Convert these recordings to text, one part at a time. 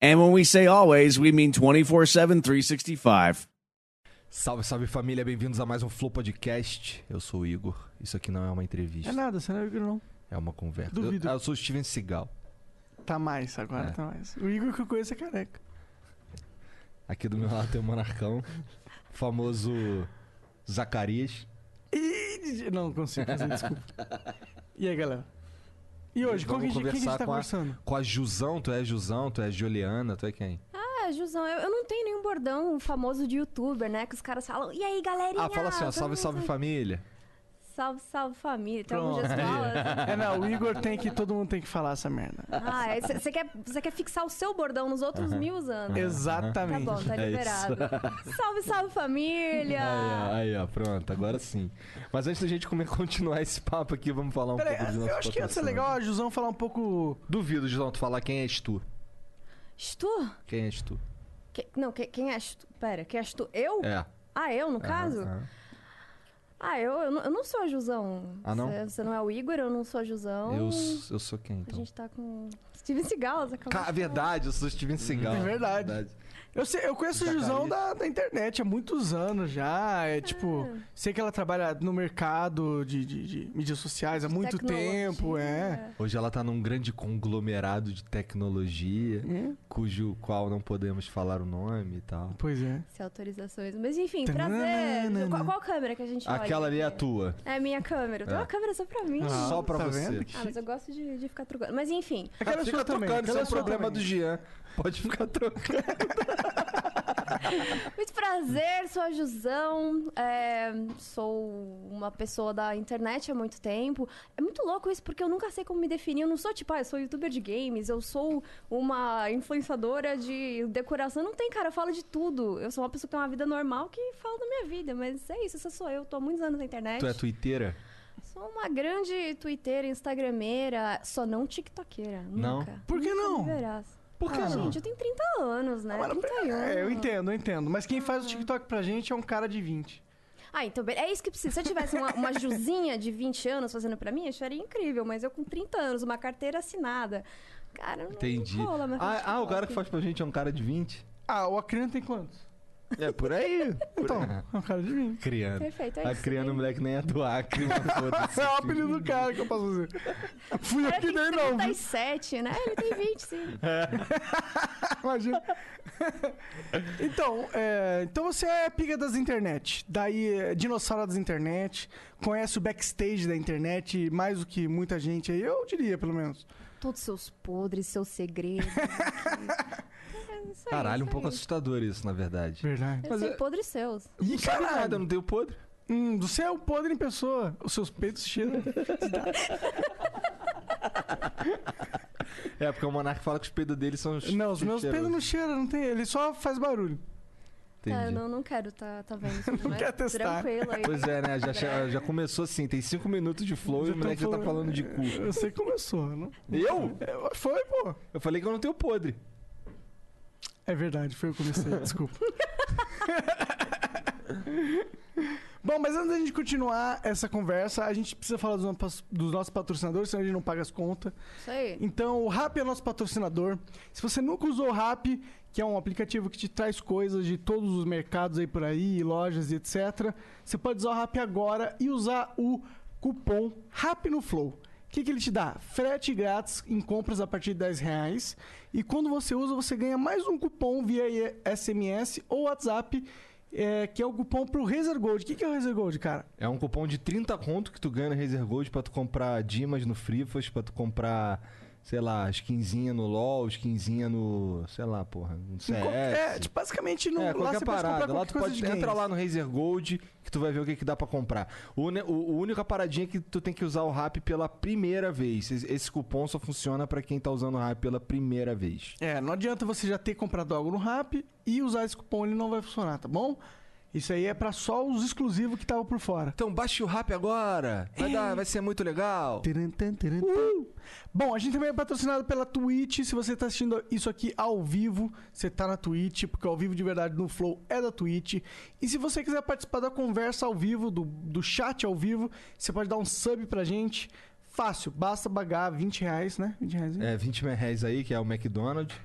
And when we say always, we mean 24 7, 365. Salve, salve família, bem-vindos a mais um Flow Podcast. Eu sou o Igor. Isso aqui não é uma entrevista, É nada, você não é o Igor, não. é uma conversa. Duvido. Eu, ah, eu sou o Steven Seagal, Tá mais agora, É. tá mais. O Igor que eu conheço é careca. Aqui do meu lado tem o Monarcão, famoso Zacarias. Ih, Não, não consigo fazer, desculpa. E aí, galera? E hoje, qual que a Vamos gente, quem que a conversar gente tá com a- conversando? Com a Jusão, tu é Jusão, tu é Juliana, tu é quem? Ah, Jusão, eu, eu não tenho nenhum bordão famoso de youtuber, né? Que os caras falam, e aí, galerinha? Ah, fala assim, ó, salve, vamos- salve família. Salve, salve, família. Tem algum Pronto, aí. gestual? assim? É, não, o Igor tem que. Todo mundo tem que falar essa merda. Ah, é, você quer, cê quer fixar o seu bordão nos outros mil anos? Tá Exatamente. bom, tá É liberado. salve, salve, família! Aí, ó, aí, ó, pronto, agora sim. Mas antes da gente come- continuar esse papo aqui, vamos falar um Peraí, pouco do nosso eu acho que ia ser patrocinador. legal a Jusão falar um pouco. Duvido, Jusão, tu falar quem és tu. Estou? Quem és tu? Que- não, que- quem és tu? Pera, quem és tu? Eu? É. Ah, eu, no caso? Aham, aham. Ah, eu, eu, não, eu não sou a Jusão. Ah, não? Cê- Você não é o Igor, eu não sou a Jusão. Eu, s- eu sou quem, A então? gente tá com Steven Seagal, você acabou de Cara, falar. verdade, eu sou Steven Seagal. É verdade. Eu, sei- eu conheço a Zacarias. Jusão da, da internet há muitos anos já. É tipo. Ah. Sei que ela trabalha no mercado de, de- de mídias sociais há muito Tecnologia. tempo, é. Hoje ela tá num grande conglomerado de tecnologia, cujo qual não podemos falar o nome e tal. Pois é. Sem autorizações. Mas enfim, prazer. Tananana. Qual, qual câmera que a gente olha? Aquela ali é a tua. É minha câmera. Eu tenho É. uma câmera só pra mim. Ah, Só pra tá você. vendo? Ah, mas eu gosto de, de ficar trocando. Mas enfim. Ah, Aquela fica sua também. trocando, isso é aquela um sua problema também. do Jean. Pode ficar trocando. Muito prazer, sou a Jusão. é, sou uma pessoa da internet há muito tempo. É muito louco isso, porque eu nunca sei como me definir. Eu não sou tipo, ah, eu sou youtuber de games, eu sou uma influenciadora de decoração. Não tem, cara, eu falo de tudo. Eu sou uma pessoa que tem uma vida normal que fala da minha vida. Mas é isso, essa sou eu. Tô há muitos anos na internet. Tu é twitteira? Sou uma grande twitteira, instagrameira, só não tiktokeira, Não? nunca. Por que Nunca me não? verás. Por que ah, não? Gente, eu tenho 30 anos, né? Mas não- 31. É, eu entendo, eu entendo. Mas quem faz o TikTok pra gente é um cara de 20. Ah, então be- é isso que precisa. Se eu tivesse uma, uma Juzinha de 20 anos fazendo pra mim, isso seria incrível. Mas eu com 30 anos, uma carteira assinada. Cara, não Entendi. não rola mais Ah, TikTok. ah, o cara que faz pra gente é um cara de 20? Ah, o Acrino tem quantos? É, por aí. Então, é um cara de 20. Criando. Perfeito, é A isso. criando o moleque nem é do Acre, mas foda-se. É o apelido do cara que eu posso dizer. Fui Cara, aqui tem daí não, viu? 37, né? Ele tem 20, sim. Imagina. Então, é, então você é piga das internet. Daí, é, dinossauro das internet. Conhece o backstage da internet mais do que muita gente aí, eu diria, pelo menos. Todos seus podres, seus segredos. É isso aí, Caralho, um isso pouco aí. assustador isso, na verdade. Verdade. Eu Mas sei é- podres seus. Ih, caralho, eu não tenho podre. Hum, você é o podre em pessoa. Os seus peitos cheiram. É, porque o Monark fala que os peidos dele são os. Não, os meus peitos cheirosos. não cheiram, não tem. Ele só faz barulho. Ah, eu Entendi. não, não quero tá, tá vendo isso. não quero testar. Tranquilo aí. Pois é, né? Já, che- já começou assim, tem cinco minutos de flow e Já o moleque já tão tá falando de cu. É, Eu sei que começou, não? Eu? É, Foi, pô. Eu falei que eu não tenho podre. É verdade, foi eu que comecei, desculpa. Bom, mas antes da gente continuar essa conversa, a gente precisa falar dos, no- dos nossos patrocinadores, senão a gente não paga as contas. Isso aí. Então, o Rap é nosso patrocinador. Se você nunca usou o Rap, que é um aplicativo que te traz coisas de todos os mercados aí por aí, lojas e etc., você pode usar o Rap agora e usar o cupom RAP no Flow. O que, que ele te dá? Frete grátis em compras a partir de 10 reais. E quando você usa, você ganha mais um cupom via SMS ou WhatsApp é, que é o cupom pro Razer Gold. O que, que é o Razer Gold, cara? É um cupom de 30 conto que tu ganha na Razer Gold pra tu comprar Dimas no Frifas, pra tu comprar, sei lá, skinzinha no LoL, skinzinha no. sei lá, porra, no CS. Em qual- é, tipo, basicamente, no, É, lá qualquer você pode comprar parada. Lá qualquer tu coisa pode de games. entrar lá no Razer Gold que tu vai ver o que, que dá pra comprar. O, ne- o, o única paradinha é que tu tem que usar o RAP pela primeira vez. Esse, esse cupom só funciona pra quem tá usando o RAP pela primeira vez. É, não adianta você já ter comprado algo no Rap e usar esse cupom, ele não vai funcionar, tá bom? Isso aí é pra só os exclusivos que estavam por fora. Então baixe o RAP agora. Vai, dar, vai ser muito legal. Taran, tan, taran, tan. Bom, a gente também é patrocinado pela Twitch. Se você tá assistindo isso aqui ao vivo, você tá na Twitch, porque ao vivo de verdade no Flow é da Twitch. E se você quiser participar da conversa ao vivo, do, do chat ao vivo, você pode dar um sub pra gente. Fácil, basta pagar 20 reais, né? 20 reais. hein? É, 20 mil reais aí, que é o McDonald's.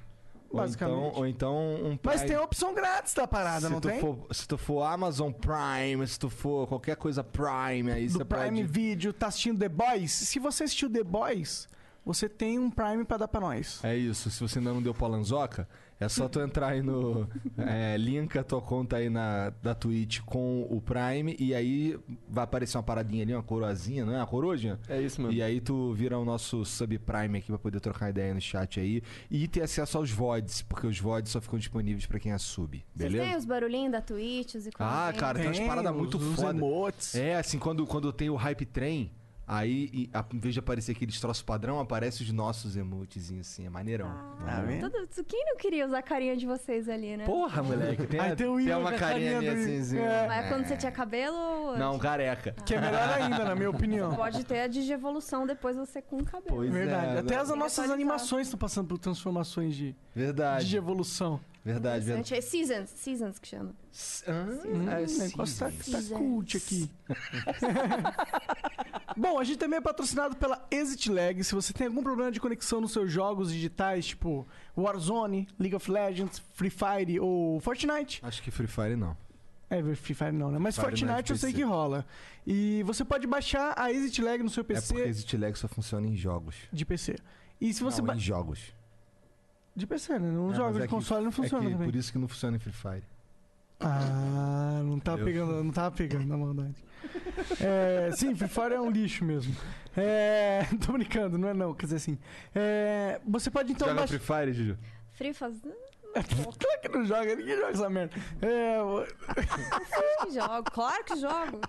Ou Basicamente. então- Ou então, um Mas Prime. tem a opção grátis da parada, se não tu tem? For, se tu for Amazon Prime, se tu for qualquer coisa Prime, aí do você Prime pode... Video, tá assistindo The Boys? é Se você assistiu The Boys, você tem um Prime pra dar pra nós. É isso, se você ainda não deu palanzoca, é só tu entrar aí no. É, linka a tua conta aí na, da Twitch com o Prime e aí vai aparecer uma paradinha ali, uma coroazinha, não é? Uma corojinha? É isso mesmo. E aí tu vira o nosso subprime aqui pra poder trocar ideia no chat aí e ter acesso aos VODs, porque os VODs só ficam disponíveis pra quem é sub, Vocês têm beleza? os barulhinhos da Twitch, os ícones? Ah, né? cara, tem umas paradas muito os, os foda. emotes. É, assim, quando, quando tem o hype train, aí e, a, em vez de aparecer aqueles troços padrão, aparece os nossos emotezinhos, assim, é maneirão. Ah. Tá é. vendo? Todo- Quem não queria usar a carinha de vocês ali, né? Porra, moleque, tem, Aí tem o Igor uma com a carinha carinha minha do- assim, assim, É. Mas é. quando você tinha cabelo ou Não, careca. Ah. Que é melhor ainda, na minha opinião. Pode ter a digievolução depois você com cabelo. Pois Verdade. é, Até as Tem que nossas atualizar. animações estão passando por transformações de, de Verdade, evolução. verdade, verdade. Interessante. É Seasons, Seasons que chama. Hum, Ah, é o negócio tá, sim. tá cult aqui. Bom, a gente também é patrocinado pela Exit Lag. Se você tem algum problema de conexão nos seus jogos digitais, tipo Warzone, League of Legends, Free Fire ou Fortnite, Acho que Free Fire não. É, Free Fire não, né? Mas Free Fire não é Fortnite de eu sei PC. que rola. E você pode baixar a Exit Lag no seu É porque PC Exit Lag só funciona em jogos. de PC. E se você não, ba- em jogos. de PC, né? Não É, joga mas de é que- console não funciona é que, também. por isso que não funciona em Free Fire. Ah, não tava Eu- pegando, não tava pegando na maldade. É, sim, Free Fire é um lixo mesmo. É, tô brincando, não é não, quer dizer assim. É, você pode então Joga baixar. Free Fire, Juju? Free faz... Claro que não joga, ninguém joga essa merda. É, que jogo, claro que jogo.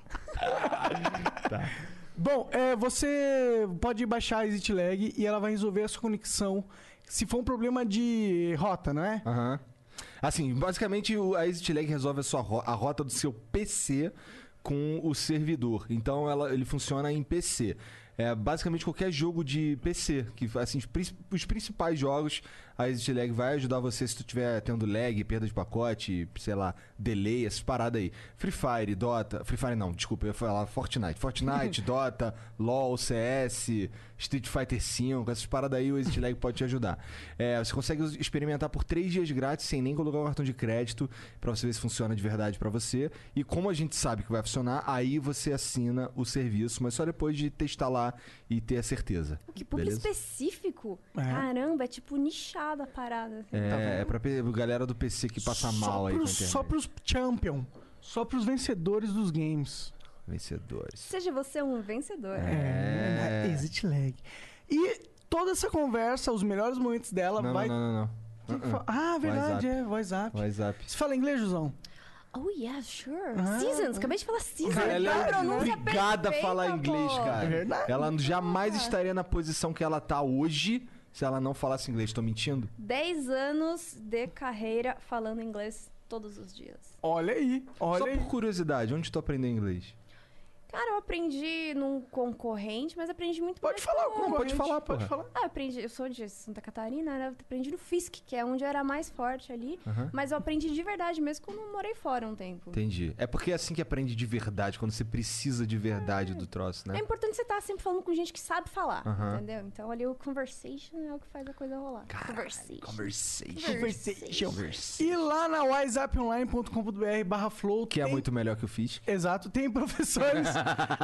Bom, é, você pode baixar a Exit Lag e ela vai resolver a sua conexão. Se for um problema de rota, não é? Aham. Assim, basicamente o- a Exit Lag resolve a, sua ro- a rota do seu PC com o servidor. Então ela- ele funciona em PC. É basicamente qualquer jogo de PC, que assim, os, prin- os principais jogos, a Exit Lag vai ajudar você se tu tiver tendo lag, perda de pacote, sei lá, delay, essas paradas aí. Free Fire, Dota, Free Fire não, desculpa, eu ia falar Fortnite. Fortnite, Dota, LoL, CS, Street Fighter V, essas paradas aí o Exit Lag pode te ajudar. É, você consegue us- experimentar por três dias grátis sem nem colocar um cartão de crédito pra você ver se funciona de verdade pra você. E como a gente sabe que vai funcionar, aí você assina o serviço, mas só depois de testar lá e ter a certeza. Que público Beleza? específico. É. Caramba, é tipo nichada a parada. assim. É, Tá vendo? é pra pe- galera do PC que passa mal só aí com a pros, internet. Só pros champion. Só pros vencedores dos games. Vencedores. Seja você um É. vencedor. É. Exit Lag. E toda essa conversa, os melhores momentos dela, Não, não, vai. não, não, Uh-uh. não. Quem que fala? Ah, WhatsApp. verdade, é, voice app. WhatsApp. Você fala inglês, Josão? Oh yeah, sure. Ah. Seasons, acabei de falar Seasons. Cara, ela a é pronúncia obrigada a perfeita, falar inglês, pô. Ah. cara. É verdade. Ela jamais estaria na posição que ela tá hoje se ela não falasse inglês. Tô mentindo? 10 anos de carreira falando inglês todos os dias. Olha aí, Só olha aí. por curiosidade, onde tu aprendeu inglês? Cara, eu aprendi num concorrente, mas aprendi muito Pode mais falar, com- pode concorrente, falar, pode porra. falar. Ah, eu aprendi, eu sou de Santa Catarina, né? Eu aprendi no FISC, que é onde eu era mais forte ali. Aham. Mas eu aprendi de verdade mesmo quando eu morei fora um tempo. Entendi. É porque é assim que aprende de verdade, quando você precisa de verdade do troço, É né? importante você estar sempre falando com gente que sabe falar, Aham. entendeu? Então ali o conversation é o que faz a coisa rolar. conversation. Conversation. Conversation. Conversation. E lá na wiseuponline.com.br barra flow Que é tem- muito melhor que o Fisk. Exato, tem professores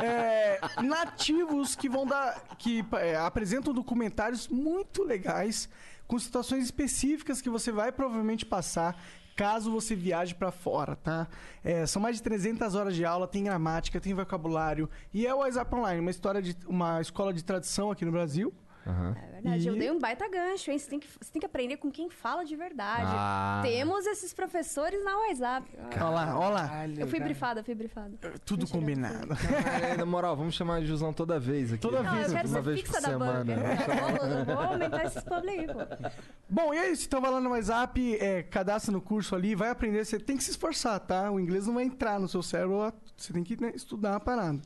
é, nativos que vão dar. que é, apresentam documentários muito legais, com situações específicas que você vai provavelmente passar. caso você viaje pra fora, tá? É, são mais de 300 horas de aula, tem gramática, tem vocabulário. E é o WhatsApp Online, uma história de uma escola de tradição aqui no Brasil. Aham. É verdade, eu E- dei um baita gancho, hein? Você tem que, você tem que aprender com quem fala de verdade. Ah. Temos esses professores na WhatsApp. Olha lá, olha lá. Eu fui brifada, eu fui brifada. Tudo Mentira, combinado. É, na moral, vamos chamar a Jusão toda vez aqui. Toda É. Não, eu quero Uma ser vez por fixa da banca. semana. Eu vou, eu vou aumentar esses publi aí, pô. Bom, e é isso. Então vai lá no WhatsApp, é, cadastra no curso ali, vai aprender. Você tem que se esforçar, tá? O inglês não vai entrar no seu cérebro, você tem que né, estudar a parada.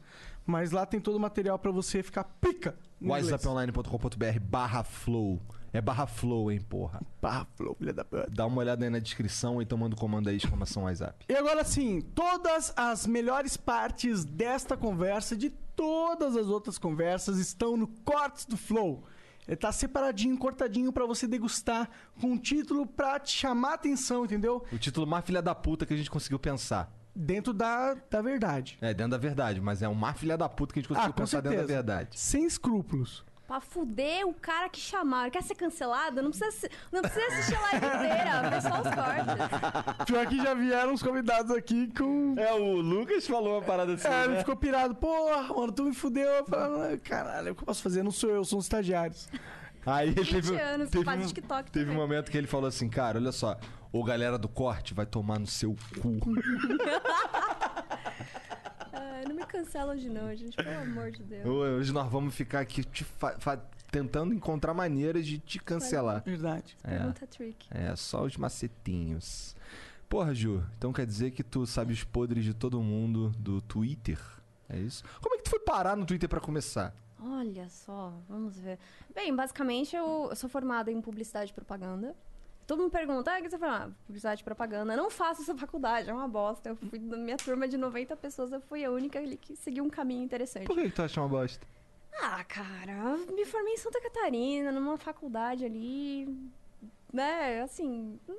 Mas lá tem todo o material pra você ficar pica no inglês. WhatsApponline.com.br barra flow. É barra flow, hein, porra. Pá, falou, filha da puta. Dá uma olhada aí na descrição e então manda o comando aí, exclamação WhatsApp. E agora sim, todas as melhores partes desta conversa, e de todas as outras conversas, estão no Cortes do Flow. Ele tá separadinho, cortadinho pra você degustar, com um título pra te chamar a atenção, entendeu? O título mais filha da puta que a gente conseguiu pensar. Dentro da, da verdade. É, dentro da verdade, mas é o mais filha da puta que a gente conseguiu Ah, com pensar certeza. dentro da verdade. Sem escrúpulos. Pra fuder o cara que chamaram. Quer ser cancelado? Não precisa, se- não precisa assistir a live inteira, vê só os cortes. Pior que já vieram os convidados aqui com. É, o Lucas falou uma parada assim. É, ele ficou pirado. Porra, mano, tu me fudeu. Eu falei, "Ah, Caralho, o que eu posso fazer? Não sou eu, são os estagiários. Aí 20 teve, anos, teve, faz um- TikTok teve um também. momento que ele falou assim, cara, olha só, ô galera do corte vai tomar no seu cu. Ai, não me cancela hoje não, gente. Pelo amor de Deus. Hoje nós vamos ficar aqui te fa- fa- tentando encontrar maneiras de te cancelar. Verdade. Pergunta trick. É, só os macetinhos. Porra, Ju, então quer dizer que tu sabe os podres de todo mundo do Twitter? É isso? Como é que tu foi parar no Twitter pra começar? Olha só, vamos ver. Bem, basicamente eu, eu sou formada em publicidade e propaganda. Todo mundo pergunta, ah, o que você fala? Ah, publicidade e propaganda. Não faço essa faculdade, é uma bosta. Eu fui, na minha turma de 90 pessoas, eu fui a única ali que seguiu um caminho interessante. Por que, que tu acha uma bosta? Ah, cara, eu me formei em Santa Catarina, numa faculdade ali. Né, assim. hum,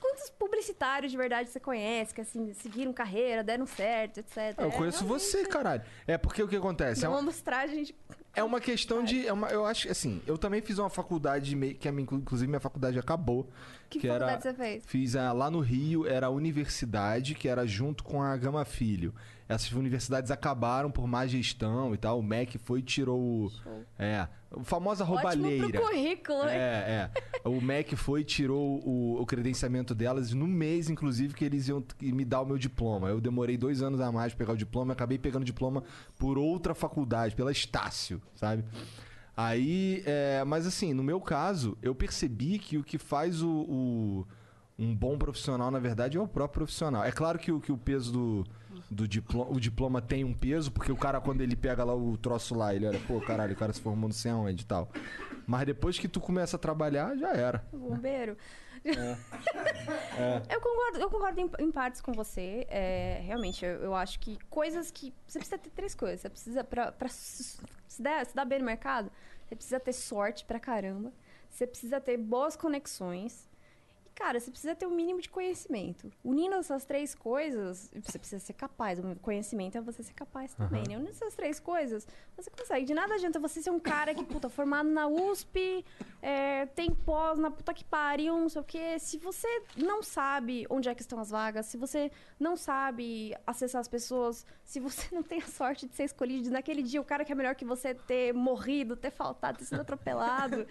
Quantos publicitários de verdade você conhece que, assim, seguiram carreira, deram certo, etc. Ah, eu conheço você, caralho. É porque o que acontece? É É uma uma, amostragem de. é uma questão de. é uma- eu acho, assim, eu também fiz uma faculdade, meio- que a minha- inclusive minha faculdade acabou. Que, que era, faculdade você fez? Fiz a, lá no Rio, era a universidade, que era junto com a Gama Filho. Essas universidades acabaram por má gestão e tal. O MEC foi e tirou o. Show. É, a famosa Ótimo roubalheira. pro currículo, hein? É, é. O MEC foi e tirou o, o credenciamento delas no mês, inclusive, que eles iam t- me dar o meu diploma. Eu demorei dois anos a mais pra pegar o diploma, acabei pegando o diploma por outra faculdade, pela Estácio, sabe? Aí, é, mas assim, no meu caso, eu percebi que o que faz o, o- um bom profissional, na verdade, é o próprio profissional. É claro que o, que o peso do, do diploma, o diploma tem um peso, porque o cara, quando ele pega lá o troço lá, ele olha, pô, caralho, o cara se formou não sei aonde e tal. Mas depois que tu começa a trabalhar, já era. O bombeiro. É. Eu concordo, eu concordo em, em partes com você. É, realmente, eu, eu acho que coisas que. Você precisa ter três coisas. Você precisa, pra, pra se, se der- se dar bem no mercado, você precisa ter sorte pra caramba. Você precisa ter boas conexões. E, cara, você precisa ter o mínimo de conhecimento. Unindo essas três coisas, você precisa ser capaz. O conhecimento é você ser capaz também, né? Unindo essas três coisas, você consegue. De nada adianta você ser um cara que, puta, formado na USP, é, tem pós na puta que pariu, não sei o quê. Se você não sabe onde é que estão as vagas, se você não sabe acessar as pessoas, se você não tem a sorte de ser escolhido, de naquele dia o cara que é melhor que você ter morrido, ter faltado, ter sido atropelado.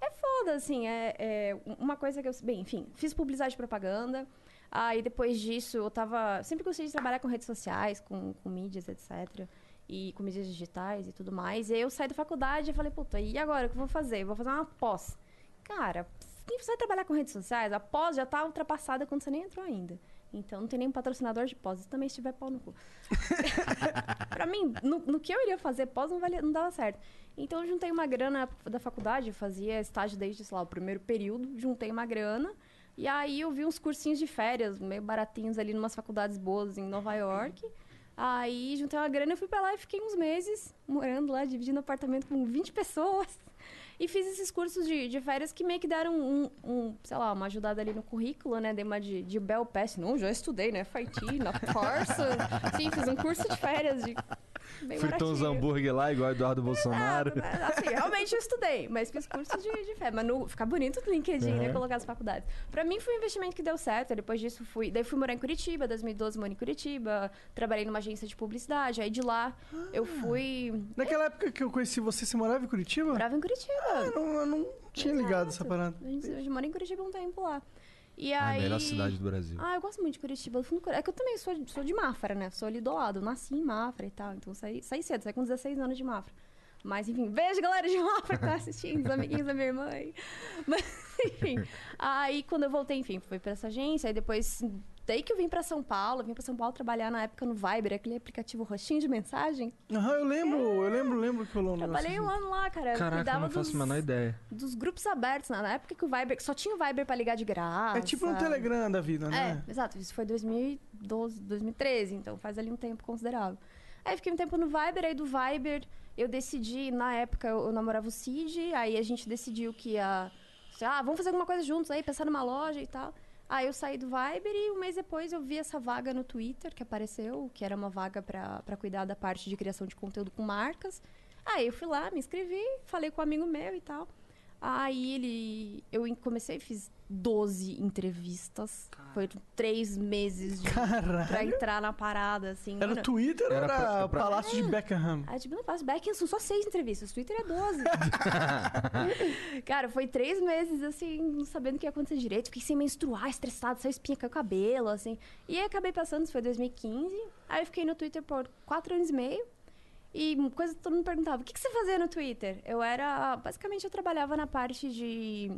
É foda, assim, é, é uma coisa que eu... Bem, enfim, fiz publicidade e propaganda. Aí depois disso eu tava... Sempre gostei de trabalhar com redes sociais, com, com mídias, etc. E com mídias digitais e tudo mais. E aí eu saí da faculdade e falei, puta, e agora? O que eu vou fazer? Eu vou fazer uma pós. Cara, quem vai trabalhar com redes sociais, a pós já tá ultrapassada quando você nem entrou ainda. Então não tem nenhum patrocinador de pós. E também se tiver pau no cu. Pra mim, no, no que eu iria fazer pós não, valia, não dava certo. Então eu juntei uma grana da faculdade, eu fazia estágio desde, sei lá, o primeiro período, juntei uma grana. E aí eu vi uns cursinhos de férias, meio baratinhos ali, numas faculdades boas em Nova York. Aí juntei uma grana, eu fui pra lá e fiquei uns meses morando lá, dividindo apartamento com 20 pessoas. E fiz esses cursos de, de férias que meio que deram um, um, sei lá, uma ajudada ali no currículo, né? Dei uma de, de assim, Bell Pass. Não, já estudei, né? FIT, na Parsons. Sim, fiz um curso de férias de Bem Fritou uns baratinho. hambúrguer lá, igual Eduardo Bolsonaro. Ah, assim, realmente eu estudei, mas fiz curso de, de fé. Mas no, fica bonito no LinkedIn, né? Aham. Colocar as faculdades. Pra mim foi um investimento que deu certo. Depois disso fui. Daí fui morar em Curitiba, 2012 moro em Curitiba. Trabalhei numa agência de publicidade. Aí de lá eu Ah. fui. Naquela época que eu conheci você, você morava em Curitiba? Morava em Curitiba. Eu não, eu não tinha ligado essa Exato. parada. A gente, a gente mora em Curitiba há um tempo lá. E Ah, aí. melhor cidade do Brasil. Ah, eu gosto muito de Curitiba. do fundo do cora- É que eu também sou, sou de Mafra, né? Sou ali do lado. Eu Nasci em Mafra e tal. Então saí, saí cedo, saí com 16 anos de Mafra. Mas enfim, beijo galera de Mafra que tá assistindo, os amiguinhos da minha irmã aí. Mas enfim. Aí quando eu voltei, enfim, fui pra essa agência. Aí depois. Daí que eu vim pra São Paulo. Eu vim pra São Paulo trabalhar na época no Viber, aquele aplicativo roxinho de mensagem. Aham, eu lembro, eu lembro, lembro que rolou um negócio Trabalhei um assim. ano lá, cara. Eu Caraca, eu cuidava não faço dos, a menor ideia. dos grupos abertos, né? na época que o Viber. que Só tinha o Viber pra ligar de graça. É tipo um Telegram da vida, né? É, exato. Isso foi 2012, 2013, então faz ali um tempo considerável. Aí fiquei um tempo no Viber, aí do Viber eu decidi, na época eu, eu namorava o Cid, aí a gente decidiu que ia. Ah, vamos fazer alguma coisa juntos aí, pensar numa loja e tal. Aí Ah, eu saí do Viber e um mês depois eu vi essa vaga no Twitter que apareceu, que era uma vaga pra pra cuidar da parte de criação de conteúdo com marcas. Aí eu fui lá, me inscrevi, falei com um amigo meu e tal. Aí ele. Eu em- comecei, fiz 12 entrevistas. Foi três meses de, pra Caralho. entrar na parada, assim. Era mano. no Twitter ou Era era pra- pra- Palácio de Beckham? Aí, tipo, não faço back, são só seis entrevistas. Twitter é 12. Cara, foi três meses, assim, não sabendo o que ia acontecer direito. Fiquei sem menstruar, estressado, só espinha, caiu o cabelo, assim. E aí acabei passando, isso foi 2015. Aí eu fiquei no Twitter por quatro anos e meio. E uma coisa que todo mundo perguntava, o que, que você fazia no Twitter? Eu era... Basicamente, eu trabalhava na parte de...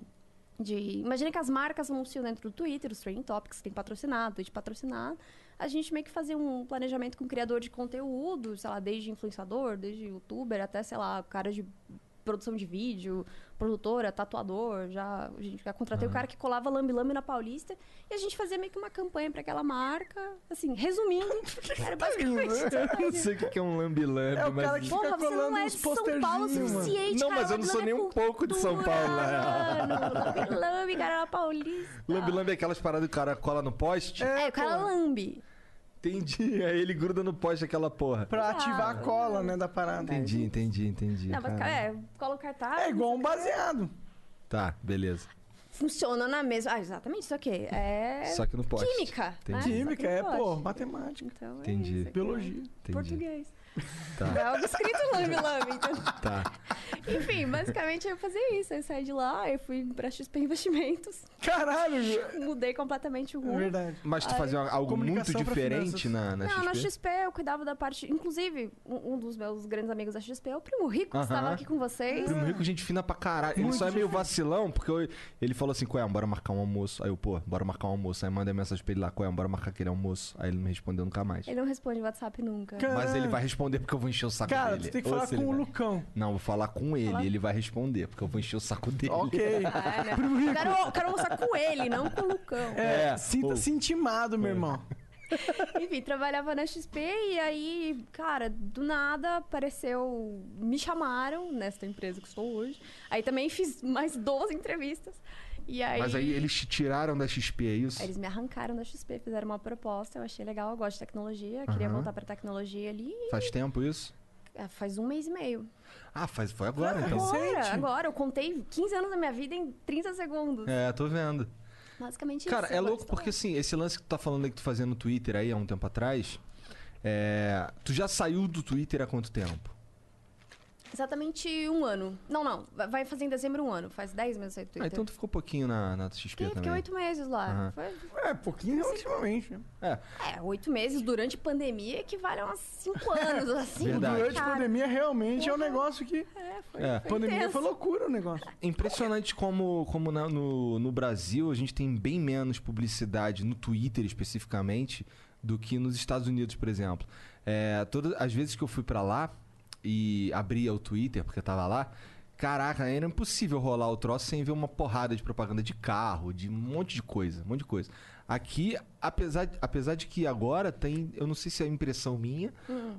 de imagina que as marcas anunciam dentro do Twitter, os trending topics, tem patrocinado, tweet patrocinado. A gente meio que fazia um planejamento com criador de conteúdo, sei lá, desde influenciador, desde youtuber, até, sei lá, cara de produção de vídeo, produtora, tatuador, já, a gente já contratei o cara que colava lambe-lambe na Paulista e a gente fazia meio que uma campanha pra aquela marca, assim, resumindo, era basicamente isso que eu Eu não fazia. sei o que que é um lambi-lambi, É o mas. cara que- Porra, você não colando é uns de São Paulo o posterzinhos, mano. suficiente, Não, cara, mas eu não sou lambe-lambe nem um é pouco de São cultura, Paulo, né? mano. Lambe-lambe, cara, na Paulista. Lambi-lambi é aquelas paradas que o cara cola no poste? É, o cara lambe. Entendi. Aí ele gruda no poste aquela porra. Pra Exato. ativar a cola, né, da parada. Entendi, entendi, entendi. Não, mas, Caralho. é, cola o cartaz. É igual não um sei o quê. baseado. Tá, beleza. Funciona na mesma. Ah, exatamente, isso aqui. É. Só que no poste. Química. Entendi. né? Química, Só que é, não pô, pode. matemática, Então, é Entendi. isso, é que biologia. é Entendi. Português. Tá. É algo escrito lame lame. Tá. Enfim, basicamente eu fazia isso. Eu saí de lá, eu fui pra XP Investimentos, Caralho, viu? mudei completamente o é rumo. verdade. Mas tu fazia algo muito Comunicação pra diferente finanças. na, na Não, XP? na XP eu cuidava da parte. Inclusive, um um dos meus grandes amigos da XP é o Primo Rico, que Aham. estava aqui com vocês. Primo Rico, gente fina pra caralho. ele Muito só é meio vacilão, porque eu- ele falou assim, Coé, bora marcar um almoço. Aí eu, pô, bora marcar um almoço. Aí mandei mensagem pra ele lá, Coé, bora marcar aquele almoço. Aí ele não me respondeu nunca mais. É. Ele não responde WhatsApp nunca. Cara, Mas ele vai responder porque eu vou encher o saco Cara, dele. tu tem que Ou falar se com ele o vai- Lucão. Não, vou falar com ele, Falar? ele vai responder, porque eu vou encher o saco dele. Ok. É, né? Eu quero, eu quero almoçar com ele, não com o Lucão. É, É, ou- sinta-se intimado, meu irmão. Enfim, trabalhava na XP e aí, cara, do nada apareceu. Me chamaram nesta empresa que estou hoje. Aí também fiz mais 12 entrevistas. E aí. Mas aí eles te tiraram da XP, é isso? aí eles me arrancaram da XP, fizeram uma proposta, eu achei legal, eu gosto de tecnologia, queria Aham. voltar pra tecnologia ali. Faz tempo isso? É, Faz um mês e meio. Ah, faz, foi agora então. Agora, Recente. agora, eu contei 15 anos da minha vida em 30 segundos. É, tô vendo. Basicamente Cara, isso. é agora louco estou lá. porque assim, esse lance que tu tá falando aí que tu fazia no Twitter aí há um tempo atrás. é, Tu já saiu do Twitter há quanto tempo? Exatamente um ano. Não, não, vai- vai fazer em dezembro um ano, faz 10 meses aí do Ah, Twitter. então tu ficou pouquinho na, na XP Fiquei fiquei também. oito meses lá. Aham. Foi, É, pouquinho ultimamente. né? É, oito meses durante pandemia equivale a uns cinco anos, assim. Verdade. Durante a cara. pandemia, realmente é um Porra. negócio que. É, foi, É. foi Pandemia intenso. foi loucura o negócio. É impressionante como, como na- no, no Brasil a gente tem bem menos publicidade no Twitter especificamente do que nos Estados Unidos, por exemplo. É, todas as vezes que eu fui pra lá e abria o Twitter porque eu tava lá, caraca, era impossível rolar o troço sem ver uma porrada de propaganda de carro, de um monte de coisa, um monte de coisa. Aqui, apesar, apesar de que agora tem, eu não sei se é impressão minha,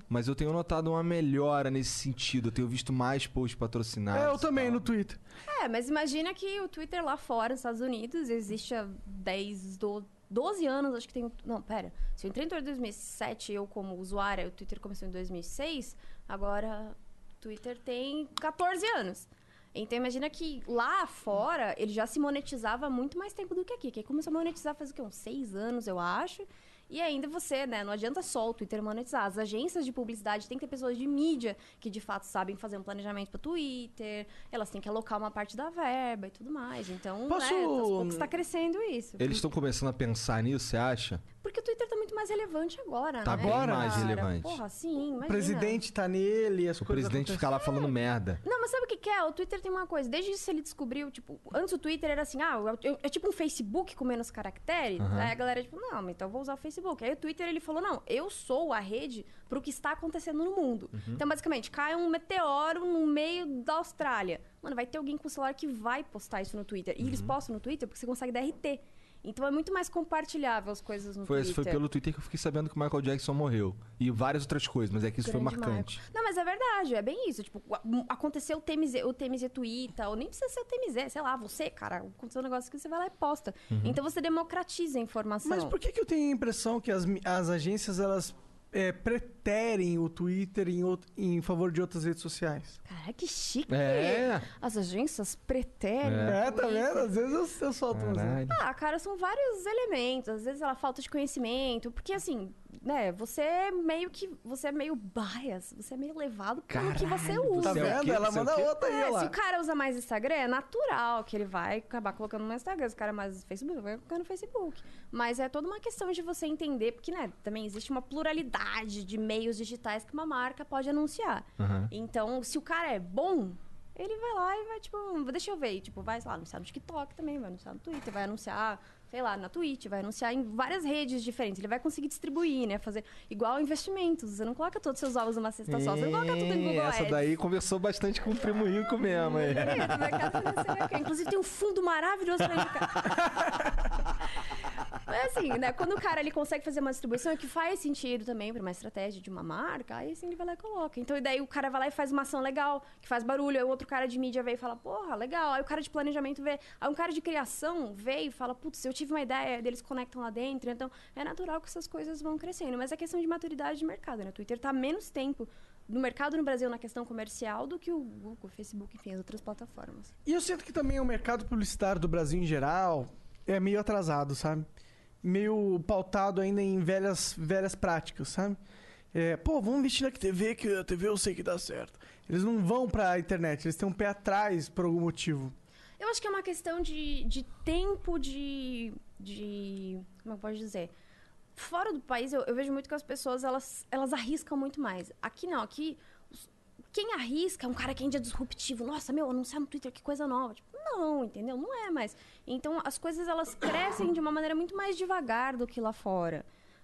mas eu tenho notado uma melhora nesse sentido. Eu tenho visto mais posts patrocinados. É, e eu também tal. no Twitter. É, mas imagina que o Twitter lá fora, nos Estados Unidos, existe há 10, do- 12 anos, acho que tem. Não, pera. Se eu entrei no Twitter em 2007, eu como usuária, o Twitter começou em 2006, agora o Twitter tem 14 anos. Então imagina que lá fora ele já se monetizava há muito mais tempo do que aqui. Que começou a monetizar faz o quê? Uns seis anos, eu acho. E ainda você, né? Não adianta só o Twitter monetizar. As agências de publicidade têm que ter pessoas de mídia que de fato sabem fazer um planejamento para Twitter. Elas têm que alocar uma parte da verba e tudo mais. Então, Posso- né, aos poucos está crescendo isso. Eles estão começando a pensar nisso, você acha? Porque o Twitter tá muito mais relevante agora, Tá né? bem cara? mais relevante. Porra, sim, imagina. O presidente tá nele, as O coisas. presidente acontecem. fica lá falando merda. Não, mas sabe o que, que é? O Twitter tem uma coisa. Desde isso ele descobriu, tipo, antes o Twitter era assim, ah, eu- eu- é tipo um Facebook com menos caracteres. Aí a galera, tipo, não, mas então eu vou usar o Facebook. Aí o Twitter ele falou, não, eu sou a rede pro que está acontecendo no mundo. Uhum. Então, basicamente, cai um meteoro no meio da Austrália. Mano, vai ter alguém com celular que vai postar isso no Twitter. E eles Uhum. postam no Twitter porque você consegue DRT. Então é muito mais compartilhável as coisas no Foi, esse Twitter. foi pelo Twitter que eu fiquei sabendo que o Michael Jackson morreu. E várias outras coisas, mas é que isso foi Grande marcante. marco. Não, mas é verdade, é bem isso. Tipo, a- m- aconteceu o TMZ, o TMZ Twitter, ou nem precisa ser o TMZ, sei lá, você, cara, aconteceu um negócio que você vai lá e posta. Uhum. Então você democratiza a informação. Mas por que, que eu tenho a impressão que as, mi- as agências elas é, preterem o Twitter em, out- em favor de outras redes sociais? Cara, que chique! É. As agências preterem. É, o tá Twitter. vendo? Às vezes eu, eu solto umas, né? Caralho. Ah, cara, são vários elementos. Às vezes ela falta de conhecimento, porque assim, né, você é meio que. Você é meio bias, você é meio levado pelo que você Caralho, usa. Tá Você é o vendo? quê? Ela Você é o manda quê? outra É, aí, se o lá. cara usa mais Instagram, é natural que ele vai acabar colocando no Instagram. Se o cara é mais Facebook, vai colocar no Facebook. Mas é toda uma questão de você entender, porque, né, também existe uma pluralidade de meios digitais que uma marca pode anunciar. Aham. Então, se o cara é bom, ele vai lá e vai, tipo, deixa eu ver. E, tipo, vai, sei lá, anunciar no TikTok também, vai anunciar no Twitter, vai anunciar, sei lá, na Twitch, vai anunciar em várias redes diferentes. Ele vai conseguir distribuir, né? Fazer igual investimentos. Você não coloca todos os seus ovos numa cesta só, você não coloca tudo em Ih, Google Essa Ads. daí conversou bastante com o primo Rico mesmo, hein? Querido, mercado financeiro é incrível. Inclusive, tem né? um fundo maravilhoso pra indicar. Mas assim, né? Quando o cara ele consegue fazer uma distribuição, é que faz sentido também pra uma estratégia de uma marca, aí assim ele vai lá e coloca. Então, e daí o cara vai lá e faz uma ação legal, que faz barulho, aí o outro cara de mídia vê e fala, porra, legal. Aí o cara de planejamento vê, aí um cara de criação vê e fala, putz, eu tive uma ideia, deles conectam lá dentro. Então, é natural que essas coisas vão crescendo. Mas é questão de maturidade de mercado, né? O Twitter tá menos tempo no mercado no Brasil na questão comercial do que o Google, o Facebook, enfim, as outras plataformas. E eu sinto que também o mercado publicitário do Brasil em geral é meio atrasado, sabe? Meio pautado ainda em velhas, velhas práticas, sabe? É, pô, vamos investir na TV, que a TV eu sei que dá certo. Eles não vão pra internet, eles têm um pé atrás por algum motivo. Eu acho que é uma questão de, de tempo de, de. Como eu posso dizer? Fora do país, eu, eu vejo muito que as pessoas elas, elas arriscam muito mais. Aqui não, aqui. os- Quem arrisca é um cara que ainda é disruptivo. Nossa, meu, anunciar no Twitter, que coisa nova. Tipo, não, entendeu? Não é mais. Então, as coisas elas crescem de uma maneira muito mais devagar do que lá fora.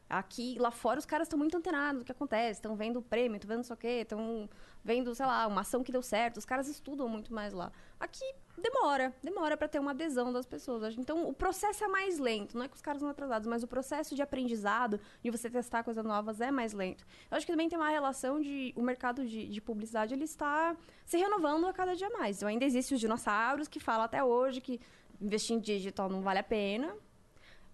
Aqui, lá fora, os caras estão muito antenados do que acontece, estão vendo o prêmio, estão vendo não sei o quê, estão vendo, sei lá, uma ação que deu certo. Os caras estudam muito mais lá. Aqui demora, demora para ter uma adesão das pessoas. Acho- Então, o processo é mais lento. Não é que os caras são atrasados, mas o processo de aprendizado, de você testar coisas novas, é mais lento. Eu acho que também tem uma relação de... O mercado de, de publicidade, ele está se renovando a cada dia mais. Então, ainda existem os dinossauros que falam até hoje que investir em digital não vale a penta,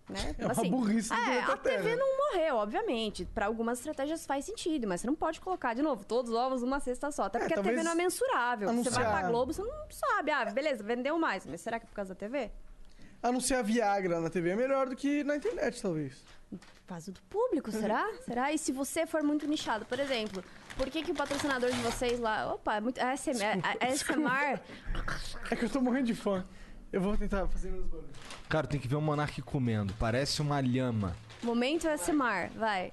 né? É uma burrice do é, planeta a TV Terra. não morreu, obviamente. Para algumas estratégias faz sentido, mas você não pode colocar, de novo, todos os ovos numa cesta só. Até É, porque a TV talvez não é mensurável. Você vai anunciar- pra Globo, você não sabe. Ah, beleza, vendeu mais. Mas será que é por causa da TV? Anunciar Viagra na TV é melhor do que na internet, talvez. Por causa do público, será? Será? E se você for muito nichado, por exemplo, por que, que o patrocinador de vocês lá. Opa, é muito. ASMR. ASMR. É que eu tô morrendo de fã. Eu vou tentar fazer menos barulhos. Cara, tem que ver o Monark comendo. Parece uma lhama. Momento ASMR, vai.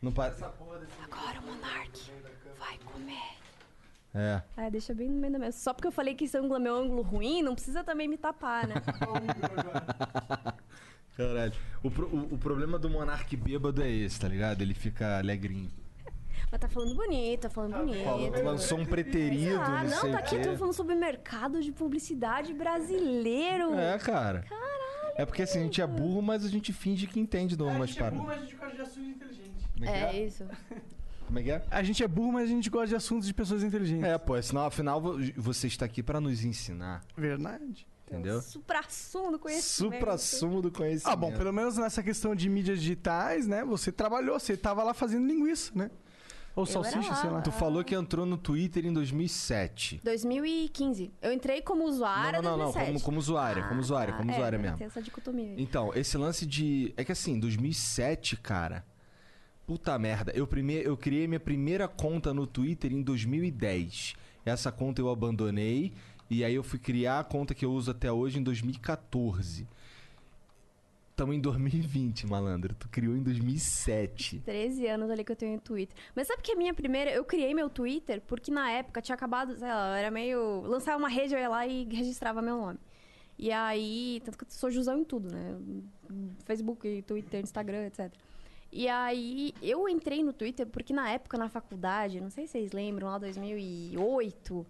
Não parece. Agora o Monark vai comer. É. Ah, deixa bem no meio da mesa. Só porque eu falei que esse ângulo é meu ângulo ruim, não precisa também me tapar, né? Caralho. O, pro- o- o problema do Monark bêbado é esse, tá ligado? Ele fica alegrinho. Mas tá falando bonito, tá falando bonito. Falou, lançou um preterido, Ah, não, não, sei tá o aqui, quê. tô falando sobre mercado de publicidade brasileiro. É, cara. Caralho. É porque assim, a gente é burro, mas a gente finge que entende de umas paradas. mas a gente é gosta de assuntos inteligentes. Como é É que é? isso. Como é que é? A gente é burro, mas a gente gosta de assuntos de pessoas inteligentes. É, pô, senão afinal vo- você está aqui pra nos ensinar. Verdade. entendeu? Supra-sumo do conhecimento. Supra-sumo do conhecimento. Ah, bom, pelo menos nessa questão de mídias digitais, né? Você trabalhou, você tava lá fazendo linguiça, né? Ou Eu salsicha, era lá. sei lá. Tu falou que entrou no Twitter em 2007. 2015. Eu entrei como usuária Não, não, não, não, 2007. como- como usuária, como usuária, como é, usuária né, mesmo. Tem essa dicotomia. aí. Então, esse lance de. É que assim, 2007, cara. Puta merda. Eu, prime... eu criei minha primeira conta no Twitter em 2010. Essa conta eu abandonei. E aí eu fui criar a conta que eu uso até hoje em 2014. Estamos em 2020, malandro. Tu criou em 2007. 13 anos ali que eu tenho Twitter. Mas sabe que a minha primeira. Eu criei meu Twitter porque na época tinha acabado, sei lá, eu era meio. Lançava uma rede, eu ia lá e registrava meu nome. E aí. Tanto que eu sou Jusão em tudo, né? Facebook, Twitter, Instagram, etc. E aí eu entrei no Twitter porque na época na faculdade, não sei se vocês lembram, lá 2008.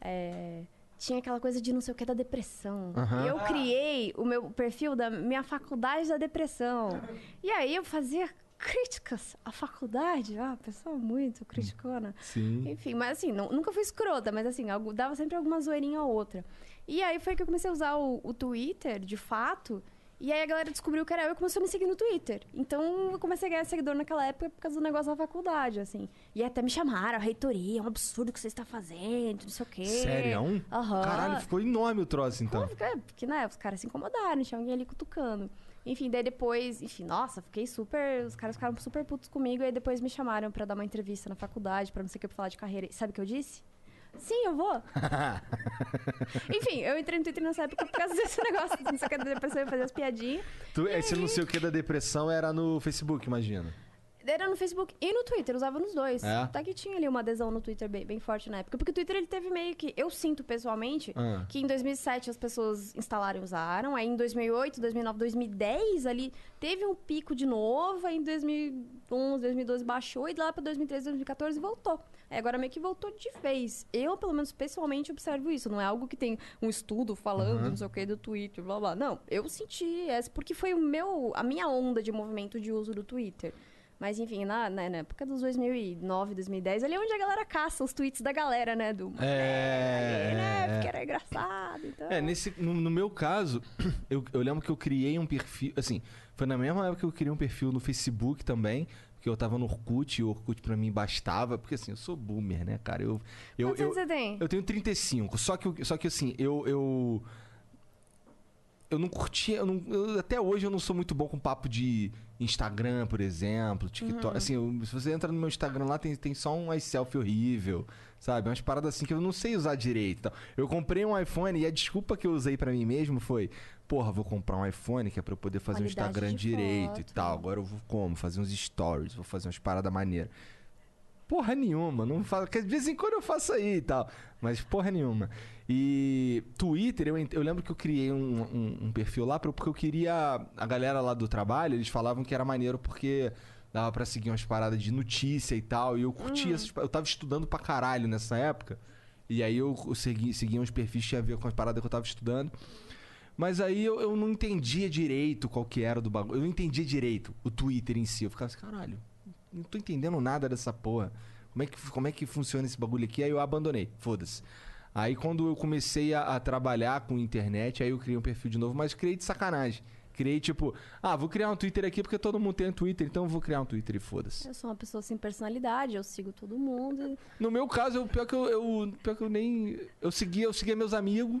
é, Tinha aquela coisa de não sei o que da depressão. Aham. E eu criei o meu perfil da minha faculdade da depressão. E aí eu fazia críticas à faculdade. Ah, pessoa muito criticona. Sim. Enfim, mas assim, não- nunca fui escrota, mas assim, algo- dava sempre alguma zoeirinha ou outra. E aí foi que eu comecei a usar o, o Twitter, de fato. E aí a galera descobriu que era eu e começou a me seguir no Twitter. Então eu comecei a ganhar seguidor naquela época por causa do negócio da faculdade, assim. E até me chamaram, a reitoria, é um absurdo o que você está fazendo, não sei o quê. Sério? um? Aham. Caralho, ficou enorme o troço então. Como fica- Porque, né, os caras se incomodaram, tinha alguém ali cutucando. Enfim, daí depois, enfim, nossa, fiquei super. Os caras ficaram super putos comigo, aí depois me chamaram pra dar uma entrevista na faculdade, pra não sei o que pra falar de carreira. E Sabe o que eu disse? Sim, eu vou. enfim, eu entrei no Twitter nessa época por causa desse negócio. Não sei o que da depressão e fazer as piadinhas. Tu, é esse não sei o que da depressão era no Facebook, imagina. Era no Facebook e no Twitter, usava nos dois. É? Tá que tinha ali uma adesão no Twitter bem, bem forte na época. Porque o Twitter ele teve meio que. Eu sinto pessoalmente Ah. que em 2007 as pessoas instalaram e usaram. Aí em 2008, 2009, 2010 ali teve um pico de novo. Aí em 2011, 2012 baixou. E lá pra 2013, 2014 voltou. Aí agora meio que voltou de vez. Eu, pelo menos pessoalmente, observo isso. Não é algo que tem um estudo falando, não sei o que, do Twitter, blá blá. Não, eu senti essa porque foi o meu, a minha onda de movimento de uso do Twitter. Mas enfim, na, né, na, na época dos 2009, 2010, ali é onde a galera caça os tweets da galera, né? Do É. "É, né? Porque era engraçado, então. É, nesse, no, no meu caso, eu, eu lembro que eu criei um perfil. Assim, foi na mesma época que eu criei um perfil no Facebook também. Porque eu tava no Orkut e o Orkut pra mim bastava. Porque assim, eu sou boomer, né, cara? Eu, eu, Quantos eu, anos você tem? eu tenho 35. Só que, eu- só que assim, eu. eu eu não curtia, eu não- eu- até hoje eu não sou muito bom com papo de Instagram, por exemplo, Uhum. TikTok. Assim, eu- se você entra no meu Instagram lá, tem, tem só um selfie horrível, sabe? Umas paradas assim que eu não sei usar direito. e tal. Eu comprei um iPhone e a desculpa que eu usei pra mim mesmo foi: porra, vou comprar um iPhone que é pra eu poder fazer um Qualidade Instagram de direito e foto. tal. Agora eu vou como? Fazer uns stories, vou fazer umas paradas maneiras. Porra nenhuma, não faço. que De vez em quando eu faço aí e tal. Mas porra nenhuma. E Twitter, eu, ent- eu lembro que eu criei um, um- um perfil lá pra- porque eu queria. A galera lá do trabalho, eles falavam que era maneiro porque dava pra seguir umas paradas de notícia e tal. E eu curtia essas pa- Eu tava estudando pra caralho nessa época. E aí eu segui, seguia uns perfis que tinha a ver com as paradas que eu tava estudando. Mas aí eu, eu não entendia direito qual que era do bagulho. Eu não entendia direito o Twitter em si. Eu ficava assim, caralho, não tô entendendo nada dessa porra. Como é que, como é que funciona esse bagulho aqui? Aí eu abandonei, foda-se. Aí quando eu comecei a, a trabalhar com internet, aí eu criei um perfil de novo, mas criei de sacanagem. Criei tipo, ah, vou criar um Twitter aqui porque todo mundo tem um Twitter, então eu vou criar um Twitter e foda-se. Eu sou uma pessoa sem personalidade, eu sigo todo mundo. No meu caso, eu, pior, que eu, eu- pior que eu nem. Eu seguia, eu seguia meus amigos.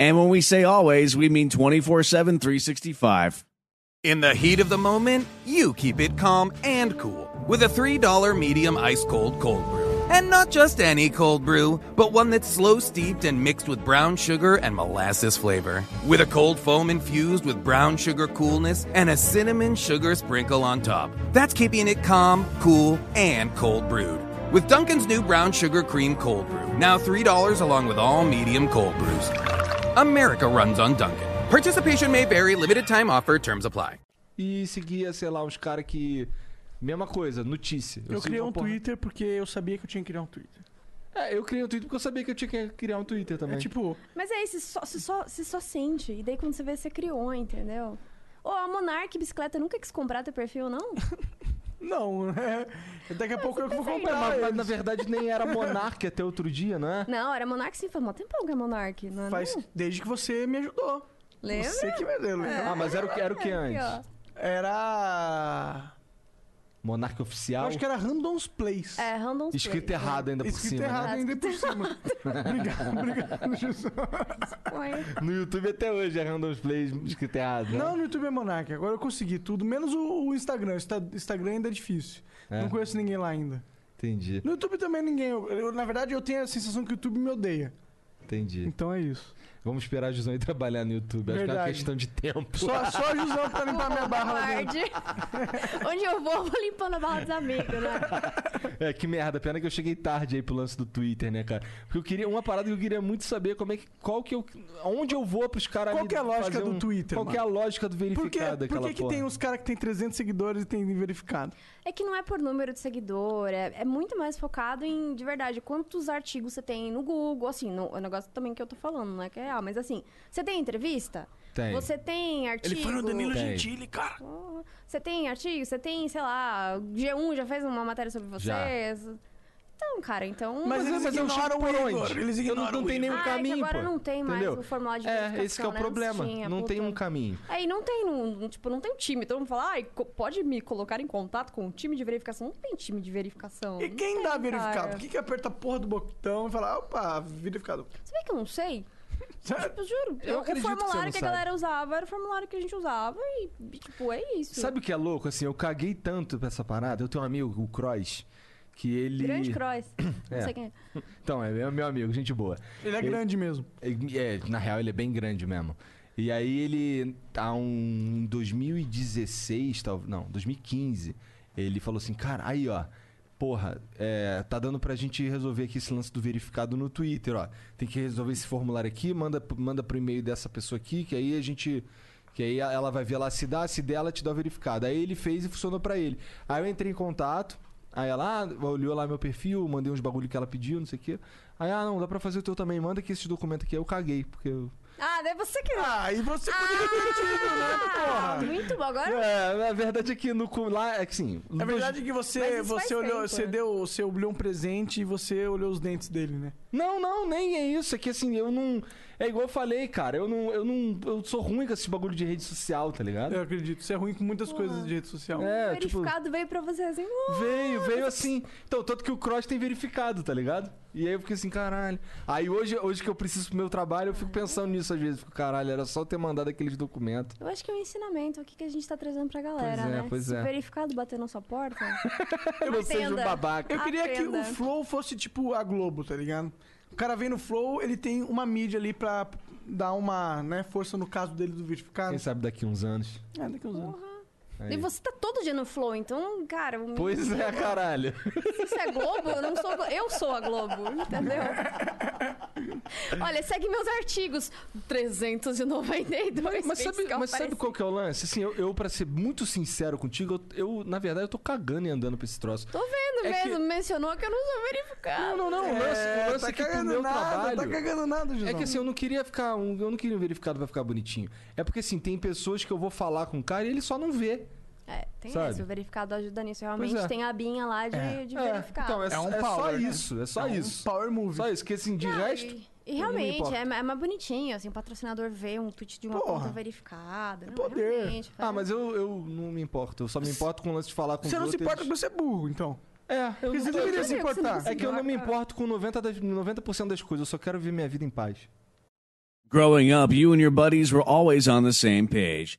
And when we say always, we mean 24 7, 365. In the heat of the moment, you keep it calm and cool with a $3 medium ice cold cold brew. And not just any cold brew, but one that's slow steeped and mixed with brown sugar and molasses flavor. With a cold foam infused with brown sugar coolness and a cinnamon sugar sprinkle on top. That's keeping it calm, cool, and cold brewed. With Duncan's new brown sugar cream cold brew, now $3 along with all medium cold brews. America runs on Duncan. Participation may vary, limited time offer, terms apply. E seguia, sei lá, uns caras que. Mesma coisa, notícia. sigo Eu, criei uma um porra- Twitter porque eu sabia que eu tinha que criar um Twitter. É, eu criei um Twitter porque eu sabia que eu tinha que criar um Twitter também. É tipo, Mas é isso, só, você, só, você só sente. E daí quando você vê, você criou, entendeu? Ô, a Monark Bicicleta nunca quis comprar teu perfil, não? não, né? Daqui a pouco eu tá vou É, comprar. mas, mas, ah, eles. na verdade nem era monarca até outro dia, não é? Não, era Monark sim, faz mó tempão que é Monark, não é? Faz não? desde que você me ajudou. Lembra? É. Você que me deu, lembra? Ah, mas era o que, era o é que Aqui, antes? ó. Era. Monarca Eu oficial? acho que era Random's Plays. É, Random Escrito errado ainda por Escrito cima. né? tá errado ainda por cima. obrigado, obrigado, Gilson. No YouTube até hoje é random plays escrito errado. né? Não, no YouTube é Monark. Agora eu consegui tudo, menos o, o Instagram. O Insta- Instagram ainda é difícil. É. Não conheço ninguém lá ainda. Entendi, No YouTube também ninguém. Eu, eu, na verdade, eu tenho a sensação que o YouTube me odeia. entendi. Então é isso. Vamos esperar a Jusão ir trabalhar no YouTube. Acho que é uma Verdade. questão de tempo. Só, só Josão pra limpar minha barra lá dentro. Covarde. Onde eu vou, eu vou limpando a barra dos amigos, né? É, que merda. Pena que eu cheguei tarde aí pro lance do Twitter, né, cara? Porque eu queria. Uma parada que eu queria muito saber como é que. Qual que eu. Onde eu vou pros caras Qual me que é a lógica fazer do Twitter, Qual que é a lógica do Por que, verificado por daquela que, que porra? tem uns caras que tem 300 seguidores e tem verificado? É que não é por número de seguidor, é, é muito mais focado em, de verdade, quantos artigos você tem no Google, assim, no, o negócio também que eu tô falando, não é que é real, mas assim, você tem entrevista? Tem. Você tem artigo? Tem. cara. Porra. Você tem artigo? Você tem, sei lá, G1 já fez uma matéria sobre Já. vocês? Então, cara, Mas então... Mas, eles é, mas eu ignoram chego por o onde? Igor, eles eu não, ignoram não o tem Igor. nenhum Ah, é que caminho, agora pô. não tem mais Entendeu? o formulário de É, verificação, esse que é o né? problema. tinha, não tem puta. um caminho. Aí não tem, não, não- tipo, não tem um time. Todo mundo fala, ai, co- pode me colocar em contato com o time de verificação? Não tem time de verificação. E não quem tem, dá cara. verificado? Por que, que aperta a porra do botão e fala, opa, verificado? Você vê que eu não sei? Tipo, juro. Eu o acredito que você não formulário que, a sabe. galera usava era o formulário que a gente usava e, tipo, é isso. Sabe o que é louco? Assim, eu caguei tanto pra essa parada. Eu tenho um amigo, o Cross, que ele. Grande Cross. É. Não sei quem é. Então, é meu- meu amigo, gente boa. Ele é Ele- grande mesmo. É, na real, ele é bem grande mesmo. E aí ele, há um em 2016, tal, não, 2015, ele falou assim, cara, aí ó, porra, é, tá dando pra gente resolver aqui esse lance do verificado no Twitter, ó. Tem que resolver esse formulário aqui, manda, manda pro e-mail dessa pessoa aqui, que aí a gente... Que aí ela vai ver lá se dá, se dela te dá o verificado. Aí ele fez e funcionou pra ele. Aí eu entrei em contato, Aí ela ah, olhou lá meu perfil, mandei uns bagulho que ela pediu, não sei o quê. Aí, ah, não, dá pra fazer o teu também, manda aqui esse documento aqui. Aí eu caguei, porque eu. Ah, daí você que... Ah, e você poderia ter tido, né, Ah, porra? muito bom. Agora É, a verdade é que no, cu- lá, é que sim. É verdade que Mas você, isso faz você olhou, tempo, você né? deu, você olhou um presente e você olhou os dentes dele, né? Não, não, nem é isso. É que assim, eu não. É igual eu falei, cara, eu não. Eu não. Eu sou ruim com esse bagulho de rede social, tá Eu ligado? acredito. Você é ruim com muitas coisas de rede social. o É, tipo. verificado veio pra você assim... "Oh, Veio, veio assim. Então, tanto que o Cross tem verificado, tá ligado? E aí eu fiquei assim, caralho. Aí hoje, hoje que eu preciso pro meu trabalho, eu fico pensando nisso às vezes. Fico, caralho, era só eu ter mandado aqueles documentos. Eu acho que é um ensinamento aqui que a gente tá trazendo pra galera, Pois é, né? pois Se é. o verificado bater na sua porta. Eu não seja um entenda. babaca. Eu queria que o Aprenda. Flow fosse tipo a Globo, tá ligado? O cara vem no Flow, ele tem uma mídia ali pra dar uma né, força no caso dele do verificado. Quem sabe daqui uns anos. É, daqui a uns anos. Aí. E você tá todo dia no Flow, então, cara, o- É Pois é, caralho. se isso é Globo, eu não sou. Glo- Eu sou a Globo, entendeu? Olha, segue meus artigos. 392. Mas sabe, vezes que eu mas sabe apareci. qual que é o lance? Assim, eu, eu pra ser muito sincero contigo, eu, eu, na verdade, eu tô cagando e andando pra esse troço. Tô vendo É que- mesmo, mencionou que eu não sou verificado. Não, não, não. O lance, o lance é que pro meu tá nada, trabalho. tá cagando nada, Gisão. É que assim, eu não queria ficar. um- eu não queria um verificado pra ficar bonitinho. É porque assim, tem pessoas que eu vou falar com o cara e ele só não vê. É, tem Sabe? isso, o verificado ajuda nisso. Realmente Pois é. tem a abinha lá de, de É, verificado. então, é, É um é só power, né? isso. É só É um isso. power movie. Só isso. Que assim, de Não, resto. eu E, e não me realmente, importo. é, ma- é mais bonitinho, assim, o patrocinador vê um tweet de uma Porra. conta verificada. Não, poder. realmente, é. Ah, faz- mas eu, eu não me importo. Eu só me importo com o lance de falar com Você os não se outros. importa porque você é burro, então. É, eu Porque não você tô- deveria eu se sabia que você não importar. conseguia. É que eu não me Cara. importo com 90%, das, 90 das coisas, eu só quero viver minha vida em paz. Growing up, you and your buddies were always on the same page.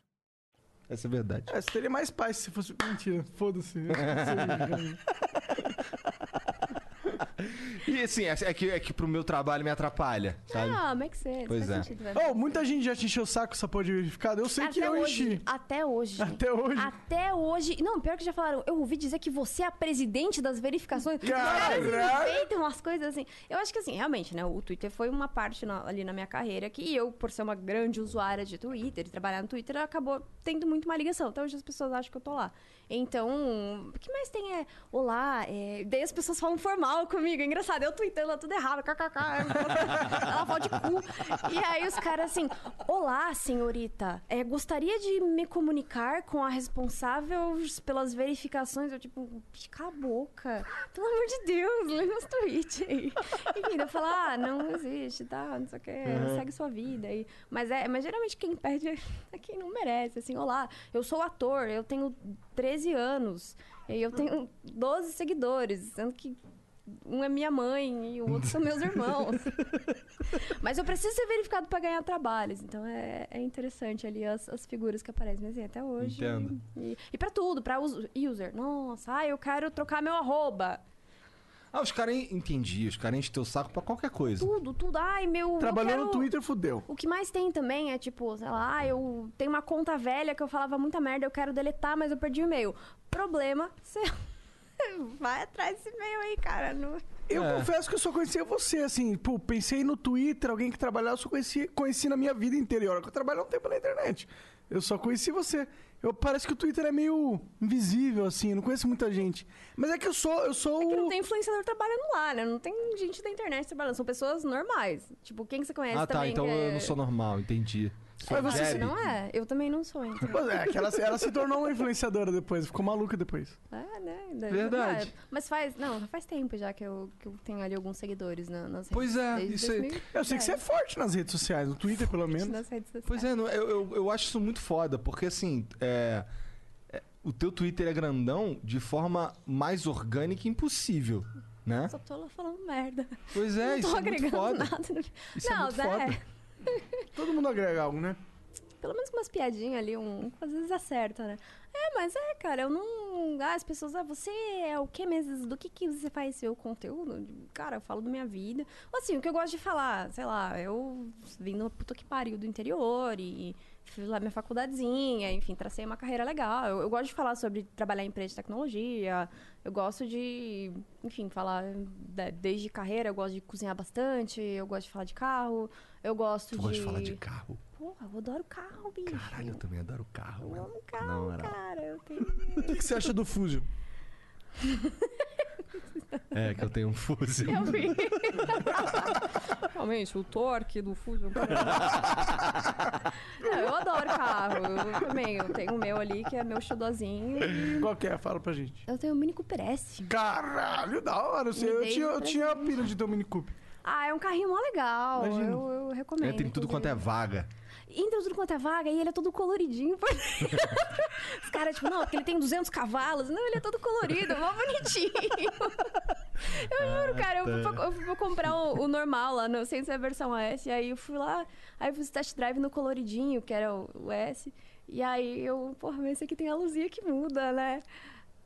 Essa é a verdade. É, seria mais paz se fosse. Mentira, foda-se. E assim, é, é que, é que pro meu trabalho me atrapalha, sabe? Ah, makes sense. Pois faz é. sentido, velho. oh, muita gente já te encheu o saco essa porra de verificado. Eu sei que eu hoje, Ah, enchi. até hoje. Até hoje. Até hoje. Não, pior que já falaram. Eu ouvi dizer que você é a presidente das verificações. Caralho! Feita né? umas coisas assim. Eu acho que assim, realmente, né? O Twitter foi uma parte na- ali na minha carreira que eu, por ser uma grande usuária de Twitter e trabalhar no Twitter, acabou tendo muito uma ligação. Até hoje as pessoas acham que eu tô lá. Então, o que mais tem é olá, é... daí as pessoas falam formal comigo. É engraçado, eu tweetando ela tudo errado, é um kkk. Ela fala de cu. E aí os caras assim, olá, senhorita. É, gostaria de me comunicar com a responsável pelas verificações. Eu, tipo, pica a boca. Pelo amor de Deus, lê meus tweets aí. Enfim, eu falo, ah, não existe, tá? Não sei o quê, segue sua vida. aí. Mas, é, mas geralmente quem perde é é quem não merece. Assim, olá, eu sou ator, eu tenho 13 anos. E eu tenho 12 seguidores, sendo que um é minha mãe e o outro são meus irmãos. Mas eu preciso ser verificado pra ganhar trabalhos. Então é, é interessante ali as, as figuras que aparecem. Mas assim, até hoje. Entendo. E, e pra tudo, pra us- user. Nossa, ah, eu quero trocar meu arroba. Ah, os caras en- entendi, os caras enchem teu saco pra qualquer coisa. Tudo, tudo. Ai, meu. eu Trabalhou quero- no Twitter, fudeu. O que mais tem também é tipo, sei lá, ah, eu tenho uma conta velha que eu falava muita merda, eu quero deletar, mas eu perdi o e-mail. Problema seu. Vai atrás desse e-mail aí, cara. Não... Eu É. confesso que eu só conhecia você, assim, pô, pensei no Twitter, alguém que trabalhava, eu só conheci, conheci na minha vida inteira. E olha que eu trabalho há um tempo na internet. Eu só conheci você. Eu, parece que o Twitter é meio invisível, assim, eu não conheço muita gente. Mas é que eu sou. Eu sou Porque o- não tem influenciador trabalhando lá, né? Não tem gente da internet trabalhando, são pessoas normais. Tipo, quem que você conhece ah, tá, também? então que é- eu não sou normal, entendi. Sou Mas você Jerry. se- Não é, eu também não sou, então. Mas é, que ela, se- ela se tornou uma influenciadora depois, ficou maluca depois. É, né? Da- Verdade. não é. Mas faz, não, faz tempo já que eu, que eu tenho ali alguns seguidores na, nas Pois é, desde isso aí. 2000, Eu sei que você é forte nas redes sociais, no Twitter pelo menos. nas redes sociais. Pois é, não- eu, eu, eu acho isso muito foda, porque assim, é, é, o teu Twitter é grandão de forma mais orgânica impossível, né? Só tô lá falando merda. Pois é, não isso tô é muito agregando foda. nada. no- Isso é não, muito Zé, foda. Todo mundo agrega algo, né? pelo menos umas piadinhas ali, um, às vezes acerta, né? É, mas é, cara, eu não. Ah, as pessoas, ah, você é o que mesmo? Do que, que você faz seu conteúdo? Cara, eu falo da minha vida. Assim, o que eu gosto de falar, sei lá, eu vim de uma puta que pariu do interior e fiz lá minha faculdadezinha, enfim, tracei uma carreira legal. Eu, eu gosto de falar sobre trabalhar em empresa de tecnologia, eu gosto de, enfim, falar da- desde carreira, eu gosto de cozinhar bastante, eu gosto de falar de carro, eu gosto Tu de. Uhum. gosta de falar de carro? Porra, eu adoro carro, bicho. Caralho, é eu também adoro carro. Eu mano. amo Na carro, moral. cara. Eu tenho. O que, que você acha do Fusion? É, que eu tenho um fuzil. Realmente, o torque do Fusion. Não, eu adoro carro. Eu também. Eu tenho o meu ali, que é meu xodozinho. Qual que é? Fala pra gente. Eu tenho o Mini Cooper S. Caralho, da hora. Eu, sei, eu dei tinha, de eu tinha a pilha de Dominic Cooper. Ah, é um carrinho mó legal. Imagino. Eu, eu recomendo. É, tem tudo quanto é inclusive. vaga. Entra tudo quanto é vaga e ele é todo coloridinho. por dentro. Os caras, tipo, não, porque ele tem 200 cavalos. Não, ele é todo colorido, mó bonitinho. Eu Ah, juro, cara, eu tá. fui, pra, eu fui pra comprar o, o normal lá, não sei se é a versão S. E aí eu fui lá, aí eu fiz o test drive no coloridinho, que era o, o S. E aí eu, porra, mas esse aqui tem a luzinha que muda, né?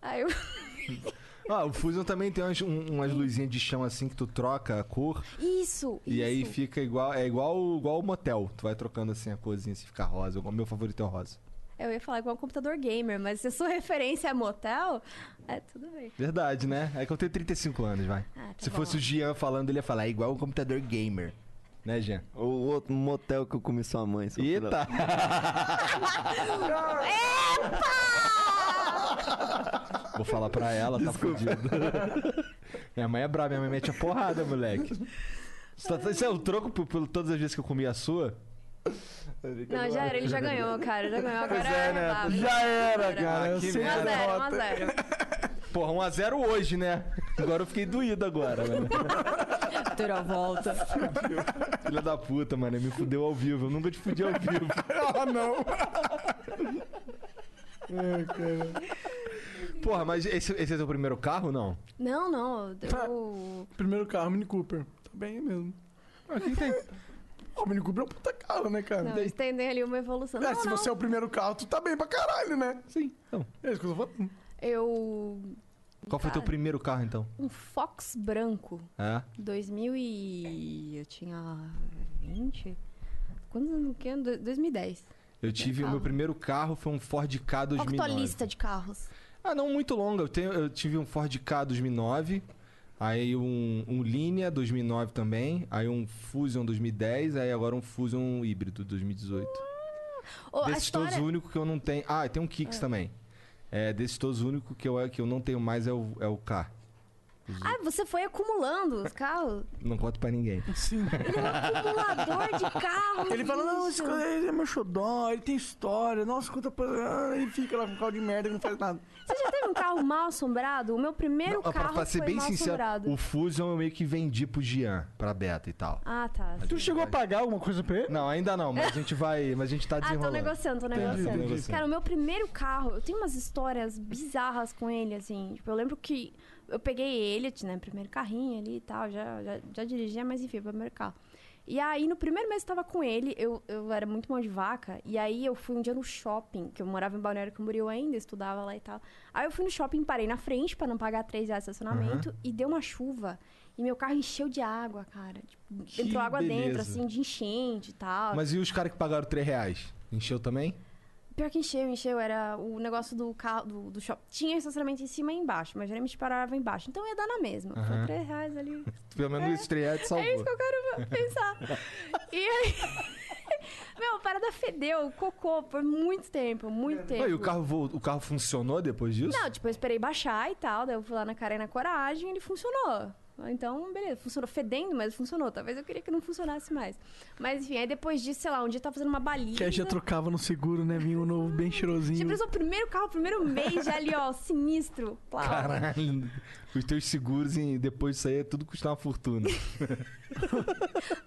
Aí eu... Ah, o Fusion também tem umas, um- umas luzinhas de chão assim que tu troca a cor Isso! e aí isso. assim, fica igual. É igual igual o motel. Tu vai trocando assim a corzinha, se fica rosa. O meu favorito é o rosa. Eu ia falar igual um computador gamer, mas se a sua referência é motel, é tudo bem. Verdade, né? É que eu tenho 35 anos, vai. Ah, tá Se bom. fosse o Jean falando, ele ia falar, é igual um computador gamer. Né, Jean? O outro motel que eu comi sua mãe. seu filho da- Eita! Vou falar pra ela, tá fudido. minha mãe é brava, minha mãe mete a porrada, moleque. Isso, tá- isso é o troco por, por todas as vezes que eu comi a sua? Não, já era, ele já ganhou, cara. Já ganhou. Agora é, né? é, Já era, cara. Ah, eu que sei a 1x0, derrota. 1x0. Porra, 1x0 hoje, né? Agora eu fiquei doído agora, mano. Ter a volta. Filha da puta, mano. Me fudeu ao vivo. Eu nunca te fudi ao vivo. Ah, não. É, cara. Porra, mas esse, esse é teu primeiro carro, não? Não, não. Eu... Primeiro carro, Mini Cooper. Tá bem mesmo. Ah, quem tem? Ó, o Mini Cooper é um puta carro, né, cara? Não, eles têm ali uma evolução. É, Não, se não. você é o primeiro carro, tu tá bem pra caralho, né? Sim, então. É isso que eu tô falando. Eu. Qual foi teu Cara. primeiro carro, então? Um Fox branco. É. 2000 e... Eu tinha 20? Quantos anos que ano? Do- 2010. Eu tive. O meu carro. é primeiro carro foi um Ford K 2009. Octolista de carros. Ah, não muito longa. Eu, tenho, eu tive um Ford K 2009, aí um, um Linea 2009 também, aí um Fusion 2010, aí agora um Fusion híbrido 2018. Oh, a desses todos, história... o único que eu não tenho... Ah, tem um Kicks também. É, desses todos, o único que eu, que eu não tenho mais é o, é o K. Ah, você foi acumulando os carros. Não conto pra ninguém. Sim. Acumulador de carros. Ele fala, não, esse isso. cara ele é meu xodó, ele tem história, nossa, quanta... coisa", ah, E fica lá com carro de merda que não faz nada. Você já teve um carro mal assombrado? O meu primeiro Não, pra, carro pra ser foi bem mal sincero, assombrado. o Fusion eu meio que vendi pro Jean, pra Beta e tal. Ah, tá. Tu chegou a pagar alguma coisa pra ele? Não, ainda não, mas a gente vai... Mas a gente tá Ah, tô desenrolando. negociando, tô negociando. entendi. Cara, o meu primeiro carro, eu tenho umas histórias bizarras com ele, assim. Tipo, eu lembro que eu peguei ele, né? Primeiro carrinho ali e tal, já, já, já dirigia, mas enfim, primeiro carro. E aí, no primeiro mês que eu tava com ele, eu, eu era muito mão de vaca. E aí, eu fui um dia no shopping, que eu morava em Balneário Camboriú ainda, estudava lá e tal. Aí, eu fui no shopping, parei na frente pra não pagar 3 reais de estacionamento. E deu uma chuva. E meu carro encheu de água, cara. Tipo, Que entrou água dentro, beleza. assim, de enchente e tal. Mas e os caras que pagaram 3 reais? Encheu também? Pior que encheu, encheu. Era o negócio do carro, do, do shopping. Tinha estacionamento em cima e embaixo, mas geralmente parava embaixo. Então ia dar na mesma. Foi Aham. 3 reais ali. Pelo menos isso, 3 reais te salvou. É isso que eu quero pensar. E aí. Meu, a parada fedeu, cocô, por muito tempo, muito tempo. Não, e o carro, vo- o carro funcionou depois disso? Não, tipo, eu esperei baixar e tal. Daí eu fui lá na cara e na coragem e ele funcionou. Então, beleza, funcionou fedendo, mas funcionou. Talvez eu queria que não funcionasse mais. Mas enfim, aí depois disso, sei lá, um dia eu tava fazendo uma balinha. Que aí já trocava no seguro, né? Vinha um novo bem Já cheirosinho. pensou, primeiro carro, primeiro mês, já ali, ó, sinistro. Plau. Caralho, os teus seguros e depois disso aí é tudo custa uma fortuna.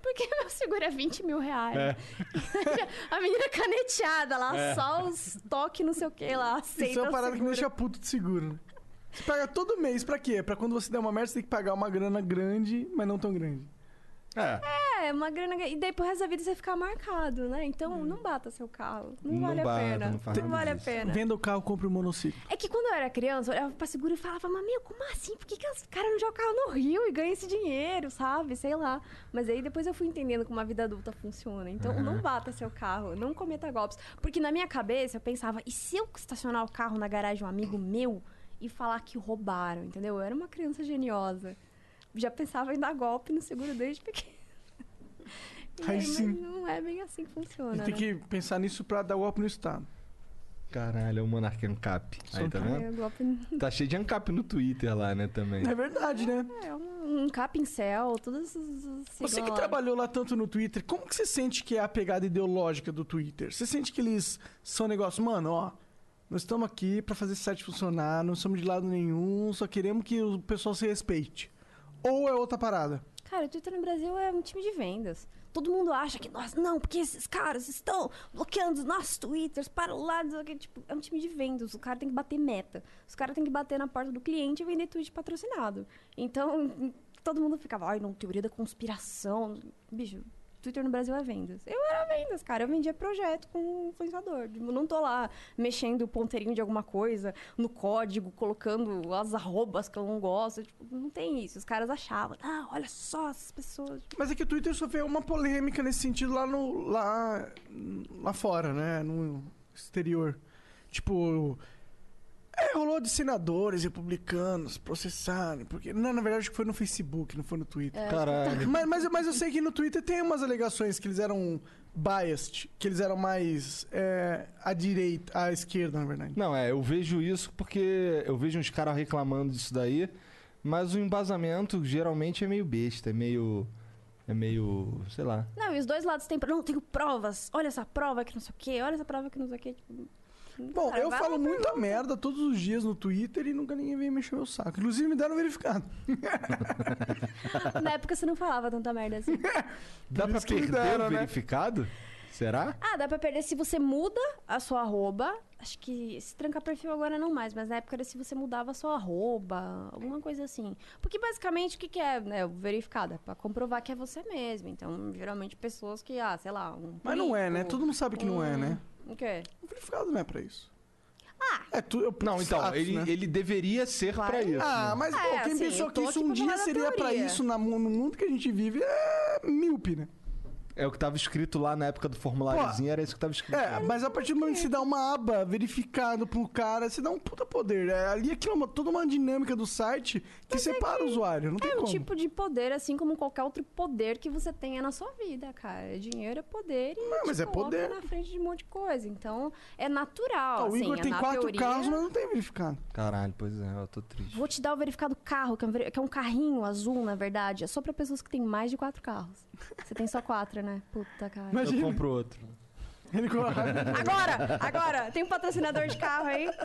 Porque meu seguro é 20 mil reais. a menina caneteada lá, só os toques, não sei o que lá, aceita Isso é uma o parada que me seguro. deixa puto de seguro, né? Você paga todo mês, pra quê? Pra quando você der uma merda, você tem que pagar uma grana grande, mas não tão grande. É. É, uma grana... E daí pro resto da vida você ficar marcado, né? Então não bata seu carro, não, Não vale bata, a pena. não Não, faz nada vale a disso. pena. Venda o carro, compra o monociclo. É que quando eu era criança, eu olhava pra seguro e falava, mas meu, como assim? Por que, que os caras não jogam carro no Rio e ganham esse dinheiro, sabe? Sei lá. Mas aí depois eu fui entendendo como a vida adulta funciona. Então não bata seu carro, não cometa golpes. Porque na minha cabeça eu pensava, e se eu estacionar o carro na garagem de um amigo meu e falar que roubaram, entendeu? Eu era uma criança geniosa. Já pensava em dar golpe no seguro desde pequeno. E Aí sim. Mas não é bem assim que funciona. Você tem né? que pensar nisso pra dar golpe no Estado. Caralho, é o Monark Ancap. Aí, tá vendo? É, golpe... Tá cheio de Ancap no Twitter lá, né, também. É verdade, né? é um, um capincel, todas essas. Você que siglas lá. trabalhou lá tanto no Twitter, como que você sente que é a pegada ideológica do Twitter? Você sente que eles são um negócio, mano, ó, nós estamos aqui pra fazer esse site funcionar, não somos de lado nenhum, só queremos que o pessoal se respeite. Ou é outra parada? Cara, o Twitter no Brasil é um time de vendas. Todo mundo acha que nós não, porque esses caras estão bloqueando os nossos Twitters para o lado. não sei o quê. Tipo, é um time de vendas. O cara tem que bater meta. Os caras têm que bater na porta do cliente e vender tweet patrocinado. Então, todo mundo ficava, ai, não, teoria da conspiração. Bicho, Twitter no Brasil é vendas. Eu era vendas, cara. Eu vendia projeto com influenciador. Tipo, não tô lá mexendo o ponteirinho de alguma coisa no código, colocando as arrobas que eu não gosto. Tipo, não tem isso. Os caras achavam, ah, olha só essas pessoas. Mas é que o Twitter sofreu uma polêmica nesse sentido lá no. lá. lá fora, né? No exterior. Tipo, é, rolou de senadores republicanos processarem, porque não, na verdade acho que foi no Facebook, não foi no Twitter. É, Caralho. Mas, mas, mas eu sei que no Twitter tem umas alegações que eles eram biased, que eles eram mais é, à direita, à esquerda, na verdade. Não, é, eu vejo isso porque eu vejo uns caras reclamando disso daí, mas o embasamento geralmente é meio besta, é meio. É meio. sei lá. Não, e os dois lados têm. pro- Não, tenho provas. Olha essa prova que não sei o quê. Olha essa prova que não sei o quê. Tipo, Bom, cara, eu vai lá falo pra- muita merda todos os dias no Twitter e nunca ninguém vem mexer meu saco. Inclusive me deram verificado. Na época você não falava tanta merda assim. Dá pra isso que me perder deram, o né? verificado? Será? Ah, dá pra perder se você muda a sua arroba. Acho que se trancar perfil agora não mais, mas na época era se você mudava a sua arroba, alguma coisa assim. Porque basicamente o que, que é, né? o Verificado, é pra comprovar que é você mesmo. Então, geralmente pessoas que, ah, sei lá, um. Mas não é, né? político, um Todo mundo sabe que não é, né? O quê? O verificado não é pra isso. Ah! É tu, eu, Não, então, status, ele, né? ele deveria ser Claro. pra isso. né? Ah, mas pô, É, quem assim, pensou eu que tô isso aqui um pra dia falar da seria pra teoria. isso na mu- no mundo que a gente vive é míope, né? É o que tava escrito lá na época do formuláriozinho, era isso que tava escrito. Ah, É, mas a partir do momento que se dá uma aba verificado pro cara, você dá um puta poder. É, ali aquilo é uma, toda uma dinâmica do site que separa o usuário. Não tem É um como. tipo de poder, assim como qualquer outro poder que você tenha na sua vida, cara. Dinheiro é poder e Não, te mas é coloca poder. na frente de um monte de coisa. Então, é natural, Ah, o assim, Igor é tem na quatro teoria. carros, mas não tem verificado. Caralho, pois é, eu tô triste. Vou te dar o verificado carro, que é um, veri- que é um carrinho azul, na verdade. É só pra pessoas que têm mais de quatro carros. Você tem só quatro, né? Puta, cara. Eu Imagina. compro outro. Ele coloca- Agora! Agora! Tem um patrocinador de carro aí.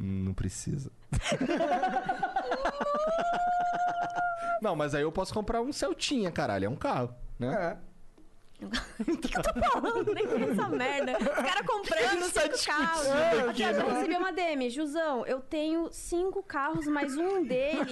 Hum, Não precisa. Não, mas aí eu posso comprar um Celtinha, caralho. É um carro, né? É. O que, que eu tô falando? Nem vi essa merda. Os caras comprando cinco carros. Aqui, eu recebi uma DM. Jusão, eu tenho cinco carros, mas um dele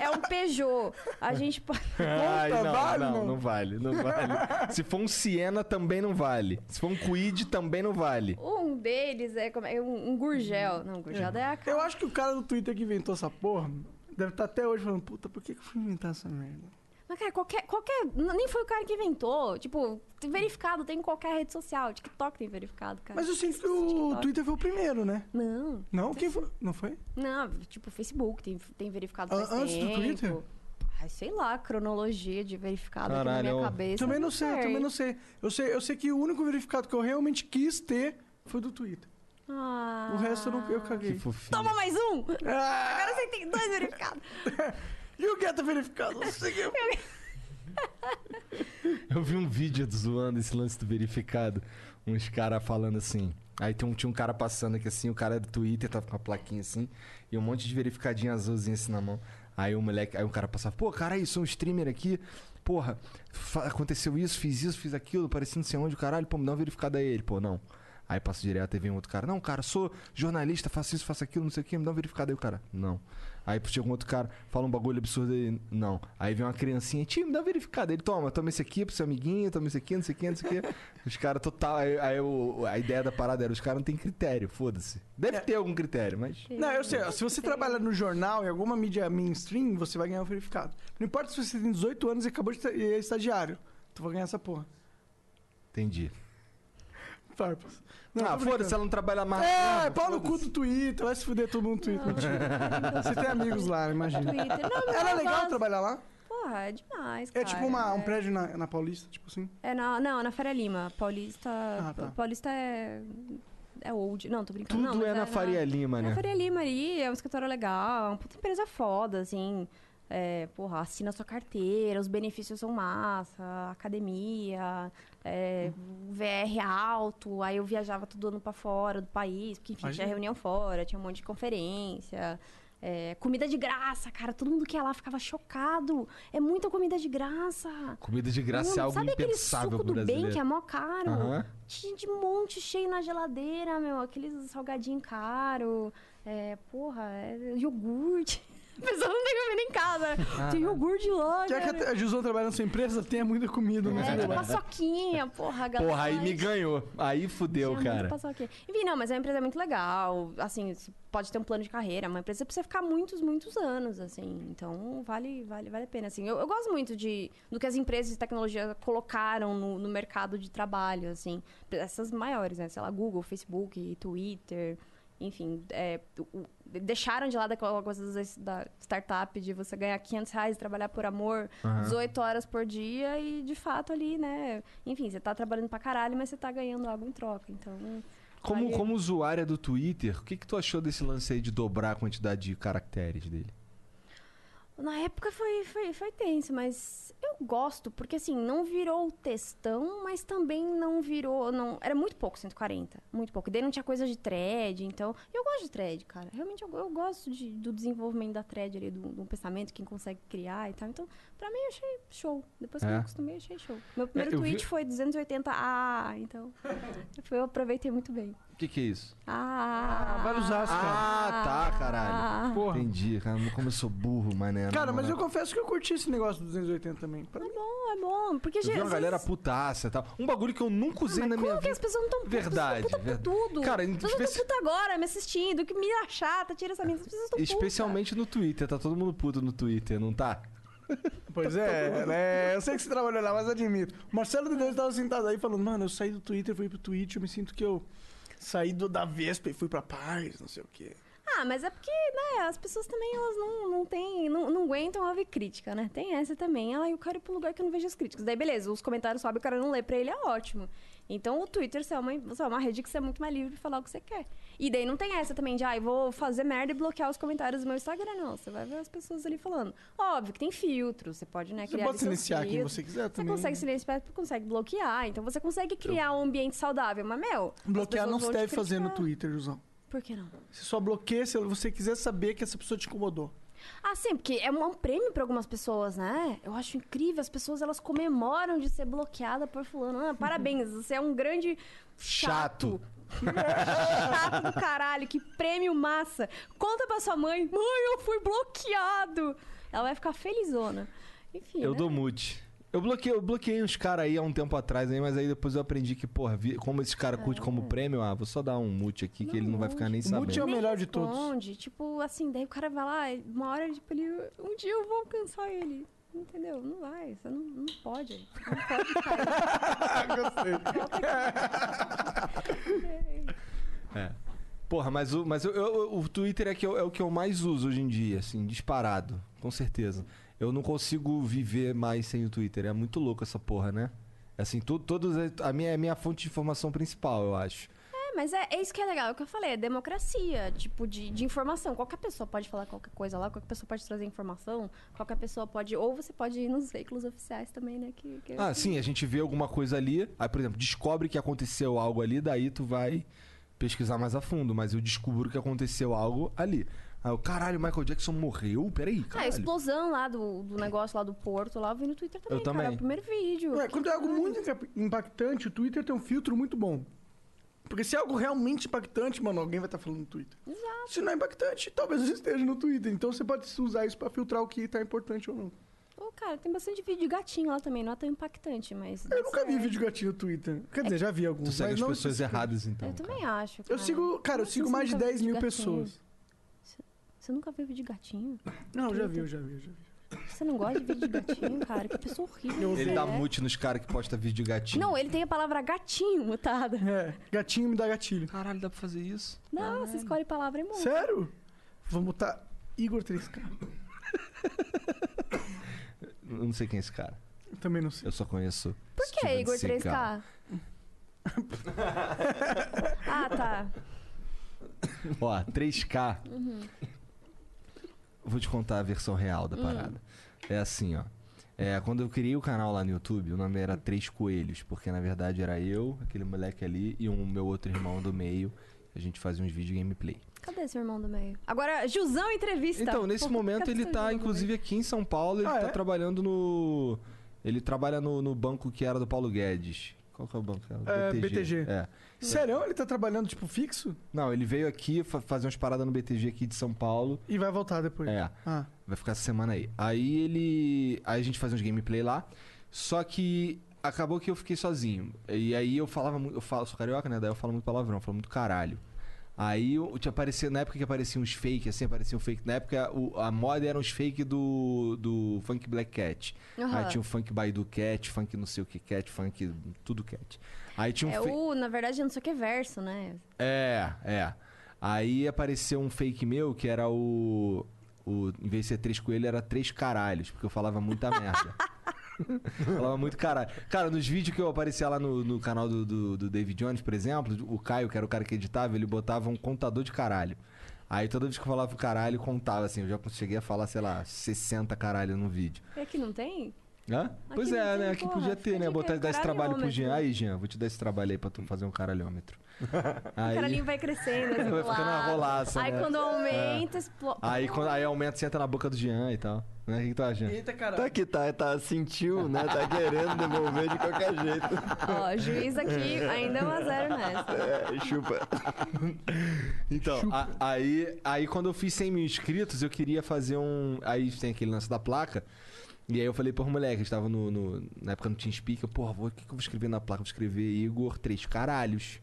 é um Peugeot. A gente pode... Ai, Puta, não, vale, não, não? não vale, não vale. Se for um Siena, também não vale. Se for um Quid, também não vale. Um deles é, como é um, um Gurgel. Não, Gurgel é a cara. Eu acho que o cara do Twitter que inventou essa porra deve estar até hoje falando, puta, por que que eu fui inventar essa merda? Mas, cara, qualquer, qualquer. n- Nem foi o cara que inventou. Tipo, tem verificado tem em qualquer rede social. TikTok tem verificado, cara. Mas eu sinto que o É, TikTok. Twitter foi o primeiro, né? Não, Não, quem foi? Não foi? não, tipo, Facebook tem, tem verificado An- faz Ah, antes do tempo. Twitter? Ai, sei lá, a cronologia de verificado aqui na Caralho, minha eu- cabeça. tá Também não sei, também não sei. Eu sei, eu sei que o único verificado que eu realmente quis ter foi do Twitter. Ah. O resto eu, não, eu caguei. Que fofinho. Toma mais um! Ah, Agora você tem dois verificados. e o Guetta verificado? Não sei o que. Eu vi um vídeo zoando esse lance do verificado. Uns caras falando assim. Aí tem um, tinha um cara passando aqui assim, o cara do Twitter tava com uma plaquinha assim, e um monte de verificadinha azulzinha assim na mão. Aí o moleque, aí o cara passava, pô, cara, aí, sou um streamer aqui. Porra, fa- aconteceu isso, fiz isso, fiz aquilo, pareci não sei onde, caralho, pô, me dá uma verificada aí, ele, pô, não. Aí passa direto, aí vem um outro cara, não, cara, sou jornalista, faço isso, faço aquilo, não sei o que, me dá uma verificada aí, o cara, não. Aí chega um outro cara, fala um bagulho absurdo aí, não. Aí vem uma criancinha, tio, me dá uma verificada. Ele toma, toma esse aqui pro seu amiguinho, toma esse aqui, não sei o que, não sei o que. Os caras total. Aí, aí o- a ideia da parada era: os caras não tem critério, foda-se. Deve É. ter algum critério, mas. Não, eu sei. ó, Se você trabalha no jornal, em alguma mídia mainstream, você vai ganhar o verificado. Não importa se você tem 18 anos e acabou de tra- e é estagiário. Tu vai ganhar essa porra. Entendi. Farpas. ah, tô foda-se, ela não trabalha mais. Ah, É, mesmo, pau no cu foda-se. do Twitter, vai se fuder todo mundo no Twitter. mentira. Você tem amigos lá, imagina. Twitter. Não, mas Era eu legal gosto. trabalhar lá? Porra, é demais, É cara. tipo uma, um É. prédio na, na Paulista, tipo assim. É na, não, na Faria Lima. Paulista. tá. Paulista é. É old. Não, tô brincando. Tudo não, mas é na Faria Lima, na, né? Na Faria Lima ali, é um escritório legal, é uma puta empresa foda, assim. É, porra, assina sua carteira, os benefícios são massa, academia, é, VR alto. Aí eu viajava todo ano pra fora do país, porque enfim, tinha Imagina. reunião fora, tinha um monte de conferência. é, comida de graça, cara. Todo mundo que ia lá ficava chocado. É muita comida de graça. Comida de graça é Mano, algo Sabe aquele impensável suco pro do bem brasileiro. que é mó caro? Aham. Tinha de monte cheio na geladeira, meu. Aqueles salgadinho caro. É, porra, é, iogurte. A pessoa não tem comida em casa. Tem iogurte lá, Quer cara. que a Jusão trabalhe na sua empresa? Tenha muita comida. né? É, tem paçoquinha, porra, galera. Porra, aí me ganhou. Aí Tinha fudeu, muito cara. paçoquinha. Enfim, não, mas é uma empresa muito legal. Assim, você pode ter um plano de carreira. Uma empresa pra você ficar muitos, muitos anos, assim. Então, vale, vale, vale a pena. Assim, eu, eu gosto muito de, do que as empresas de tecnologia colocaram no, no mercado de trabalho, assim. Essas maiores, né? Sei lá, Google, Facebook, Twitter... Enfim, é, o- o- deixaram de lado aquela coisa das- da startup de você ganhar 500 reais e trabalhar por amor 18 horas por dia e, de fato, ali, né? Enfim, você tá trabalhando pra caralho, mas você tá ganhando algo em troca. Então, Como, vale- como usuária do Twitter, o que, que tu achou desse lance aí de dobrar a quantidade de caracteres dele? Na época foi, foi, foi tenso, mas eu gosto, porque assim, não virou textão, mas também não virou. não Era muito pouco, 140. Muito pouco. E daí não tinha coisa de thread, então. e Eu gosto de thread, cara. Realmente eu, eu gosto de- do desenvolvimento da thread ali, do, do pensamento, quem consegue criar e tal. Então, pra mim, eu achei show. Depois que É? eu me acostumei, eu achei show. Meu primeiro eu vi- tweet foi 280 Ah, então. foi- Eu aproveitei muito bem. O que, que é isso? Ah, Ah, vários as, cara. Ah, tá, caralho. Porra. Entendi, cara. Como eu sou burro, mané. na Cara, mas eu moral. confesso que eu curti esse negócio do 280 também. Pra mim, bom, é bom. Porque, Eu vi gente. Ah, uma galera putaça e tal. Um bagulho que eu nunca usei na Mas minha como que vida. as pessoas não estão putas? Verdade, As pessoas tão puta por verdade. tudo. Cara, as pessoas especi- estão puta agora me assistindo. Que mira chata, tira essa mesa. As pessoas estão putas. Especialmente no Twitter, tá todo mundo puto no Twitter, não tá? Pois é, né? eu sei que você trabalhou lá, mas admito. O Marcelo de Deus tava sentado aí falando, mano, eu saí do Twitter, fui pro Twitch, eu me sinto que eu saí do, da Vespa e fui pra paz, não sei o quê. Ah, mas é porque, né, as pessoas também, elas não, não têm, não, não aguentam ouvir crítica, né? Tem essa também. Ah, eu quero ir pra um lugar que eu não vejo as críticas. Daí, beleza, os comentários sobem, o cara não lê pra ele, é ótimo. Então, o Twitter você é, uma, você é uma rede que você é muito mais livre pra falar o que você quer. E daí não tem essa também de, ah, eu vou fazer merda e bloquear os comentários do meu Instagram, não. Você vai ver as pessoas ali falando. Óbvio que tem filtro, você pode, né, Você criar ali pode seus silenciar quem filtros. você quiser Você também. né? consegue silenciar, você consegue bloquear, então você consegue criar um ambiente saudável. Mas, meu. as Bloquear pessoas não se vão te deve fazer no criticar. Twitter, Josão. Por que não? Você só bloqueia se você quiser saber que essa pessoa te incomodou. Ah, sim, porque é um, é um prêmio pra algumas pessoas, né? Eu acho incrível, as pessoas elas comemoram de ser bloqueada por fulano. Ah, parabéns, você é um grande chato. Chato do caralho, que prêmio massa. Conta pra sua mãe, mãe, eu fui bloqueado. Ela vai ficar felizona. Enfim, Eu né? dou mute. Eu bloqueei, eu bloqueei uns caras aí há um tempo atrás, aí, mas aí depois eu aprendi que, porra, vi- como esse cara curte como prêmio, ah, vou só dar um mute aqui que ele não vai ficar nem O mute é o sabendo. Nem melhor de todos. responde, Tipo, assim, daí o cara vai lá, uma hora, tipo, ele, um dia eu vou alcançar ele. Entendeu? Não vai, você não, não pode. Não pode, cara. Porra, mas, o, mas eu- eu- eu- o Twitter é, que eu- é o que eu mais uso hoje em dia, assim, disparado, com certeza. Eu não consigo viver mais sem o Twitter, é muito louco essa porra, né? Assim, to, todos, a minha, é a minha fonte de informação principal, eu acho. É, mas é, é isso que é legal, é o que eu falei, é democracia, tipo, de, de informação. Qualquer pessoa pode falar qualquer coisa lá, qualquer pessoa pode trazer informação, qualquer pessoa pode. Ou você pode ir nos veículos oficiais também, né? Que, que- Ah, sim, a gente vê alguma coisa ali, aí, por exemplo, descobre que aconteceu algo ali, daí tu vai pesquisar mais a fundo, mas eu descubro que aconteceu algo ali. Aí eu, caralho, o Michael Jackson morreu? Peraí, Ah, a caralho. explosão lá do, do negócio lá do Porto, lá eu vi no Twitter também, Eu cara. também. É o primeiro vídeo. Ué, quando é algo muito inca- impactante, o Twitter tem um filtro muito bom. Porque se é algo realmente impactante, mano, alguém vai estar falando no Twitter. Exato. Se não é impactante, talvez não esteja no Twitter. Então você pode usar isso pra filtrar o que tá importante ou não. Ô, cara, tem bastante vídeo de gatinho lá também, não é tão impactante, mas. Eu nunca vi vídeo gatinho no Twitter. Quer dizer, já vi alguns. Tu segue mas as não pessoas específico. erradas, então. Eu cara. também acho. Eu cara. sigo, cara, eu Como sigo assim mais de você nunca 10 mil viu de gatinho? pessoas. Você nunca viu vídeo de gatinho? Não, já vi, eu já vi, eu já vi. Você não gosta de vídeo de gatinho, cara? Que pessoa horrível. Ele você dá é. mute nos caras que posta vídeo de gatinho. Não, ele tem a palavra gatinho mutada. É, gatinho me dá gatilho. Caralho, dá pra fazer isso? Não, você escolhe palavra e monta. Sério? Vou botar Igor 3K. Eu não sei quem é esse cara. Eu também não sei. Eu só conheço. Por que Steven Igor Seagal. 3K? ah, tá. Ó, 3K. Uhum. Vou te contar a versão real Hum. da parada. É assim, ó. É, quando eu criei o canal lá no YouTube, o nome era Três Coelhos, porque na verdade era eu, aquele moleque ali e um meu outro irmão do meio. A gente fazia uns vídeos gameplay. Cadê seu irmão do meio? Agora, Jusão entrevista. Então, nesse Porra, momento cadê ele seu tá, irmão do inclusive, aqui em São Paulo, ele Ah, tá é? trabalhando no. Ele trabalha no, no banco que era do Paulo Guedes. Qual Qual que é o banco? É, BTG. É. Sério, ele tá trabalhando, tipo, fixo? Não, ele veio aqui fa- fazer umas paradas no BTG aqui de São Paulo. E vai voltar depois. É. Ah, Vai ficar essa semana aí. Aí ele. Aí a gente faz uns gameplay lá. Só que acabou que eu fiquei sozinho. E aí eu falava muito. Eu falo, sou carioca, né? Daí eu falo muito palavrão, eu falo muito caralho. Aí eu te aparecia, na época que apareciam uns fake, assim, aparecia um fake. Na época o- a moda era uns fake do, do funk black cat. Aham. Aí tinha o funk Baidu cat, funk não sei o que cat, funk tudo cat. Aí tinha um É fake. o, na verdade, não sei o que é verso, né? É, é. Aí apareceu um fake meu que era o. o em vez de ser três coelhos, era três caralhos, porque eu falava muita merda. falava muito caralho. Cara, nos vídeos que eu aparecia lá no, no canal do, do, do David Jones, por exemplo, o Caio, que era o cara que editava, ele botava um contador de caralho. Aí toda vez que eu falava caralho, contava assim. Eu já cheguei a falar, sei lá, 60 caralho no vídeo. É que não tem? Hã? pois é, não tem, né? Aqui porra. podia ter, né? Podia Botar, ter dar esse trabalho pro Jean. caralhômetro. Aí, Jean, vou te dar esse trabalho aí pra tu fazer um caralhômetro. O Aí... caralhinho vai crescendo. Assim, Vai do ficando uma lado. rolaça, Aí né? quando aumenta, explode. Aí, quando, aí aumenta, senta na boca do Jean e tal. Né? O que, que tu acha, Jean? Eita, caralho. Tá que tá, tá, sentiu, né? Tá querendo devolver de qualquer jeito. Ó, juiz aqui ainda é 1 a 0 nessa. É, chupa. Então, a- aí, aí quando eu fiz 100 mil inscritos, eu queria fazer um. Aí tem aquele lance da placa. E aí eu falei, porra, moleque, eu estava no, no- na época no TeamSpeak, eu, porra, vou- o que, que eu vou escrever na placa? Eu Vou escrever Igor Três Caralhos.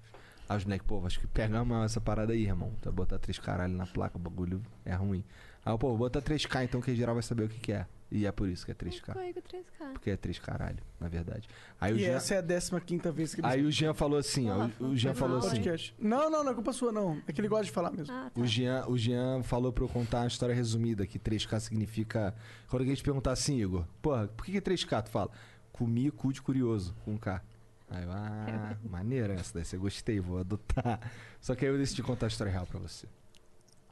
Aí os moleques, pô, acho que pega mal essa parada aí, irmão. Tá botar três caralhos na placa, o bagulho é ruim. Aí eu, pô, vou botar 3K então, que geral vai saber o que, que é. E é por isso que é 3K. Coigo 3K. Porque é três caralho, na verdade. Aí o E Jean, essa é a 15 vez que ele aí o Jean falou assim, ó. o- O Jean Porra, falou foi assim. mal, hein? podcast. Não, não, não é culpa sua, não. É que ele gosta de falar mesmo. Ah, tá. O Jean, o Jean falou pra eu contar uma história resumida, que 3K significa. Quando alguém te perguntar assim, Igor, porra, por que, que é 3K? Tu fala, comi cu de curioso, com K. Aí eu, ah, maneira essa daí, você gostei, vou adotar. Só que aí eu decidi contar a história real pra você.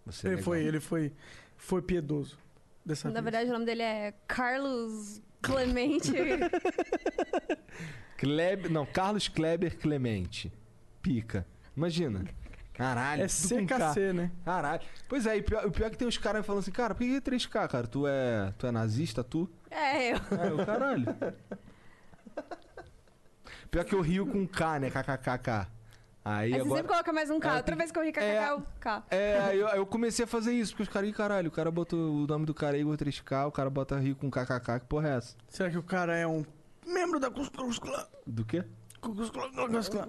Você é ele legal. foi, ele foi, foi piedoso. Dessa Na vez. verdade, o nome dele é Carlos Clemente. Kleb- não, Carlos Kleber Clemente. Pica. Imagina. Caralho, É tudo com K. CKC, né? Caralho. Pois é, e pior- o pior é que tem os caras falando assim, cara, por que que é 3K, cara? Tu é, tu é nazista, tu? é, eu. É, o caralho. Pior que eu rio com K, né? KKKK. Aí Aí você agora. sempre coloca mais um K. É, Outra vez que eu ri KKK, é. o K. É, aí eu, aí eu comecei a fazer isso, porque os caras, "Ih, caralho, o cara botou o nome do cara é Igor 3K, o cara bota rio com KKK, que porra é essa? Será que o cara é um membro da Cus Cus Clã? Do quê? Cus Cus Clã, Cus Cus Clã.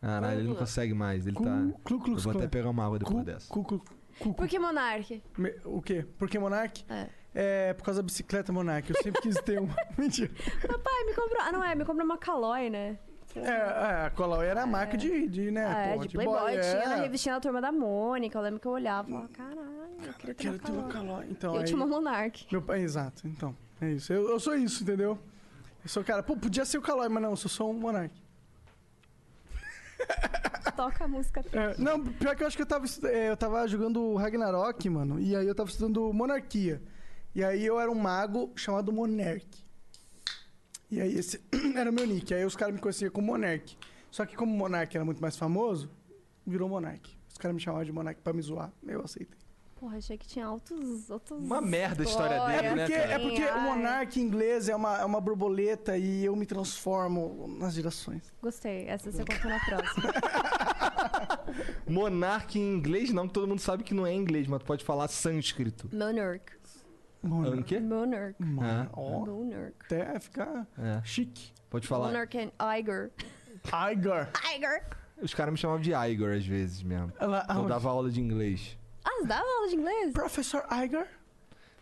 Caralho, ele não consegue mais, ele Cu- tá. Clu Eu Klux vou até Klan. pegar uma água depois Cu- dessa. Cu, cu, cu, cu. Por que Monark? Me- O quê? Porque Monark? É. É por causa da bicicleta Monark. Eu sempre quis ter uma. Mentira. Papai, me comprou. Ah, não é, me comprou uma Calói, né? É, é, a Colau era a marca de, de né? Ah, é, porra, de Playboy. Tinha na é. revistinha da turma da Mônica. Eu lembro que eu olhava e falava, caralho, eu queria ter Quero uma ter uma Calói. Calói. Então, Eu aí- tinha uma Monark. Meu pai, exato. Então, é isso. Eu, eu sou isso, entendeu? Eu sou o cara, pô, podia ser o Calói, mas não, eu sou só um Monark. Toca a música. É, não, pior que eu acho que eu tava, estu- é, eu tava jogando Ragnarok, mano, e aí eu tava estudando Monarquia. E aí eu era um mago chamado Monark. E aí esse era o meu nick. Aí os caras me conheciam como Monark. Só que como Monark era muito mais famoso, virou Monark. Os caras me chamavam de Monark pra me zoar. Eu aceitei. Porra, achei que tinha altos. altos Uma merda a história dele, É né, porque, cara? é porque o Monark em inglês é uma, é uma borboleta e eu me transformo nas gerações. Gostei. Essa você conta na próxima. Monarque em inglês, não, que todo mundo sabe que não é inglês, mas tu pode falar sânscrito. Monarch. Ah, O quê? Monarch. Ah, Ó, Monarch. até ficar é. chique. Pode falar. Monarch and Iger. Tiger. Iger! Os caras me chamavam de Igor às vezes mesmo. Ela, Eu dava aula de inglês. Ah, você dava aula de inglês? Professor Iger?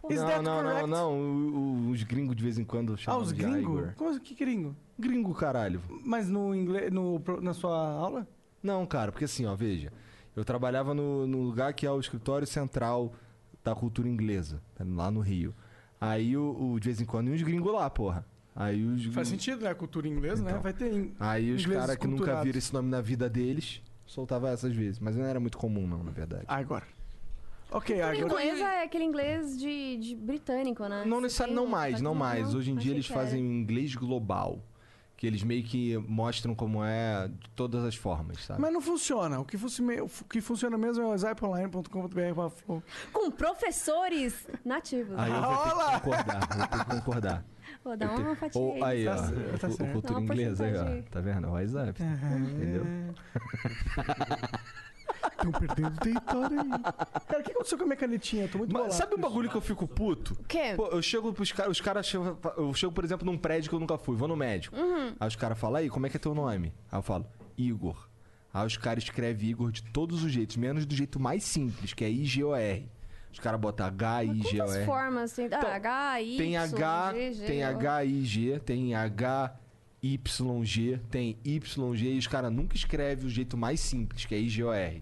Is não, that não, correct? não, não, o- o- Os gringos de vez em quando Ah, chamam os de gringos? Igor. Como assim, que gringo? Gringo, caralho. Mas no inglês, no, pro- na sua aula? Não, cara, porque assim, ó, veja. Eu trabalhava no, no lugar que é o escritório central da cultura inglesa, tá? lá no Rio. Aí, o, o- de vez em quando, e uns gringos lá, porra. Aí os Faz gringos... sentido, né? A cultura inglesa, Hum. né? Então. Vai ter... in- Aí os Ingleses caras que nunca culturados. viram esse nome na vida deles, soltava essas vezes. Mas não era muito comum, não, na verdade. Agora. Ok, O agora. inglês é aquele inglês de, de britânico, né? Não Ah, Você necessari- tem- não mais, faz- não mais. Hoje em achei dia eles que era. fazem inglês global. que eles meio que mostram como é de todas as formas, sabe? Mas não funciona. O que, funci- o que funciona mesmo é o zypeonline.com.br barra flow. Com professores nativos. Aí eu vou ter que concordar, vou ter que concordar. Vou dar uma fatia Ou aí, Tá ó, certo, o- tá o, certo. É. Dá cultura uma inglesa aí, ó. porcentagem. Tá vendo? WhatsApp, entendeu? Estão perdendo território aí. É. Cara, o que aconteceu com a minha canetinha? Eu tô muito Mas bolado. sabe um com isso. bagulho que eu fico puto? O quê? Pô, eu chego pros caras, os caras chegam- eu chego, por exemplo, num prédio que eu nunca fui, vou no médico. Uhum. Aí os caras falam, aí, como é que é teu nome? Aí eu falo, Igor. Aí os caras escrevem Igor de todos os jeitos, menos do jeito mais simples, que é I-G-O-R. Os caras botam Mas Quantas H-I-G-O-R. formas tem? Ah, H, é. Y, Então, Tem H, G, G, tem O. H-I-G, tem H-Y-G, tem Y-G, e os caras nunca escrevem o jeito mais simples, que é I-G-O-R.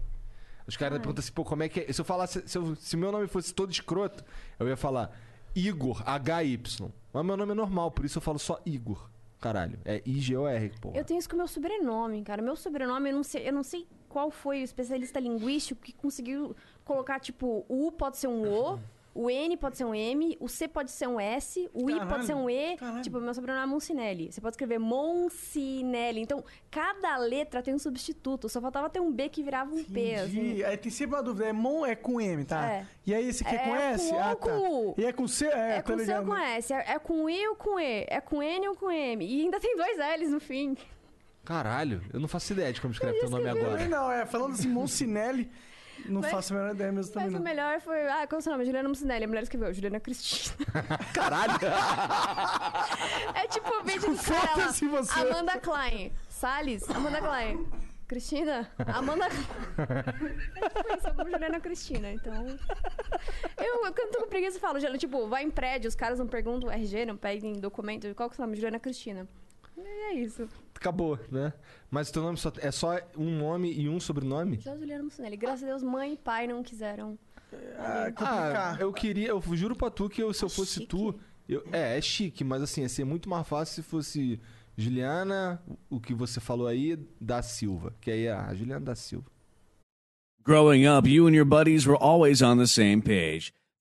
Os caras perguntam assim, pô, como é que é? Se eu falasse, se, eu, se meu nome fosse todo escroto, eu ia falar Igor H-Y. Mas meu nome é normal, por isso eu falo só Igor. Caralho, é I-G-O-R, pô. Eu tenho isso com meu sobrenome, cara. Meu sobrenome, eu não sei, eu não sei qual foi o especialista linguístico que conseguiu colocar, tipo, o U pode ser um O, o N pode ser um M, o C pode ser um S, o I Caralho, pode ser um E. caralho. Tipo, meu sobrenome é Moncinelli. Você pode escrever Moncinelli. Então, cada letra tem um substituto. Só faltava ter um B que virava um P, assim. Entendi. Aí tem sempre uma dúvida. É mon é com M, tá? É. E aí esse aqui é com É S? com O ah, tá. ou com U? E é com C? É, É, tá com C ligado. ou com S? É, é com I ou com E? É com N ou com M? E ainda tem dois L's no fim. Caralho, eu não faço ideia de como escreve teu nome Também agora. Não, é, falando assim, Moncinelli, não Mas- faço a menor ideia mesmo também Mas o não. melhor foi. Ah, qual é o seu nome? Juliana Mucinelli. A mulher escreveu Juliana Cristina. Caralho! É tipo o vídeo do cara lá. Foda-se você. Amanda Klein. Salles? Amanda Klein. Cristina? Amanda. é tipo isso, eu como Juliana Cristina, então. Eu, eu quando tô com preguiça eu falo, Juliana, tipo, vai em prédio, os caras não perguntam RG, não pedem documento. Qual que é o seu nome? Juliana Cristina. E é isso. Acabou, né? Mas teu nome só, é só um nome e um sobrenome? Só Juliana Mucinelli. Graças a Deus, mãe e pai não quiseram. Ah, Ah, complicar. eu queria, eu juro pra tu que eu, se eu É fosse chique. tu, eu- é, é chique, mas assim, ia ser muito mais fácil se fosse Juliana, o que você falou aí, da Silva. Que aí é a Juliana da Silva. Growing up, you and your buddies were always on the same page.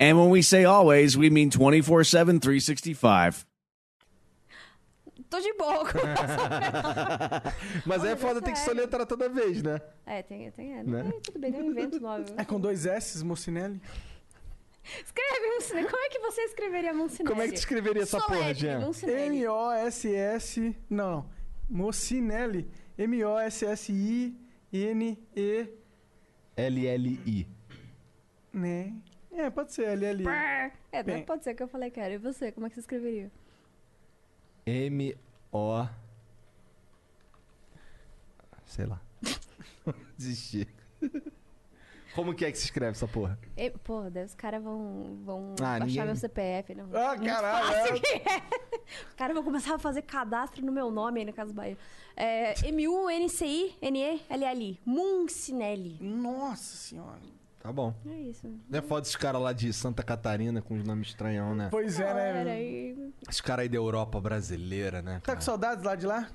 And when we say always, we mean 24 7, 365. Tô de boa. Mas aí é Olha, foda deu ter que certo. soletrar toda vez, né? é, tem, tem, é, Né? é, Tudo bem, eu invento logo. É com dois S, Moncinelli? Escreve Moncinelli. Como é que você escreveria Moncinelli? Como é que tu escreveria essa porra, Jean? Moncinelli. M-O-S-S... Não, não. Mocinelli. M-O-S-S-I-N-E... L-L-I. Né? É, pode ser L-L... É, não Bem. pode ser que eu falei, cara. E você, como é que você escreveria? M-O... Sei lá. Desisti. Como que é que se escreve essa porra? E, pô, daí os caras vão, vão Ah, baixar ninguém- meu CPF. né? Não. Ah, caralho! Os caras vão começar a fazer cadastro no meu nome aí na Casa Bahia. É, M-U-N-C-I-N-E-L-L-I. Muncinelli. Nossa senhora. Tá bom. É isso. Não é foda esses caras lá de Santa Catarina com os nomes estranhão, né? Pois é, Galera, né? e- Esses caras aí da Europa brasileira, né? Tá cara? com saudades lá de lá?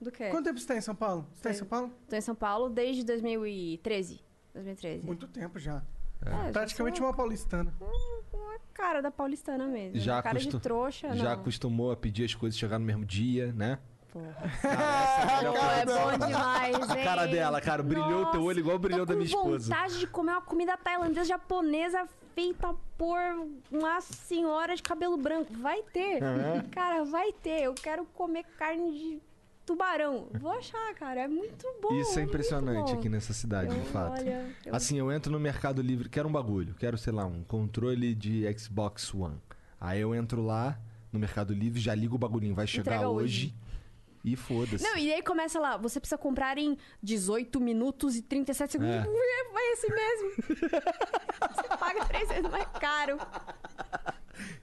Do quê? Quanto tempo você tá em São Paulo? Você tá em É. Sei. São Paulo? Tô em São Paulo desde 2013. 2013. Muito tempo já. É, eu Praticamente sou uma paulistana. uma cara da paulistana mesmo. Já uma cara acostum- de trouxa, Já não. acostumou a pedir as coisas chegar no mesmo dia, né? Porra. Olha Pô, a é bom demais, hein? cara dela, cara. Brilhou Nossa, teu olho igual brilhou tô da com minha esposa. vontade de comer uma comida tailandesa japonesa feita por uma senhora de cabelo branco. Vai ter. Cara, vai ter. Eu quero comer carne de tubarão. Vou achar, cara. É muito bom. Isso é muito impressionante bom. aqui nessa cidade, de Eu- fato. Olha, eu- Assim, eu entro no Mercado Livre, quero um bagulho, quero, sei lá, um controle de Xbox One. Aí eu entro lá no Mercado Livre, já ligo o bagulhinho, vai chegar Entrega hoje. hoje. E foda-se. Não, e aí começa lá, você precisa comprar em 18 minutos e 37 segundos. É. Ui, Vai esse mesmo. você paga três vezes mais caro.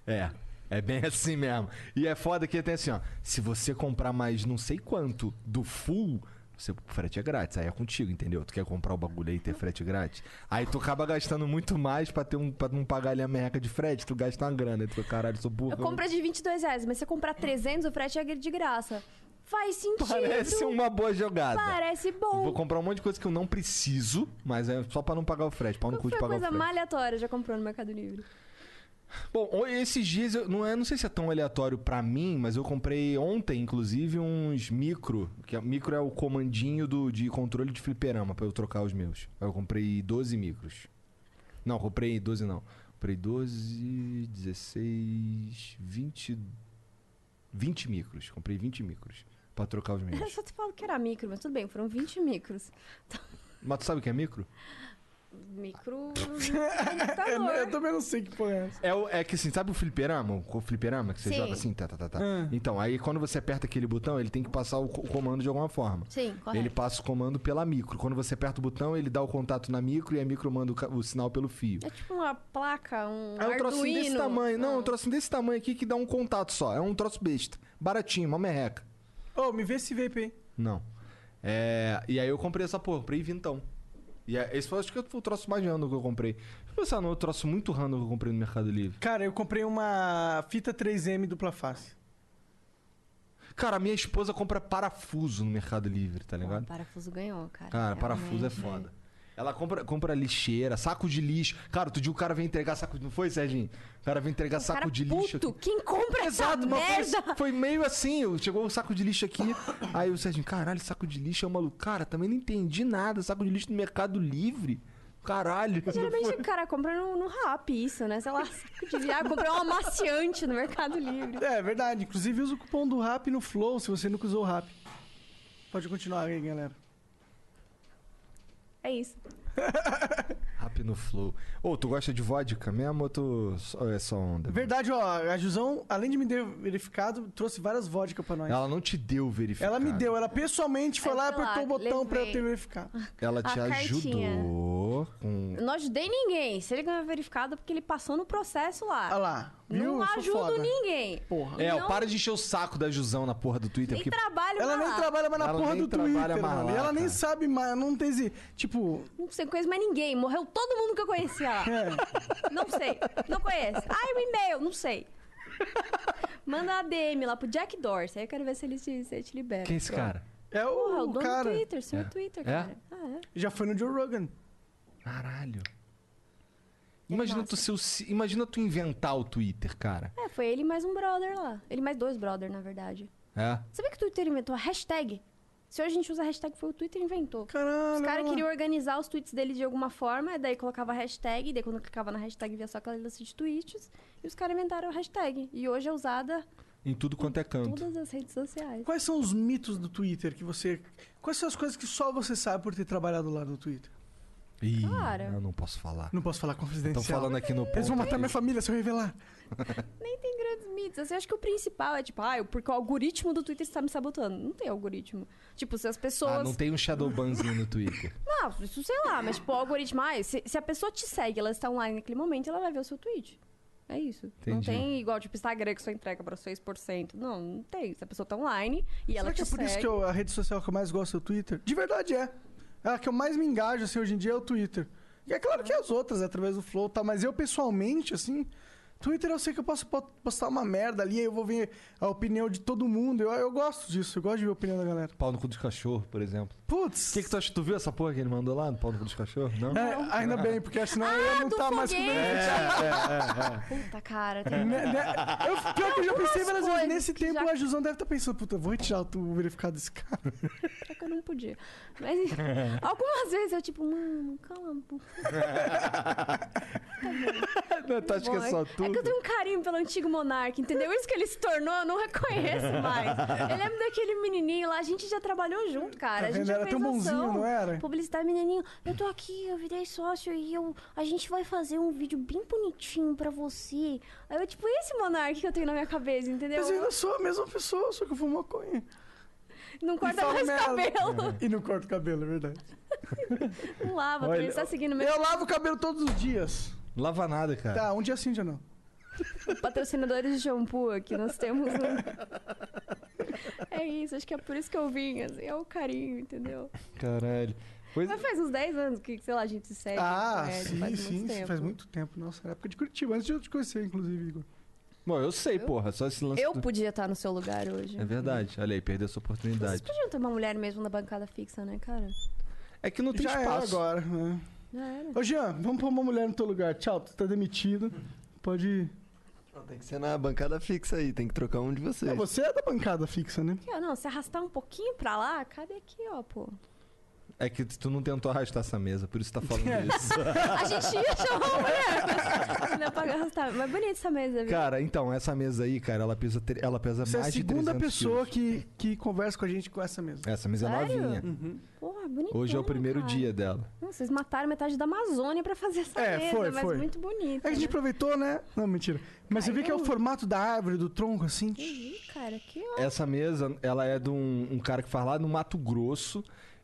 É. É bem assim mesmo. E é foda que tem assim, ó. Se você comprar mais não sei quanto do full, você, o frete é grátis. Aí é contigo, entendeu? Tu quer comprar o bagulho aí e ter frete grátis? Aí tu acaba gastando muito mais pra, ter um, pra não pagar ali a merreca de frete. Tu gasta uma grana. Aí Tu fala, caralho, sou burro. Eu compro de 22 reais, mas se eu comprar 300, o frete é de graça. Faz sentido. Parece uma boa jogada. Parece bom. Vou comprar um monte de coisa que eu não preciso, mas é só pra não pagar o frete, pra não um Qual cu foi de a pagar o coisa frete. mais aleatória que já comprou no Mercado Livre? Bom, o- esses dias, eu, não, é, não sei se é tão aleatório pra mim, mas eu comprei ontem, inclusive, uns micro. Que é- micro é o comandinho do, de controle de fliperama pra eu trocar os meus. Aí Eu comprei 12 micros. Não, comprei 12 não. Comprei 12, 16, 20. 20 micros. Comprei 20 micros pra trocar os Era meus. só ter falado que era micro, mas tudo bem, foram 20 micros. mas tu sabe o que é micro? Micro. Eu, não- eu computador. também não sei que porra é essa. É, o- é que assim, sabe o fliperama? O fliperama que você Sim. joga assim, tá, tá, tá, tá. Ah. Então, aí quando você aperta aquele botão, ele tem que passar o co- o comando de alguma forma. Sim, Ele correto. passa o comando pela micro. Quando você aperta o botão, ele dá o contato na micro e a micro manda o, ca- o sinal pelo fio. É tipo uma placa, um. É um trocinho Arduino. desse tamanho. Não, é um Ah. trocinho desse tamanho aqui que dá um contato só. É um troço besta. Baratinho, uma merreca. Ô, me vê esse vape aí. Não. É, E aí eu comprei essa porra, comprei vintão. E aí, esse foi, acho que foi o troço mais random que eu comprei. Deixa eu pensar no outro troço muito random que eu comprei no Mercado Livre. Cara, eu comprei uma fita 3M dupla face. Cara, minha esposa compra parafuso no Mercado Livre, tá Ah, ligado? parafuso ganhou, cara. Cara, Realmente. parafuso é foda. Ela compra, compra lixeira, saco de lixo. Cara, outro dia o cara vem entregar saco de... Não foi, Serginho? O cara vem entregar O saco cara de lixo. puto, aqui. quem compra Exato, essa mas merda? foi, foi meio assim. eu- Chegou um saco de lixo aqui. Aí o Serginho, caralho, saco de lixo é um maluco. Cara, também não entendi nada. Saco de lixo no Mercado Livre. Caralho. Geralmente o cara compra no, no rap isso, né? Sei lá, saco de viagem. Comprou um amaciante no Mercado Livre. É, é verdade. Inclusive usa o cupom do RAP no Flow se você nunca usou o RAP. Pode continuar aí, galera. É isso. Rap no flow. Ô, tu gosta de vodka mesmo ou tu... ou é só onda? Verdade, ó. A Jusão, além de me ter verificado, trouxe várias vodka pra nós. Ela, Ela não te deu verificado. me deu. Ela pessoalmente foi Aí lá e foi lá, apertou o botão pra eu ter levei. verificado. Ela te A cartinha. ajudou com Eu não ajudei ninguém. Se ele ganhou verificado, é porque ele passou no processo lá. Olha lá. Viu? Não Eu sou ajudo foda. ninguém. Porra. É, Não- para de encher o saco da Jusão na porra do Twitter. Nem Porque... trabalho Ela pra nem lá. trabalha mais na Ela porra nem do trabalha Twitter, mais mano. lá, E ela nem cara. sabe mais, não tem esse. Tipo, é. Não sei, conheço mais ninguém. Morreu todo mundo que eu conhecia lá. Não sei. Não conheço. Ai, o e-mail. Não sei. Manda um a DM lá pro Jack Dorsey. Aí eu quero ver se ele te, se ele te libera. Quem é esse cara? é o, Porra, o dono cara. É. do Twitter. Senhor Twitter, cara. Ah, é. Já foi no Joe Rogan. Caralho. Imagina massa. tu, ser o ci- Imagina tu inventar o Twitter, cara. É, foi ele e mais um brother lá. Ele mais dois brother, na verdade. É. Sabia que o Twitter inventou a hashtag? Se hoje a gente usa a hashtag, foi o Twitter que inventou. Caralho. Os olha caras lá. queriam organizar os tweets dele de alguma forma, daí colocava a hashtag, daí quando clicava na hashtag via só aquela lista de tweets, e os caras inventaram a hashtag. E hoje é usada Em tudo quanto é em canto. todas as redes sociais. Quais são os mitos do Twitter que você. Quais são as coisas que só você sabe por ter trabalhado lá no Twitter? Ih, Cara. eu não posso falar. Não posso falar Estão confidencial. falando aqui no Eles vão ponto. matar minha família se eu revelar. Nem tem grandes mídias. Assim, eu acho que o principal é, tipo, ah, porque o algoritmo do Twitter está me sabotando. Não tem algoritmo. Tipo, se as pessoas. Ah, não tem um shadowbanzinho no Twitter. Não, isso sei lá, mas tipo, o algoritmo. Ah, se, se a pessoa te segue, ela está online naquele momento, ela vai ver o seu tweet. É isso. Não Entendi. tem igual, tipo, Instagram que só entrega para 6%. Não, não tem. Se a pessoa tá online e ela Será que te é por segue. isso que eu- a rede social que eu mais gosto é o Twitter? De verdade é. É a que eu mais me engajo assim, hoje em dia é o Twitter. E é claro que as outras, através do Flow, tá? Mas eu pessoalmente, assim, Twitter eu sei que eu posso po- postar uma merda ali, aí eu vou ver a opinião de todo mundo. Eu, eu gosto disso, eu gosto de ver a opinião da galera. Pau no cu dos cachorros, por exemplo. O Putz! que, que tu acha? Tu viu essa porra que ele mandou lá no pau no cu dos cachorros? Não? É, ainda bem, porque senão eu não Ah, é do tá mais com foguete! né, Puta cara, tem né? Eu, Pior que eu já pensei várias vezes. coisas Nesse que tempo já- a Jusão deve estar pensando, puta, eu vou retirar o verificado desse cara. Só que eu não podia. Mas algumas vezes eu, tipo, mano, cala a boca. Tá Não, tu acha que é só tu? É que eu tenho um carinho pelo antigo monarca, entendeu? Isso que ele se tornou, eu não reconheço mais. Eu lembro daquele menininho lá, a gente já trabalhou junto, cara. A Tá gente vendo? já Era fez tão bonzinho, ação, não era? Publicitar menininho. Eu tô aqui, eu virei sócio e eu, a gente vai fazer um vídeo bem bonitinho pra você. Aí eu, tipo, esse monarca que eu tenho na minha cabeça, entendeu? Mas eu ainda sou a mesma pessoa, só que eu fumo maconha. Não corta falo mais merda. cabelo. E não corto cabelo, é verdade. Não lava, Olha, ele tá seguindo meu Eu lavo o cabelo todos os dias. Lava nada, cara. Tá, um dia sim, um dia não. patrocinadores de shampoo aqui, nós temos um. É isso, acho que é por isso que eu vim, assim, é o carinho, entendeu? Caralho. Pois Mas faz uns 10 anos que, sei lá, a gente se segue. ah, se conhece, sim, É, faz sim, muito sim, faz muito tempo. tempo. Nossa, era época de Curitiba, antes de eu te conhecer, inclusive, Igor. Bom, eu sei, porra. Só esse lance. Eu do- podia estar no seu lugar hoje. É verdade. Olha aí, perdeu essa Vocês oportunidade. podiam ter uma mulher mesmo na bancada fixa, né, cara? É que não tem Já era espaço. agora, né? Já era. Ô, Jean, vamos pôr uma mulher no teu lugar. Tchau, tu tá demitido. Pode ir. Não, Tem que ser na bancada fixa aí, tem que trocar um de vocês. É, você é da bancada fixa, né? Aqui, ó, não, se arrastar um pouquinho pra lá, cadê aqui, ó, pô? É que tu não tentou arrastar essa mesa, por isso tá falando isso. A gente ia chamar uma mulher, mas não é pra arrastar. Mas bonita essa mesa, viu? cara, então, essa mesa aí, cara, ela pesa, tre- ela pesa Você é a mais de segunda 300 pessoa quilos. que, que conversa com a gente com essa mesmo. Essa mesa é Sério? novinha. Uhum. Porra, bonita. Hoje Então, é o primeiro dia dela. Não, vocês mataram metade da Amazônia pra fazer essa É, mesa, foi, mas foi. muito bonita. É que a gente né? aproveitou, né? Não, mentira. Mas você vê que é o Caiu. formato da árvore, do tronco, assim. Ih, cara, que ó. Essa mesa, ela é de um, um cara que faz lá no Mato Grosso.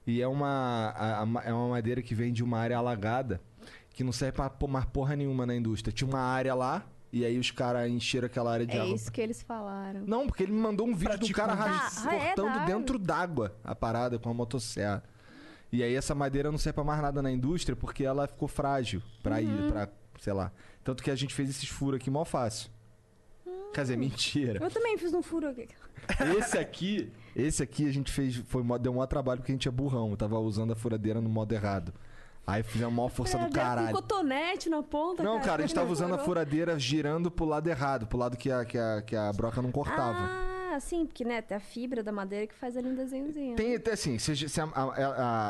E é uma, a- a ma- é uma madeira que vem de uma área alagada, que não serve pra pôr mais porra nenhuma na indústria. Tinha uma área lá, e aí os caras encheram aquela área de É água. isso que eles falaram. Não, porque ele me mandou um vídeo do cara ras- Ah, é, cortando dá. dentro d'água a parada com a motosserra. E aí essa madeira não serve pra mais nada na indústria porque ela ficou frágil pra Uhum. ir, pra, sei lá. Tanto que a gente fez esses furos aqui mó fácil. Quer Hum. dizer, mentira. Eu também fiz um furo aqui. Esse aqui, esse aqui a gente fez, foi, mó- deu maior trabalho porque a gente é burrão. Eu tava usando a furadeira no modo errado. Aí fizemos a maior força do Era com caralho. É, cotonete na ponta. Não, cara, a gente que tava usando a furou. furadeira girando pro lado errado, pro lado que a, que a, que a broca não cortava. Ah, sim, porque né, tem a fibra da madeira que faz ali um desenhozinho. Tem até assim, se, a- se a, a,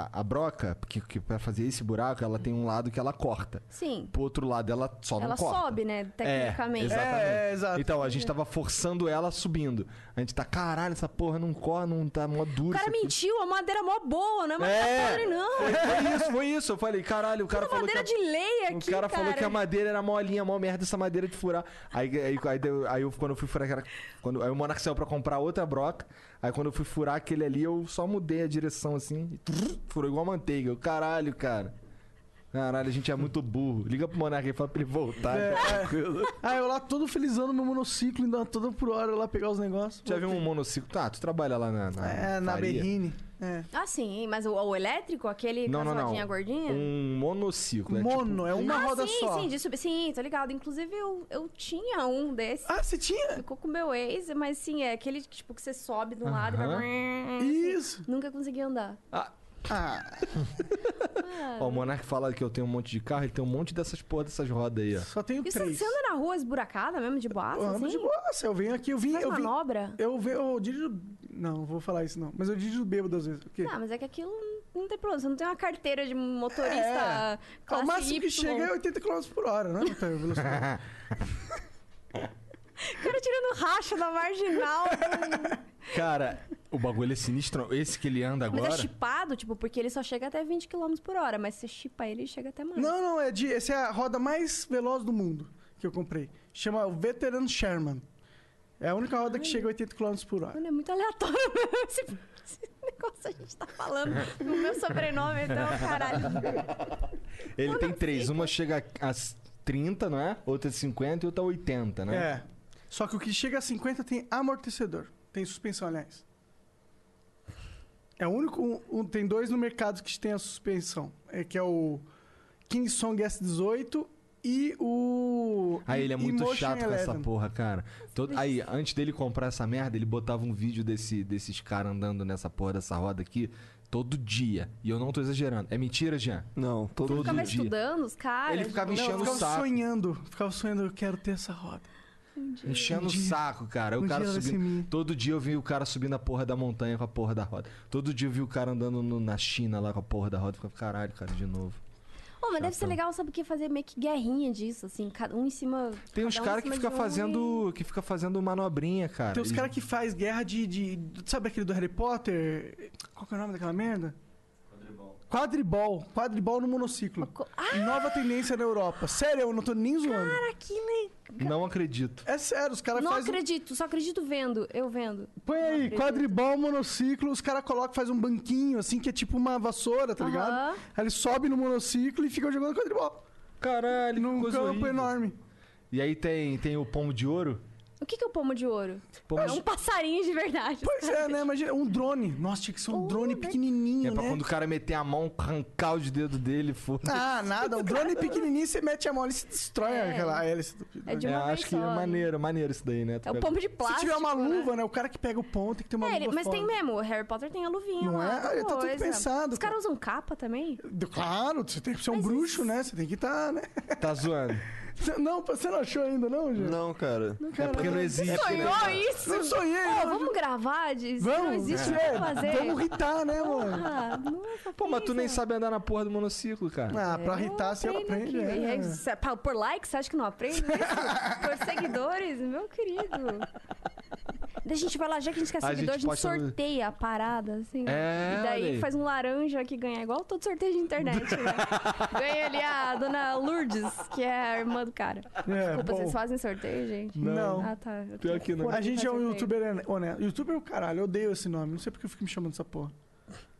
a- a broca, que, que pra fazer esse buraco, ela tem um lado que ela corta. Sim. Pro outro lado ela só não Ela corta. sobe, né, tecnicamente. É, exatamente. É, é, exato. Então, a gente tava forçando ela subindo. A gente tá, caralho, essa porra não corre, não tá mó O dura. cara isso aqui." mentiu, a madeira mó boa, não é madeira É. podre, não. Foi, foi isso, foi isso. Eu falei, caralho, o cara Uma falou que madeira a, de lei o aqui, Um cara, É cara. falou que é a madeira era molinha, mó merda essa madeira de furar. Aí, aí, aí, deu- aí eu, quando eu fui furar aquela. Quando, aí o Monark saiu pra comprar outra broca. Aí quando eu fui furar aquele ali, eu só mudei a direção assim. E trrr, furou igual manteiga. Eu, caralho, cara. Caralho, a gente é muito burro. Liga pro Monark e fala pra ele voltar. É, é. Ah, eu lá todo felizando meu monociclo, indo toda por hora lá pegar os negócios. Já viu um monociclo? Tá, tu trabalha lá na. na É, na faria? berrine. É. Ah, sim, mas o, o elétrico, aquele Não, com não, as não. rodinhas gordinhas? Um monociclo. é tipo- Mono, é uma ah, roda sim, só. sim, de subir. Sim, tô ligado. Inclusive, eu, eu tinha um desse. Ah, você tinha? Ficou com o meu ex, mas sim, é aquele tipo que você sobe de um lado e vai. Isso. Nunca consegui andar. Ah, tipo, Ó, o Monark fala que eu tenho um monte de carro, ele tem um monte dessas porra dessas rodas aí, ó. só tenho E você três. você anda na rua esburacada mesmo, de boaça, Eu ando de assim? boa, eu venho aqui, eu vim, Faz eu vim. manobra? Eu venho, eu dirijo. Não, não vou falar isso não. Mas eu dirijo bêbado às vezes. O quê? Ah, mas é que aquilo não tem problema. Você não tem uma carteira de É. motorista Ah, classe o máximo que Y. chega é 80 km por hora, né? Muita velocidade. O cara tirando racha da marginal. É, Cara, o bagulho é sinistro. Esse que ele anda mas agora. é chipado, tipo, porque ele só chega até 20 km por hora. Mas se chipa ele, ele chega até mais. não, não, é de. Essa é a roda mais veloz do mundo que eu comprei. Chama o Veteran Sherman. É a única roda que chega a 80 km por hora. Mano, é muito aleatório mesmo esse, esse negócio a gente tá falando. O meu sobrenome é tão caralho. Ele tem três. Uma chega às 30, não é? Outra de 50 e outra 80, né? É. Só que o que chega a 50 tem amortecedor. Tem suspensão, aliás. É o único. um- um- tem dois no mercado que tem a suspensão. É que é o King Song S18 e o. Aí ele é e muito Motion chato com essa 11. porra, cara. Todo- Aí, antes dele comprar essa merda, ele botava um vídeo desse, desses caras andando nessa porra dessa roda aqui todo dia. E eu não tô exagerando. É mentira, Jean? Não, todo Todo Ficava dia. estudando os caras. Ele ficava Não, eu enchendo o ficava saco. sonhando. Ficava sonhando, eu quero ter essa roda. Enchendo o saco, cara. um O cara dia vai ser minha. subindo. Todo dia eu vi o cara subindo a porra da montanha com a porra da roda. Todo dia eu vi o cara andando no- na China lá com a porra da roda. Ficava, caralho, cara, de novo. Oh, mas deve ser Chatão. legal, sabe o que? Fazer meio que guerrinha disso, assim, cada um em cima. Tem uns cada um em caras que cima fica de um e- fazendo. que fica fazendo manobrinha, cara. Tem os Eles- caras que faz guerra de, de- Sabe aquele do Harry Potter? Qual que é o nome daquela merda? Quadribol. Quadribol. Quadribol no monociclo. Co- Ah, Nova tendência na Europa. Sério, eu não tô nem zoando. cara, que legal. Não acredito. É sério, os caras Não fazem. acredito, só acredito vendo, eu vendo. Põe aí, acredito. quadribol, monociclo, os caras colocam, faz um banquinho, assim, que é tipo uma vassoura, tá ligado? Aham. Aí ele sobe no monociclo e fica jogando quadribol. Caralho, Num coisa campo horrível. enorme. E aí tem, tem o pomo de ouro. O que, que é o pomo de ouro? Pomo É de- um passarinho de verdade. Pois é, né? Imagina, um drone. Nossa, tinha que ser um drone pequenininho, É pra né? quando o cara meter a mão, arrancar o de dedo dele, foda. Ah, nada. O drone pequenininho, você mete a mão e se destrói É. aquela hélice do... É de É, uma vez acho que é só, né? maneiro, maneiro isso daí, né? Tu É o pega- pomo de Se plástico. tiver uma né? luva, né? O cara que pega o ponto tem que ter uma É, ele- luva mas foda. tem mesmo, o Harry Potter tem a luvinha Não lá. é? alguma Tá tudo coisa. pensado, Os caras usam capa também? Claro, você tem que ser um Mas bruxo, isso- né? Você tem que estar, né? Tá zoando. Não, você não achou ainda, não, gente? Não, cara. cara, Porque não É existe. né? Sonhou isso? é Não sonhei, Ó, não. vamos gravar de se Vamos, não existe o é, que fazer. Vamos ritar, né, mano? Ah, nossa, Pô, mas tu nem pensa. sabe andar na porra do monociclo, É, cara. Ah, pra ritar você Eu aprende, treino aqui. é. É, cê- pa- Por likes, você acha que não aprende isso? por seguidores, meu querido. Daí a gente vai lá, já que a gente quer A seguidor, a gente gente, posta no- sorteia a parada, assim. ó. É, e olha daí aí. faz um laranja que ganha igual todo sorteio de internet, né? ganha ali a dona Lourdes, que é a irmã do cara. É, Desculpa, bom. vocês fazem sorteio, gente? Não. Ah, tá. Eu Pior tô- que não. Pô, A gente é um faz sorteio. youtuber honesto. Youtuber é o caralho, eu odeio esse nome. Não sei porque eu fico me chamando dessa porra.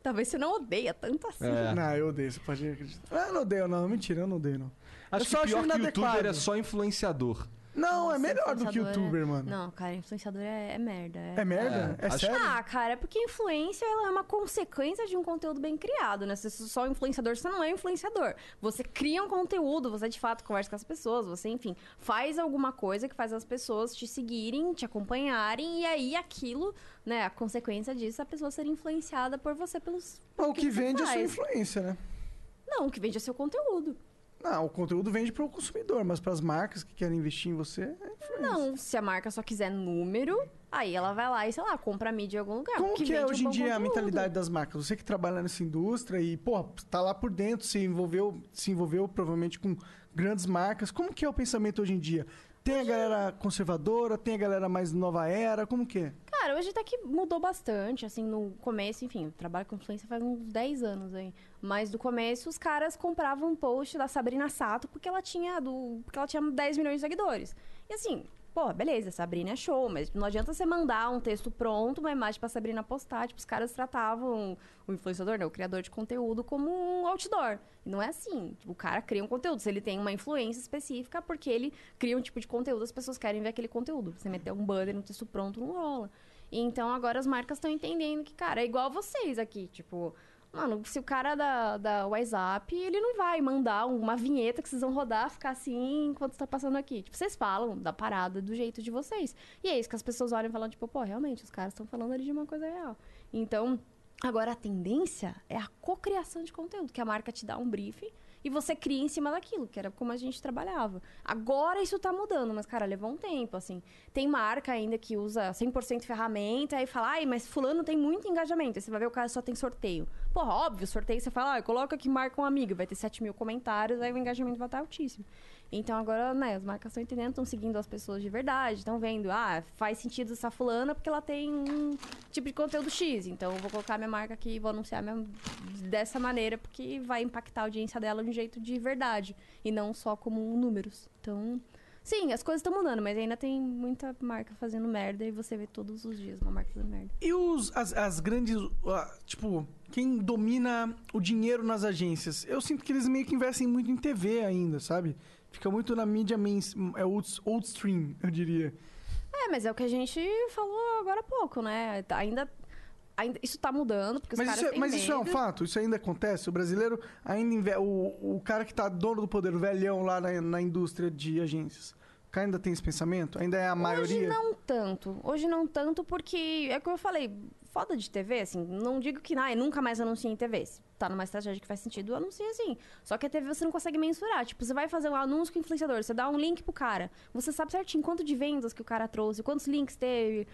Talvez você não odeia tanto assim. É. Não, eu odeio, você pode acreditar. Ah, eu não odeio, não. Mentira, eu não odeio, não. Acho só que acho pior que youtuber inadequado. é só influenciador. Não, é Nossa, melhor do que influenciador é- youtuber, mano. Não, cara, influenciador é, é merda. É merda? É, acho- sério? Ah, cara, é porque influência ela é uma consequência de um conteúdo bem criado, né? Se você é só influenciador, você não é influenciador. Você cria um conteúdo, você de fato conversa com as pessoas, você, enfim, faz alguma coisa que faz as pessoas te seguirem, te acompanharem, e aí aquilo, né? A consequência disso é a pessoa ser influenciada por você pelos. Mas o que você vende é sua faz. influência, né? Não, o que vende é seu conteúdo. Não, o conteúdo vende pro consumidor, mas pras marcas que querem investir em você, é influência. Não, se a marca só quiser número, aí ela vai lá e, sei lá, compra a mídia em algum lugar. Como porque que é vende um hoje em bom dia a conteúdo. mentalidade das marcas? Você que trabalha nessa indústria e, porra, tá lá por dentro, se envolveu, se envolveu provavelmente com grandes marcas. Como que é o pensamento hoje em dia? Tem a galera conservadora, tem a galera mais nova era, como que é? Cara, hoje até que mudou bastante, assim, no começo, enfim, eu trabalho com influência faz uns 10 anos aí. Mas do começo os caras compravam um post da Sabrina Sato porque ela tinha do. porque ela tinha 10 milhões de seguidores. E assim, pô, beleza, Sabrina é show, mas não adianta você mandar um texto pronto, uma imagem pra Sabrina postar. Tipo, os caras tratavam o influenciador, né? O criador de conteúdo como um outdoor. E não é assim. Tipo, o cara cria um conteúdo. Se ele tem uma influência específica, porque ele cria um tipo de conteúdo, as pessoas querem ver aquele conteúdo. Você meter um banner, um texto pronto, não rola. Então agora as marcas estão entendendo que, cara, é igual vocês aqui, tipo. Mano, se o cara da, da WhatsApp, ele não vai mandar uma vinheta que vocês vão rodar, ficar assim enquanto tá passando aqui. Tipo, vocês falam da parada do jeito de vocês. E é isso que as pessoas olham e falam, tipo, pô, realmente, os caras estão falando ali de uma coisa real. Então, agora a tendência é a cocriação de conteúdo, que a marca te dá um briefing e você cria em cima daquilo, que era como a gente trabalhava. Agora isso tá mudando, mas, cara, levou um tempo, assim. Tem marca ainda que usa 100% ferramenta e fala, ai, mas fulano tem muito engajamento. Aí você vai ver o cara só tem sorteio. Porra, óbvio, sorteio você fala, ah, coloca que marca um amigo, vai ter 7 mil comentários, aí o engajamento vai estar altíssimo. Então agora, né, as marcas estão entendendo, estão seguindo as pessoas de verdade, estão vendo, ah, faz sentido essa fulana porque ela tem um tipo de conteúdo X, então eu vou colocar minha marca aqui e vou anunciar minha... dessa maneira porque vai impactar a audiência dela de um jeito de verdade e não só como números. Então, Sim, as coisas estão mudando, mas ainda tem muita marca fazendo merda e você vê todos os dias uma marca fazendo merda. E os, as, as grandes. ah, tipo, quem domina o dinheiro nas agências? Eu sinto que eles meio que investem muito em TV ainda, sabe? Fica muito na mídia mains, é old, old stream, eu diria. É, mas é o que a gente falou agora há pouco, né? Tá- Ainda, ainda isso tá mudando, porque Mas, os isso caras é, têm mas isso é um medo. fato, isso ainda acontece. O brasileiro ainda. inve- O, o cara que tá dono do poder, o velhão lá na, na indústria de agências. O cara ainda tem esse pensamento? Ainda é a Hoje maioria? não tanto. Hoje não tanto, porque é o que eu falei, foda de TV, assim, não digo que ah, nunca mais anuncie em TV. Se tá numa estratégia que faz sentido, anuncia assim. Só que a TV você não consegue mensurar. Tipo, você vai fazer um anúncio com o influenciador, você dá um link pro cara. Você sabe certinho quanto de vendas que o cara trouxe, quantos links teve,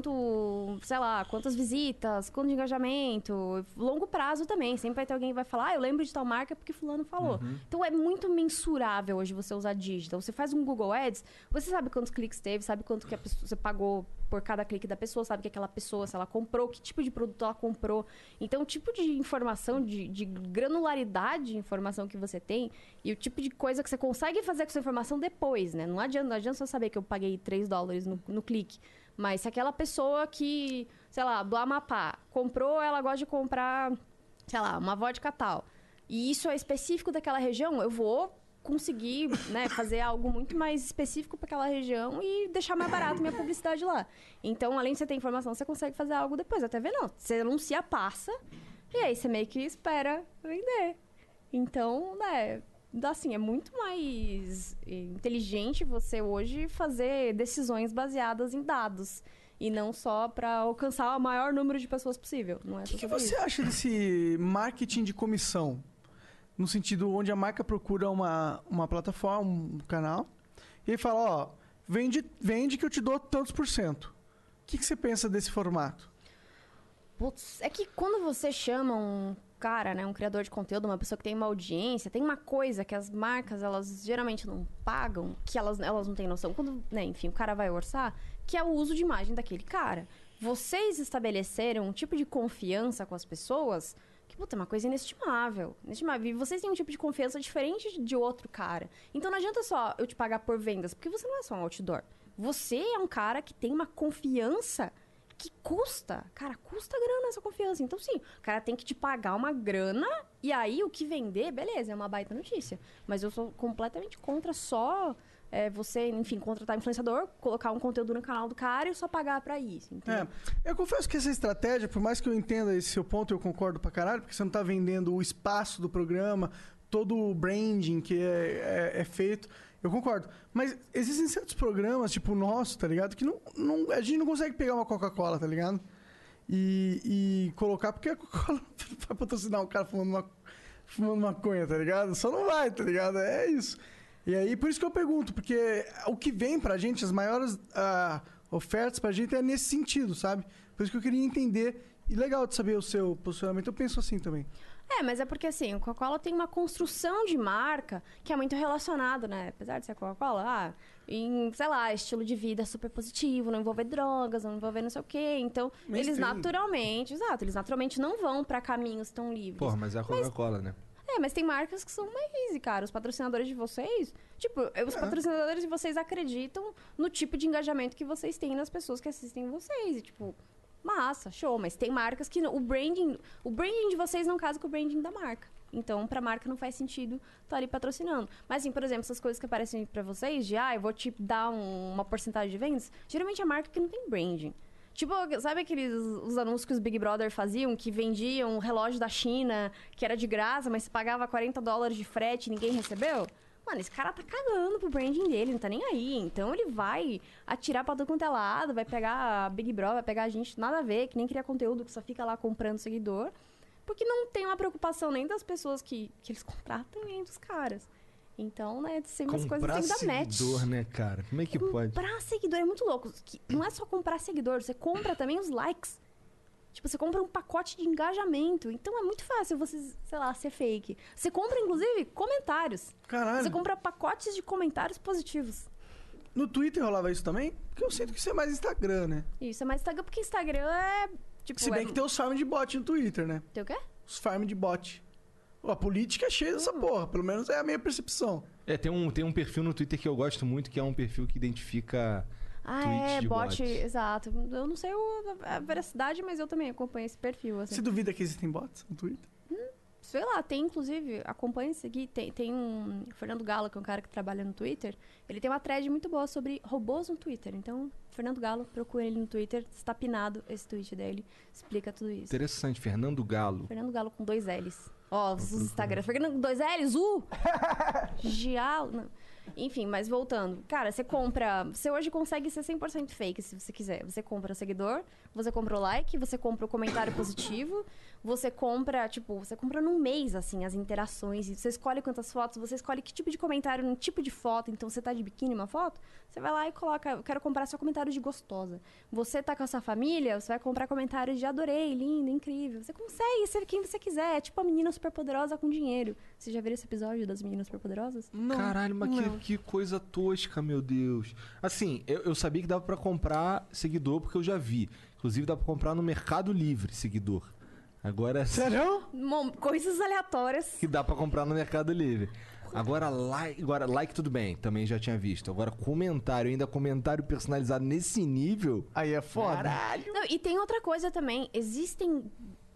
quanto, sei lá, quantas visitas, quanto de engajamento. Longo prazo também. Sempre vai ter alguém que vai falar, ah, eu lembro de tal marca porque fulano falou. Então é muito mensurável hoje você usar digital. Você faz um Google Ads, você sabe quantos cliques teve, sabe quanto que a pessoa, você pagou por cada clique da pessoa, sabe que aquela pessoa, se ela comprou, que tipo de produto ela comprou. Então, o tipo de informação, de, de granularidade de informação que você tem e o tipo de coisa que você consegue fazer com essa informação depois, né? Não adianta, não adianta só saber que eu paguei 3 dólares no, no clique. Mas se aquela pessoa que, sei lá, do Amapá, comprou, ela gosta de comprar, sei lá, uma vodka tal. E isso é específico daquela região, eu vou conseguir né, fazer algo muito mais específico para aquela região e deixar mais barato minha publicidade lá. Então, além de você ter informação, você consegue fazer algo depois. Até TV não. Você anuncia, passa, e aí você meio que espera vender. Então, né, assim, é muito mais eh, inteligente você hoje fazer decisões baseadas em dados. E não só para alcançar o maior número de pessoas possível. Não é O que, que você acha desse marketing de comissão? No sentido onde a marca procura uma, uma plataforma, um canal, e aí fala, ó, vende, vende que eu te dou tantos por cento. O que, que você pensa desse formato? Putz, é que quando você chama um cara, né, um criador de conteúdo, uma pessoa que tem uma audiência, tem uma coisa que as marcas, elas geralmente não pagam, que elas, elas não têm noção. Quando, né, enfim, o cara vai orçar, que é o uso de imagem daquele cara. Vocês estabeleceram um tipo de confiança com as pessoas que, puta, é uma coisa inestimável. Inestimável. E vocês têm um tipo de confiança diferente de- de outro cara. Então não adianta só eu te pagar por vendas, porque você não é só um outdoor. Você é um cara que tem uma confiança que custa. Cara, custa grana essa confiança. Então, sim, o cara tem que te pagar uma grana e aí o que vender, beleza, é uma baita notícia. Mas eu sou completamente contra só é, você, enfim, contratar influenciador, colocar um conteúdo no canal do cara e só pagar pra isso. entendeu? É, eu confesso que essa estratégia, por mais que eu entenda esse seu ponto, eu concordo pra caralho, porque você não tá vendendo o espaço do programa, todo o branding que é, é- é feito. Eu concordo. Mas existem certos programas, tipo o nosso, tá ligado? Que não, não- a gente não consegue pegar uma Coca-Cola, tá ligado? E, e colocar, porque a Coca-Cola vai patrocinar o cara fumando, uma, fumando maconha, tá ligado? Só não vai, tá ligado? É isso. E aí, por isso que eu pergunto, porque o que vem pra gente, as maiores ah, ofertas pra gente é nesse sentido, sabe? Por isso que eu queria entender. E legal de saber o seu posicionamento, eu penso assim também. É, mas é porque assim, o Coca-Cola tem uma construção de marca que é muito relacionado, né? Apesar de ser Coca-Cola, ah, em, sei lá, estilo de vida super positivo, não envolver drogas, não envolver não sei o quê. Então, eles Mainstream. naturalmente, exato, eles naturalmente não vão pra caminhos tão livres. Porra, mas é a Coca-Cola, né? É, mas tem marcas que são mais easy, cara. Os patrocinadores de vocês, tipo, os patrocinadores de vocês acreditam no tipo de engajamento que vocês têm nas pessoas que assistem vocês. E, tipo, massa, show. Mas tem marcas que não- o branding, o branding de vocês não casa com o branding da marca. Então, pra marca não faz sentido estar ali patrocinando. Mas, assim, por exemplo, essas coisas que aparecem pra vocês, de, ah, eu vou te dar um- uma porcentagem de vendas, geralmente é marca que não tem branding. Tipo, sabe aqueles os anúncios que os Big Brother faziam, que vendiam um relógio da China, que era de graça, mas você pagava 40 dólares de frete e ninguém recebeu? Mano, esse cara tá cagando pro branding dele, não tá nem aí. Então ele vai atirar pra todo quanto é lado, vai pegar a Big Brother, vai pegar a gente, nada a ver, que nem cria conteúdo, que só fica lá comprando seguidor. Porque não tem uma preocupação nem das pessoas que, que eles contratam, nem dos caras. Então, né, sempre as coisas Comprar tem que dar match. seguidor, né, cara? Como é que pode? Comprar seguidor é muito louco. Que não é só comprar seguidor, você compra também os likes. Tipo, você compra um pacote de engajamento. Então é muito fácil você, sei lá, ser fake. Você compra, inclusive, comentários. Ah. Caralho. Você compra pacotes de comentários positivos. No Twitter rolava isso também? Porque eu sinto que isso é mais Instagram, né? Isso, é mais Instagram, porque Instagram é. Tipo, Se bem é- um que tem os farm de bot no Twitter, né? Tem o quê? Os farm de bot. Pô, a política é cheia dessa porra, pelo menos é a minha percepção. É, tem um, tem um perfil no Twitter que eu gosto muito, que é um perfil que identifica. Ah, tweets é, de bot, bots. exato. Eu não sei o- a veracidade, mas eu também acompanho esse perfil, assim. Você duvida que existem bots no Twitter? Sei lá, tem inclusive, acompanha isso aqui, tem, tem um. O Fernando Galo, que é um cara que trabalha no Twitter, ele tem uma thread muito boa sobre robôs no Twitter. Então, Fernando Galo, procura ele no Twitter, está pinado esse tweet dele, explica tudo isso. Interessante, Fernando Galo. Fernando Galo com dois L's. Ó, os Instagram. Fernando com dois L's, U! Gial. não. Enfim, mas voltando. Cara, você compra. Você hoje consegue ser 100% fake se você quiser. Você compra o seguidor, você compra o like, você compra o comentário positivo, você compra, tipo, você compra num mês, assim, as interações. e Você escolhe quantas fotos, você escolhe que tipo de comentário, num tipo de foto. Então, você tá de biquíni uma foto, você vai lá e coloca. Eu quero comprar só comentário de gostosa. Você tá com a sua família, você vai comprar comentários de adorei, lindo, incrível. Você consegue ser quem você quiser. É tipo a menina superpoderosa com dinheiro. Você já viu esse episódio das meninas superpoderosas? Caralho, mas não. que, que coisa tosca, meu Deus. Assim, eu, eu sabia que dava pra comprar seguidor porque eu já vi. Inclusive, dá pra comprar no Mercado Livre seguidor. Agora Sério? Bom, coisas aleatórias. que dá pra comprar no Mercado Livre. Agora like, agora like tudo bem, também já tinha visto. Agora comentário, ainda comentário personalizado nesse nível. Aí é foda. Não, e tem outra coisa também. Existem.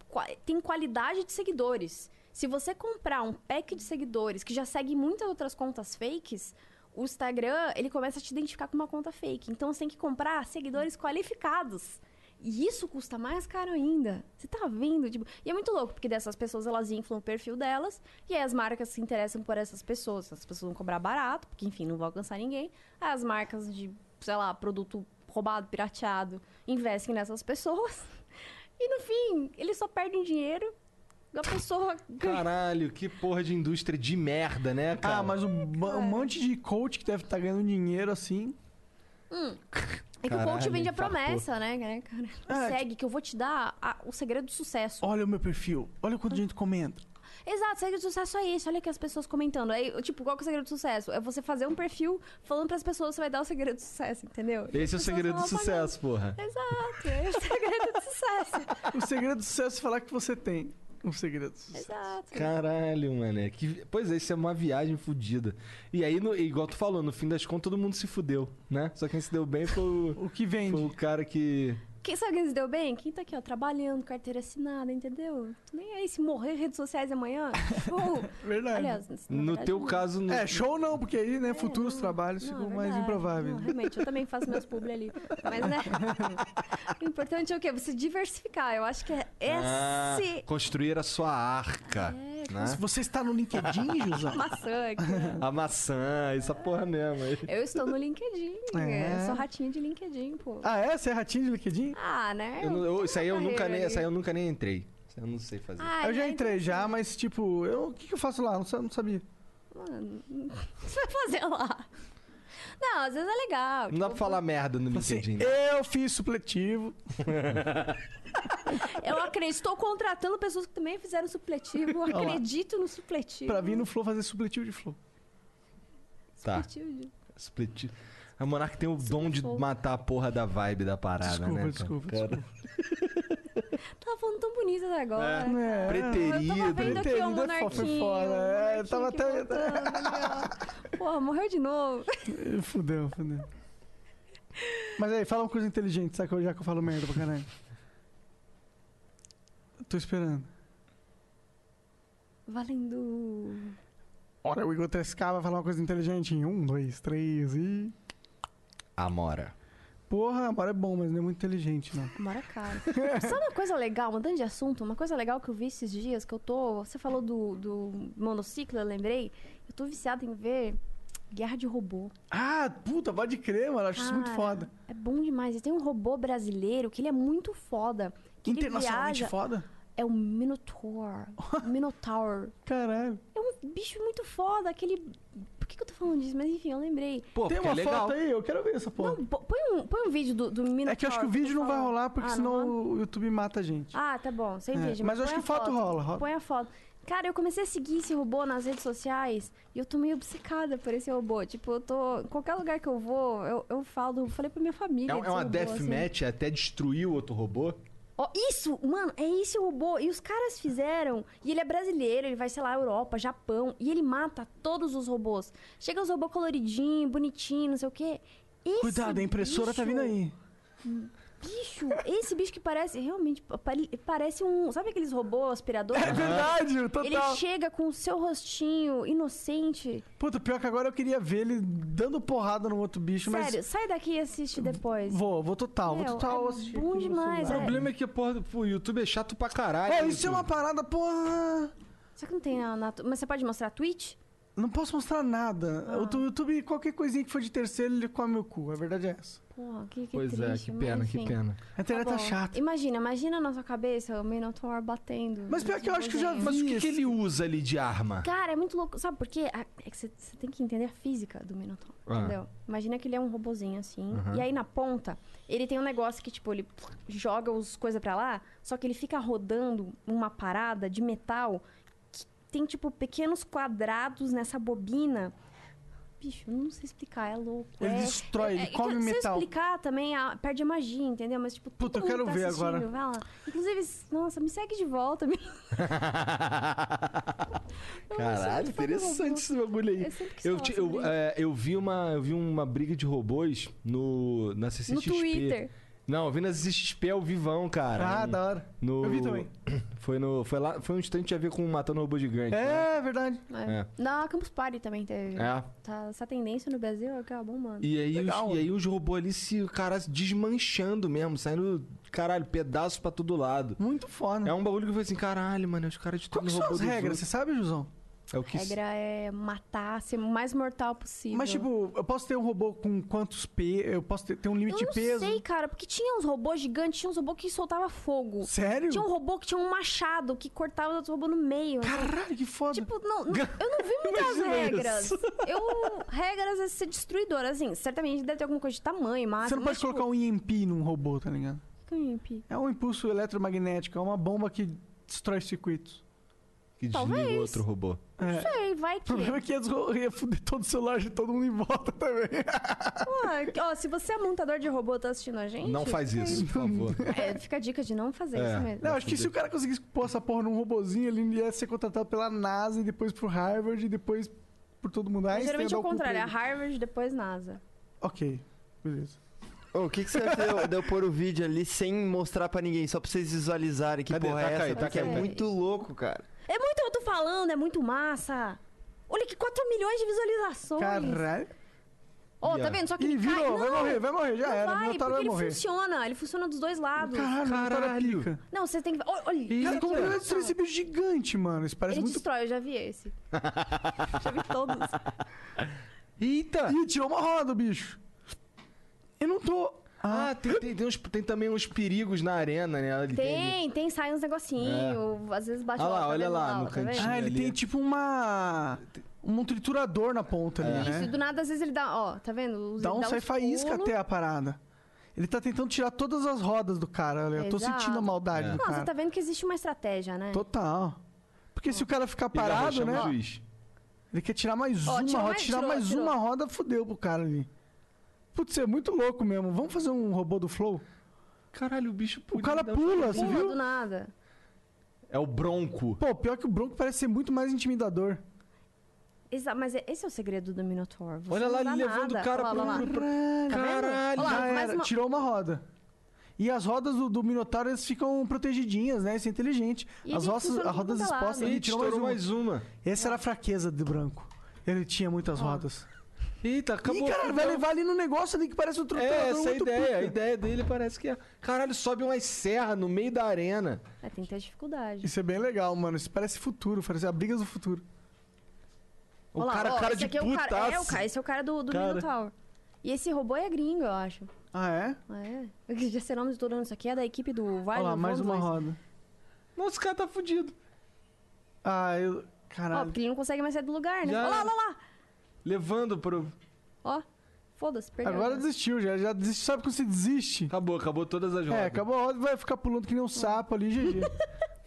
qua- Tem qualidade de seguidores. Se você comprar um pack de seguidores que já segue muitas outras contas fakes, o Instagram ele começa a te identificar com uma conta fake. Então você tem que comprar seguidores qualificados. E isso custa mais caro ainda. Você tá vendo? Tipo... E é muito louco, porque dessas pessoas elas inflam o perfil delas, e aí as marcas se interessam por essas pessoas. As pessoas vão cobrar barato, porque enfim, não vão alcançar ninguém. Aí as marcas de, sei lá, produto roubado, pirateado, investem nessas pessoas. E no fim, eles só perdem dinheiro. A pessoa ganha. Caralho, que porra de indústria de merda, né, cara? Ah, mas um, ba- um monte de coach que deve estar ganhando dinheiro assim. É que o coach Caralho, tá vende a infartou. promessa, né, né, cara? É, Segue, que eu vou te dar a- o segredo do sucesso. Olha o meu perfil, olha quanto gente comenta. Exato, segredo do sucesso é isso. Olha aqui as pessoas comentando. Aí, tipo, qual que é o segredo do sucesso? É você fazer um perfil falando pras pessoas você vai dar o segredo do sucesso, entendeu? E as Esse é o pessoas segredo do vão apagando. sucesso, porra. Exato, é o segredo do sucesso. O segredo do sucesso é falar que você tem um segredo do sucesso. Exato. Caralho, mané. Que... Pois é, isso é uma viagem fodida. E aí, no... igual tu falou, no fim das contas todo mundo se fudeu, né? Só quem se deu bem foi o, É. O que vende? foi o cara que. Quem sabe quem se deu bem? Quem tá aqui, ó, trabalhando, carteira assinada, entendeu? Tô nem aí se morrer redes sociais amanhã. Show. Verdade. Aliás, na No verdade, teu não. caso, no... É, show não, porque aí, né, futuros não. trabalhos Não, é ficam mais verdade. improváveis. né? Não, realmente, eu também faço meus publi ali. Mas, né? o importante é o quê? Você diversificar. Eu acho que é Ah, esse. construir a sua arca. Se é né? você está no LinkedIn, José, Maçã aqui. É. ó. A maçã, essa porra mesmo. aí. Eu estou no LinkedIn. É. Eu sou ratinho de LinkedIn, pô. Ah, é? Você é ratinho de LinkedIn? Ah, né? Eu não- eu- isso aí eu Carreira nunca nem, ali. isso aí eu nunca nem entrei. Isso aí eu não sei fazer. Ah, eu já né? entrei já, mas tipo, eu- o que, que eu faço lá? Não, sa- não sabia. Mano, o que você vai fazer lá? Não, às vezes é legal. não dá pra falar merda no Assim, LinkedIn. né? eu fiz supletivo. Eu acredito, estou contratando pessoas que também fizeram supletivo. Eu lá. acredito no supletivo. Pra vir no Flow fazer supletivo de Flow. Tá, Supletivo de- split. A Monark tem o dom de fofo. matar a porra da vibe da parada, Desculpa, né? cara? desculpa, Cara, Tava falando tão bonita até agora. É. Eu tava vendo Preterida. aqui o Preterido é fofo, monarquinho. fora, é, monarquinho tava aqui até- voltando ali, ó. Porra, morreu de novo. Fudeu, fudeu. Mas aí, fala uma coisa inteligente, sabe que eu já que eu falo merda pra caralho. Tô esperando. Valendo. Ora, o Igor 3K vai falar uma coisa inteligente em um, dois, três e. Amora. Porra, agora é bom, mas não é muito inteligente, não. Mora cara. Sabe uma coisa legal, mudando de assunto, uma coisa legal que eu vi esses dias, que eu tô. Você falou do, do monociclo, eu lembrei. Eu tô viciada em ver Guerra de Robô. Ah, puta, pode crer, mano. Acho isso muito Cara, foda. É bom demais. E tem um robô brasileiro que ele é muito foda. Que Internacionalmente ele viaja, foda? É o Minotaur. Minotaur. Caralho. É um bicho muito foda, aquele. Por que, que eu tô falando disso? Mas enfim, eu lembrei. Pô, Tem porque uma é legal. foto aí, eu quero ver essa porra. Não, pô- põe um, põe um vídeo do, do Minotaur. é que eu acho que o vídeo não vai falando. rolar, porque Ah, não senão rola? o YouTube mata a gente. Ah, tá bom, sem É, vídeo. mas eu acho põe que a foto rola, rola. Põe a foto. Cara, eu comecei a seguir esse robô nas redes sociais e eu tô meio obcecada por esse robô. Tipo, eu tô. em Qualquer lugar que eu vou, eu, eu falo. Eu falei pra minha família. É, um- é desse uma robô, assim. deathmatch até destruir o outro robô. Ó, isso, mano, é esse robô. E os caras fizeram. E ele é brasileiro, ele vai, sei lá, Europa, Japão. E ele mata todos os robôs. Chega os robôs coloridinho, bonitinho, não sei o quê. Esse Cuidado, a impressora tá bicho- vindo aí. Bicho, esse bicho que parece, realmente, pa- parece um. Sabe aqueles robôs aspirador? É verdade, Ele total. chega com o seu rostinho inocente. Puta, pior que agora eu queria ver ele dando porrada no outro bicho, mas. Sério, sai daqui e assiste depois. Vou, vou total, vou Meu, total é assistir. bom aqui no demais, O celular. é. problema é que, porra, o YouTube é chato pra caralho. Ó, isso é YouTube. uma parada, porra. Só que não tem na, na- Mas você pode mostrar Twitch? Não posso mostrar nada. Ah. O tu- YouTube, qualquer coisinha que for de terceiro, ele come o cu. A verdade é essa. Porra, que, que Pois é, triste. que mas pena, que enfim. pena. A internet tá bom. chata. Imagina, imagina na sua cabeça o Minotaur batendo. Mas pior que eu acho que eu já vi. Mas o que, que esse- ele usa ali de arma? Cara, é muito louco. Sabe por quê? A- É que você tem que entender a física do Minotaur, Ah. entendeu? Imagina que ele é um robozinho assim. Aham. E aí na ponta, ele tem um negócio que, tipo, ele joga os coisas pra lá, só que ele fica rodando uma parada de metal que tem, tipo, pequenos quadrados nessa bobina. Bicho, eu não sei explicar, é louco. Ele é- destrói, ele é que come Se eu metal. explicar também, a- perde a magia, entendeu? Mas, tipo, Puta, eu todo mundo quero tá ver assistindo, agora. vai lá. Inclusive, nossa, me segue de volta. Me... Caralho, interessante esse bagulho aí. Eu sempre quis Eu, falar ti- sobre eu, isso. é, eu vi uma, eu vi uma briga de robôs no, na CCXP. No Twitter. Não, eu vi na CCXP ao vivão, cara. Ah, da hora. No- Eu vi também. Foi, no, foi, lá, foi um instante a ver com Matando Robô Gigante. né? É, verdade. É. Na Campus Party também teve. É. Tá, essa tendência no Brasil é acabou, mano. E aí, os, e aí os robôs ali se, cara, se desmanchando mesmo, saindo, caralho, pedaço pra todo lado. Muito foda. É um bagulho que eu falei assim, caralho, mano, os caras de Qual todo que Hum. são robô as dos regras? Você outros. sabe, Josão? É o que A regra é matar, ser o mais mortal possível. Mas, tipo, eu posso ter um robô com quantos P? Eu posso ter, ter um eu limite não de peso? sei, cara, porque tinha uns robôs gigantes, tinha uns robôs que soltava fogo. Sério? Tinha um robô que tinha um machado que cortava os outros robôs no meio. Caralho, que foda. Tipo, não, não- eu não vi muitas Imagina regras. isso. Eu. Regras é ser destruidor, assim. Certamente deve ter alguma coisa de tamanho, mas. você não pode mas, colocar um EMP num robô, tá ligado? tipo, um imp. É um impulso eletromagnético, é uma bomba que destrói circuitos. que desliga Talvez. o outro robô. É. Sei, vai O que. problema é que ia, desro- ia fuder todo o celular de todo mundo em volta também. Ué, Ó, se você é montador de robô tá assistindo a gente. Não faz isso, por favor. É, fica a dica de não fazer É. isso mesmo. Não, acho que se o cara conseguisse pôr essa porra num robozinho, ele ia ser contratado pela NASA e depois pro Harvard e depois por todo mundo. Ah, Mas Einstein, geralmente ia é dar o cu pra contrário, é ele. Harvard, depois NASA. Ok, beleza. Ô, O que, que você acha de eu- de eu pôr o vídeo ali sem mostrar pra ninguém, só pra vocês visualizarem que Cadê? Tá porra é Taca essa? aí, porque taca aí. é muito louco, cara. É muito eu tô falando, é muito massa. Olha que 4 milhões de visualizações. Caralho. Ó, tá Yeah. vendo? Só que Ih, ele cai- virou, vai Não, morrer, vai morrer, já não era. Vai, Meu porque otário vai ele morrer. funciona, ele funciona dos dois lados. Caralho, é Caralho. caralho. Não, você tem que. Olha, olha Cara, como ele vai olha destruir só. esse bicho gigante, mano? Isso parece Ele muito. destrói, eu já vi esse. já vi todos. Eita! Ih, tirou uma roda, o bicho. Eu não tô. Ah, tem, tem, tem, uns- tem também uns perigos na arena, né? Ali Tem, tem, sai uns negocinhos. É. Às vezes bate Ah lá, lá, tá olha vendo lá ó, no tá vendo? cantinho. Ah, ele ali. tem tipo uma. Um triturador na ponta É. ali, Isso, e né? do nada, às vezes ele dá, ó, tá vendo? Os- Dá ele um sai uns faísca pulos. até a parada. Ele tá tentando tirar todas as rodas do cara. olha, Eu tô Exato. sentindo a maldade É. do Não, você cara. tá vendo que existe uma estratégia, né? Total. Porque se o cara ficar E dá pra parado, chamar né? o Juiz. Ele quer tirar mais Ó, uma tirou roda. mais- tirar tirou, mais tirou. uma roda, fudeu pro cara ali. Putz, é muito louco mesmo. Vamos fazer um robô do Flow? Caralho, o bicho O cara pula, você Pula do viu? nada. É o Bronco. Pô, pior que o Bronco parece ser muito mais intimidador. Exato, mas é- esse é o segredo do Minotaur. Você Olha não lá ele dá levando nada. o cara Olha lá, olha lá. pro. pro- Tá Olha Caralho! lá, Já mais era, uma- tirou uma roda. E as rodas do, do Minotauro elas ficam protegidinhas, né? Isso é inteligente. E as ele roças- funciona as rodas pra todo lado. expostas, ele Eita, tirou mais um. estourou uma. mais uma. Essa era a fraqueza do branco. Ele tinha muitas rodas. Eita, acabou. Ih, caralho, vai levar ali no negócio ali que parece um É, trotador essa é a muito ideia. A pica. ideia dele parece que é. Caralho, sobe umas serras no meio da arena. É, tem que ter dificuldade. Isso é bem legal, mano. Isso parece futuro, parece a briga do futuro. O Olha lá, cara, ó, cara esse de aqui é o cara, é o putaço. cara, esse é o cara do, do Cara. Minotaur. E esse robô é gringo, eu acho. Ah, é? É. Eu queria ser nome de todo mundo. Isso aqui é da equipe do Vai Olha lá, Levou mais uma dois. roda. Nossa, o cara tá fudido. Ah, eu. Ó, Caralho. porque ele não consegue mais sair do lugar, né? Já- Olha lá, olha lá. Levando pro. Ó, foda-se, perdeu. Agora desistiu, já, já desistiu. Sabe quando você desiste? Acabou, acabou todas as rodas. É, acabou a roda vai ficar pulando que nem um sapo ali, GG.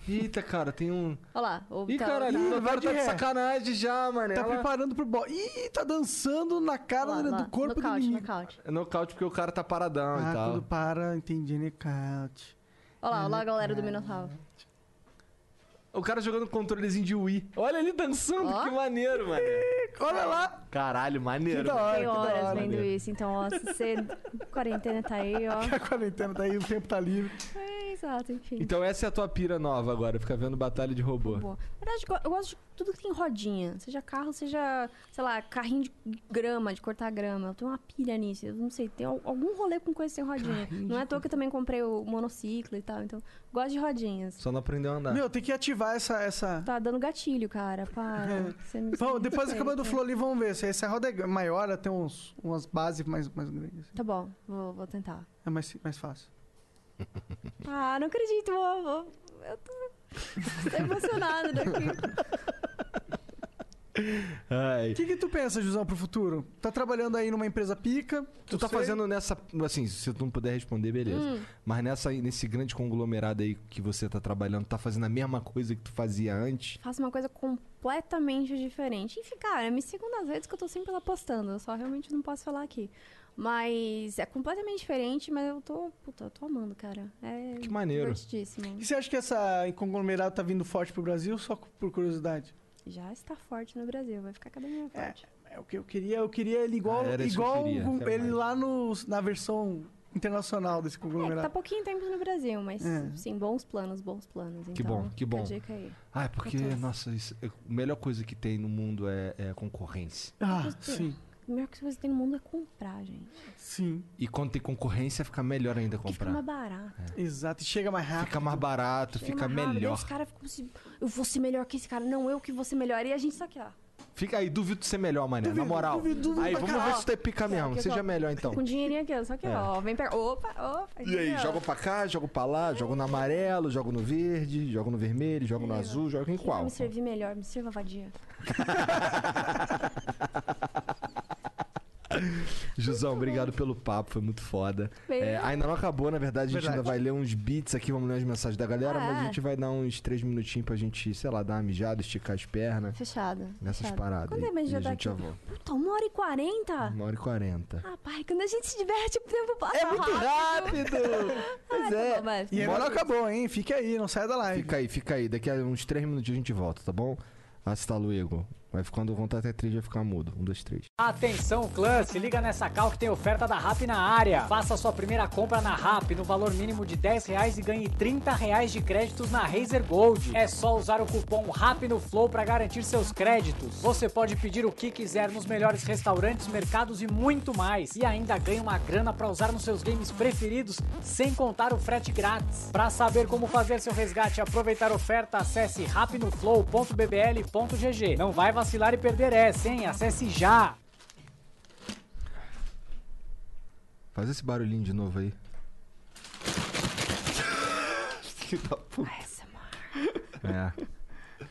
Eita, cara, tem um. Olha lá. O Ih, tá- caralho, Ih, o vai Dodoro de tá de ré. sacanagem já, mano. Tá Ela- preparando pro boss. Ih, tá dançando na tá- cara lá, do- lá. do corpo do nocaute, inimigo. nocaute. É nocaute porque o cara tá paradão e Ah, tal. quando para, entendi, nocaute. Olha lá, olha lá a galera do Minotauro. O cara jogando controlezinho de Wii. Olha ele dançando, Ó. que maneiro, mano. Olha lá! Caralho, maneiro. Fiquei horas vendo isso, então, ó, se você... Quarentena tá aí, ó. A quarentena tá aí, o tempo tá livre. É, exato, enfim. Então essa é a tua pira nova agora, ficar vendo batalha de robô. Boa. Na verdade, eu gosto de tudo que tem rodinha. Seja carro, seja, sei lá, carrinho de grama, de cortar grama. Eu tenho uma pilha nisso. Eu não sei, tem al- algum rolê com coisa sem rodinha. não é à toa que eu também comprei o monociclo e tal. Então, gosto de rodinhas. Só não aprendeu a andar. Meu, tem que ativar essa. essa... Tá dando gatilho, cara. Para. Você me- Vamos, depois você- acabando do flow ali, vamos ver. Se essa roda é g- maior, ela tem uns, umas bases mais, mais grandes. assim. Tá bom, vou, vou tentar. É mais, mais fácil. Ah, não acredito, vou- vou- Eu tô... tô emocionada daqui. Ai. O que, que tu pensa, Josão, pro futuro? Tá trabalhando aí numa empresa pica. Tu tá sei. fazendo nessa. Assim, se tu não puder responder, beleza. Hum. Mas nessa, nesse grande conglomerado aí que você tá trabalhando, tá fazendo a mesma coisa que tu fazia antes. Faço uma coisa completamente diferente. Enfim, cara, é me sigam nas redes que eu tô sempre lá postando. Eu só realmente não posso falar aqui. Mas é completamente diferente, mas eu tô. Puta, eu tô amando, cara. É Que maneiro. divertidíssimo. E você acha que essa conglomerado tá vindo forte pro Brasil só por curiosidade? Já está forte no Brasil, vai ficar cada vez mais É. forte. É o que eu queria. Eu queria ele igual, Ah, era isso que eu igual queria. com- Quero ele mais. lá no, na versão internacional desse É, que tá conglomerado. pouquinho tempo no Brasil, mas É. sim, bons planos, bons planos. Então, Que bom, que fica a bom. dica aí. Ah, porque, Acontece. nossa, isso- é, a melhor coisa que tem no mundo é, é concorrência. Ah, Por quê? sim, A melhor coisa que você tem no mundo é comprar, gente. sim. E quando tem concorrência, fica melhor ainda Porque fica mais comprar. barato. Exato. E chega mais rápido. Fica né? mais barato, Tem fica uma raiva, daí melhor. Os caras ficam assim, eu vou ser melhor que esse cara. Não, eu que vou ser melhor. E a gente tá aqui, ó. Fica aí, duvido de ser melhor, mané. Na Duvido, moral. duvido, duvido aí, pra vamos ver caralho. se tu é pica mesmo. Aqui, Seja ó. melhor então. Com dinheirinho aqui, ó. Só que, É. ó. Vem pegar. Opa, opa. E aí, um entendeu? jogo pra cá, jogo pra lá, jogo no amarelo, jogo no verde, jogo no vermelho, jogo no azul, jogo em Quem vai qual? me servir melhor? Me sirva vadia. Jusão, obrigado pelo papo, foi muito foda. Beijo. É, ainda não acabou, na verdade, a gente Verdade. ainda vai ler uns beats aqui, vamos ler as mensagens da galera, Ah, mas a é. gente vai dar uns três minutinhos pra gente, sei lá, dar uma mijada, esticar as pernas, Fechado. nessas fechado. paradas. Quando é e, mais e a já gente tá já aqui? volta. Puta, uma hora e quarenta? Uma hora e quarenta. Ah, pai, quando a gente se diverte, o tempo passa É muito rápido! Ah, pois tá é. bom, mas- E agora acabou, hein? Fique aí, não saia da live. Fica aí, fica aí. Daqui a uns três minutinhos a gente volta, tá bom? Hasta luego. Vai ficando contar até três, vai ficar mudo. Um, dois, três. Atenção, clã, se liga nessa cal que tem oferta da RAP na área. Faça sua primeira compra na RAP no valor mínimo de 10 reais e ganhe 30 reais de créditos na Razer Gold. É só usar o cupom RAP no Flow para garantir seus créditos. Você pode pedir o que quiser nos melhores restaurantes, mercados e muito mais. E ainda ganha uma grana para usar nos seus games preferidos, sem contar o frete grátis. Para saber como fazer seu resgate e aproveitar a oferta, acesse rapnoflow.bbl.gg. Não vai vacilar e perder essa, hein? Acesse já! Faz esse barulhinho de novo aí. que da puta. Essa, mano. É.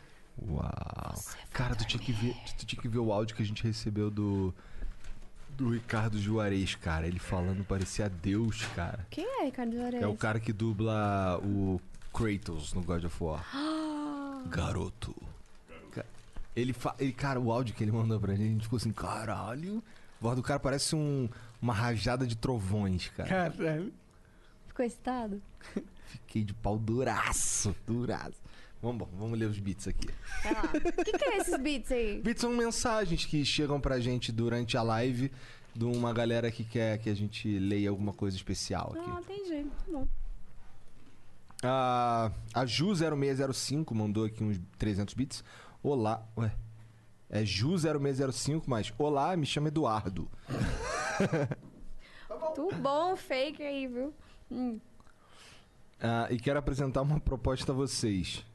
Uau. Cara, tu tinha, que ver, tu tinha que ver o áudio que a gente recebeu do. Do Ricardo Juarez, cara. Ele falando parecia Deus, cara. Quem é, Ricardo Juarez? É o cara que dubla o Kratos no God of War. Garoto. Ca- Ele, fa... ele, cara, o áudio que ele mandou pra gente, a gente ficou assim, caralho. A voz do cara parece um, uma rajada de trovões, cara. Caralho. Ficou excitado? Fiquei de pau duraço, duraço. Vamos, bom, vamos ler os beats aqui. Vai lá. O que, que é esses beats aí? Beats são mensagens que chegam pra gente durante a live de uma galera que quer que a gente leia alguma coisa especial aqui. Ah, entendi. Tá bom. A, a Ju0605 mandou aqui uns 300 bits. Olá, ué. É Ju0605, mas olá, me chama Eduardo. Tudo bom, fake aí, viu? Hum. Ah, e quero apresentar uma proposta a vocês.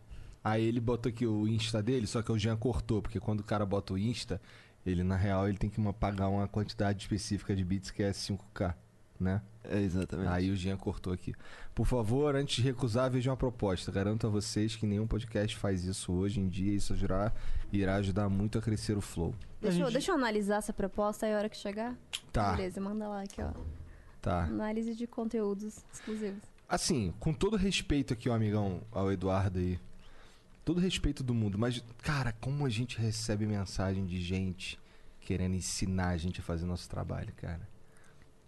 Aí ele botou aqui o Insta dele, só que o Jean cortou, porque quando o cara bota o Insta, ele na real ele tem que uma- pagar uma quantidade específica de bits que é 5k, né? É, exatamente. Aí o Jean cortou aqui. Por favor, antes de recusar, veja uma proposta. Garanto a vocês que nenhum podcast faz isso hoje em dia. Isso irá, irá ajudar muito a crescer o flow. Deixa, eu, gente- deixa eu analisar essa proposta aí a hora que chegar. Tá, Beleza, manda lá aqui, ó. tá. Análise de conteúdos exclusivos. Assim, com todo respeito aqui, ó, amigão, ao Eduardo aí. Todo respeito do mundo, mas, cara, como a gente recebe mensagem de gente querendo ensinar a gente a fazer nosso trabalho, cara.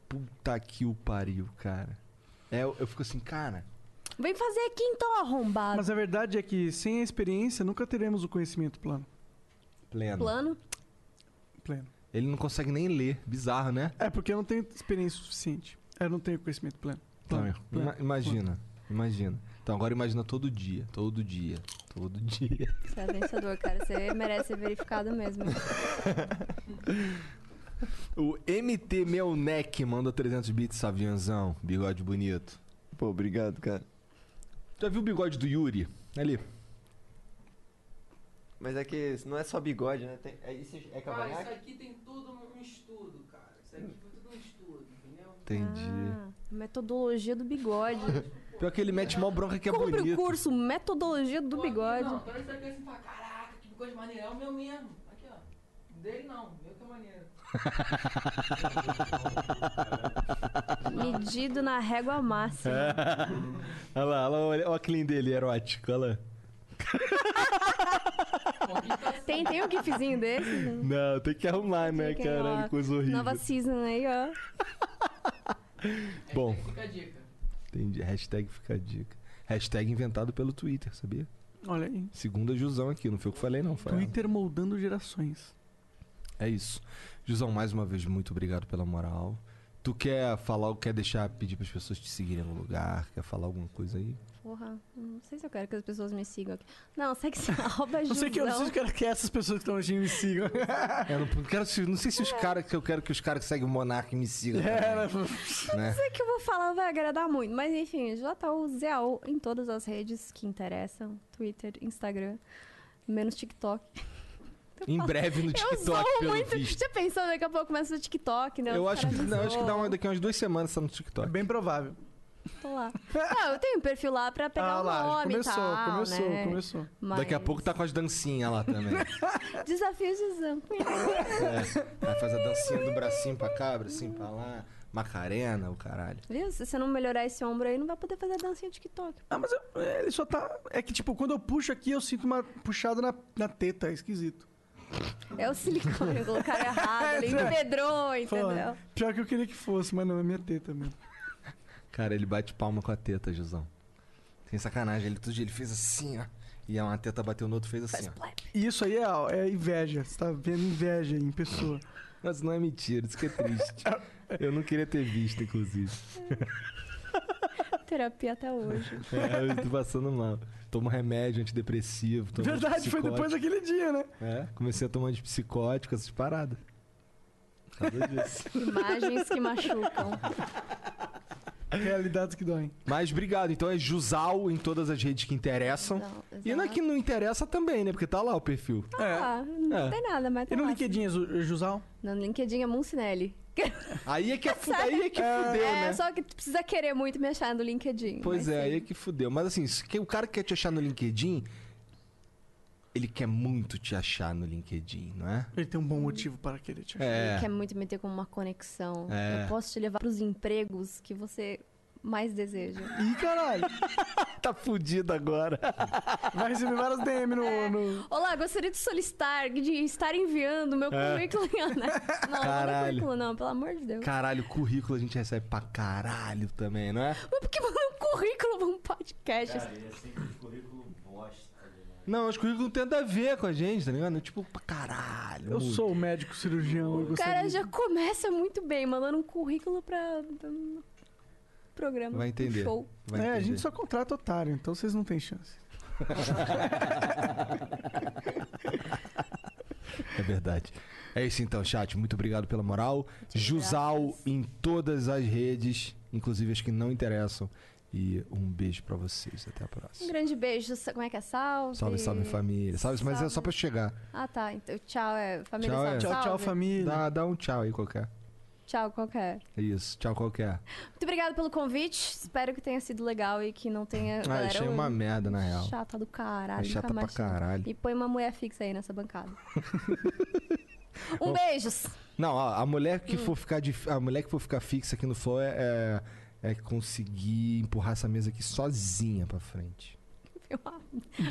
Puta que o pariu, cara. É, eu, eu fico assim, cara. Vem fazer aqui então, arrombado. Mas a verdade é que sem a experiência nunca teremos o conhecimento plano. Pleno. Plano. pleno. Ele não consegue nem ler. Bizarro, né? É porque eu não tenho experiência suficiente. Eu não tenho conhecimento pleno. pleno. Então, ima- imagina. Imagina. Então agora imagina todo dia. Todo dia. Todo dia. Você é vencedor, cara. Você merece ser verificado mesmo. O MT Meu Neck manda 300 bits, aviãozão. Bigode bonito. Pô, obrigado, cara. Já viu o bigode do Yuri? né, Ali. Mas é que não é só bigode, né? Tem- é, isso é cavanhaque? aqui tem tudo um estudo, cara. Isso aqui foi tudo um estudo, entendeu? Entendi. Ah, metodologia do bigode. Pior que ele mete mal bronca que é Compre o bonito. curso Metodologia do Pô, aqui Bigode. Não, então isso aqui assim, fala, caraca, que coisa maneira. É o meu mesmo. Aqui, ó. Dele não, meu que é maneiro. Medido na régua máxima. É. Olha lá, olha lá, olha, olha a clean dele, erótico, olha lá. Tem, tem um gifzinho desse? Não, tem que arrumar, né, Tem que caralho? arrumar. Coisa horrível. Nova season aí, ó. Bom, Fica a dica. entendi. Hashtag fica a dica. Hashtag inventado pelo Twitter, sabia? Olha aí. Segunda Jusão aqui, não foi o que eu falei, não. Foi ela. Twitter moldando gerações. É isso. Jusão, mais uma vez, muito obrigado pela moral. Tu quer falar, quer deixar, pedir pras pessoas te seguirem no lugar? Quer falar alguma coisa aí? Porra, não sei se eu quero que as pessoas me sigam aqui. Não, segue se arroba Não sei que eu não sei Jusão. se eu quero que essas pessoas que estão assistindo me sigam. Eu não, É, quero, se- não sei se É. os caras que eu quero que os caras que seguem o Monark me sigam. É, também, né? Sei que eu vou falar, vai agradar muito. Mas enfim, tá JUZAO em todas as redes que interessam: Twitter, Instagram, menos TikTok. Em breve no Eu sou TikTok, pelo muito. visto. Já pensou, daqui a pouco começa o TikTok, né? Eu Os acho que, caras não, eu acho que dá zoam, uma, daqui umas duas semanas tá no É TikTok. bem provável. Tô lá. Não, eu tenho um perfil lá pra pegar Ah, o nome começou, e tal, começou, né? começou. Mas- Daqui a pouco tá com as dancinhas lá também. Desafio Jusão. É. Aí faz a dancinha do bracinho pra cá, bracinho pra lá. Macarena, o caralho. Viu? Se você não melhorar esse ombro aí, não vai poder fazer dancinha TikTok. Ah, mas eu- é, ele só tá. É que, tipo, quando eu puxo aqui, eu sinto uma puxada na, na teta, é esquisito. É o silicone, colocaram errado ali, É, né? empedrou, entendeu? Fala, "Ah, pior que eu queria que fosse, mas não, é minha teta mesmo. Cara, ele bate palma com a teta, Jusão. Tem sacanagem, ele todo dia ele fez assim, ó. E a uma teta bateu no outro, fez assim, ó. E isso aí é, é inveja, você tá vendo inveja aí em pessoa. Mas não é mentira, isso que é triste. Eu não queria ter visto, inclusive. Terapia até hoje. É, eu tô passando mal. Tomo remédio antidepressivo. Tomo Verdade, foi depois daquele dia, né? É, comecei a tomar antipsicótico, essas paradas. Por causa disso. Imagens que machucam. Realidades que doem. Mas obrigado. Então é Jusal em todas as redes que interessam. Não, e na que não interessa também, né? Porque tá lá o perfil. Ah, não É. tem nada, mas tá E no lá. LinkedIn, Ju- Jusal? No LinkedIn é Muncinelli. Aí é que, é fu- aí é que fudeu, é, né? só que tu precisa querer muito me achar no LinkedIn. Pois mas é, aí sim. é que fudeu. Mas assim, se que- o cara que quer te achar no LinkedIn, ele quer muito te achar no LinkedIn, não é? Ele tem um bom motivo para querer te achar. É. Ele quer muito me ter como uma conexão. É. Eu posso te levar pros empregos que você mais deseja. Ih, caralho! Tá fudido agora. Vai receber várias DM no. no... Olá, gostaria de solicitar, de estar enviando meu currículo. Né? Não, não é É. Caralho. currículo, não, pelo amor de Deus. Caralho, currículo a gente recebe pra caralho também, não é? Mas por que mandar um currículo pra um podcast? Não, os currículos não tem nada a ver com a gente, tá ligado? É Tipo, pra caralho. Eu muito. sou o médico cirurgião. Eu o cara gostaria... já começa muito bem, mandando um currículo pra. pra um programa. Vai entender. um show. Vai É, a entender. gente só contrata otário, então vocês não têm chance. É verdade. É isso então, chat. Muito obrigado pela moral. Jusal em todas as redes, inclusive as que não interessam. E um beijo pra vocês. Até a Um próxima. grande beijo. sa- Como é que é? Salve. Salve, salve família. Salve, mas é só pra chegar. Ah, tá. Então, tchau, é. Família Tchau, é. salve. Tchau, tchau, salve. família. Dá, dá um tchau aí qualquer. Tchau, qualquer. É isso. Tchau qualquer. Muito obrigada pelo convite. Espero que tenha sido legal e que não tenha. Ah, galera, um achei uma merda na real. Chata do caralho. É chata nunca pra mais chama. caralho. E põe uma mulher fixa aí nessa bancada. um beijos. Não, ó, a mulher que for ficar de, a mulher que for ficar fixa aqui no flow é, é, é conseguir empurrar essa mesa aqui sozinha pra frente.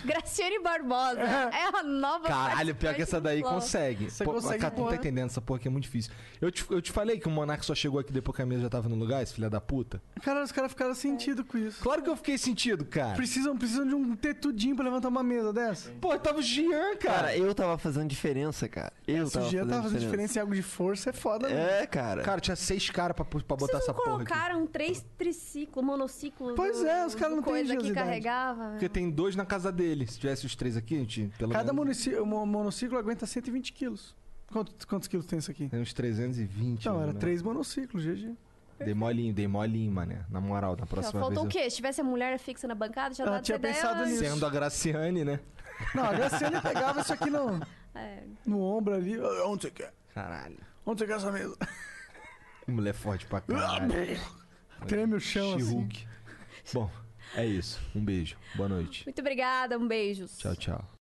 Graciane Barbosa. É a nova Caralho, participante pior que essa do daí Flow. consegue. Você Pô, consegue, cara, tu não tá porra. entendendo, essa porra aqui é muito difícil. Eu te, eu te falei que o Monark só chegou aqui depois que a mesa já tava no lugar, esse filho da puta. Caralho, os caras ficaram sentido com isso. Claro que eu fiquei sentido, É. cara. Precisam, precisam de um tetudinho pra levantar uma mesa dessa. Pô, tava o Jean, cara. Cara, eu tava fazendo diferença, cara. Eu Se o dia tava Então, fazendo, tava fazendo diferença. diferença em algo de força, é foda, né? É, cara. Cara, tinha seis caras pra, pra botar Vocês essa não porra aqui. colocaram né? três triciclos, monociclos? Pois do- é, os caras do não têm coisa que agilidade. carregava. Porque tem dois na casa dele. Se tivesse os três aqui, a gente, pelo Cada menos, monociclo, monociclo aguenta 120 quilos. Quantos, quantos quilos tem isso É, aqui? tem uns 320. Não, né, era né? três monociclos, GG. Dei molinho, dei molinho, mané. Na moral, na Só próxima vez. faltou o eu- quê? Se tivesse a mulher fixa na bancada, já Ela dava tinha essa ideia pensado antes. nisso. Sendo a Graciane, né? Não, a Graciane pegava isso aqui no, É. no ombro ali. Ah, Onde você quer? Caralho. Onde você quer essa mesa? Mulher é forte pra caralho. Treme o chão assim. She-Hulk. Bom, é isso. Um beijo. Boa noite. Muito obrigada, um beijo. Tchau, tchau.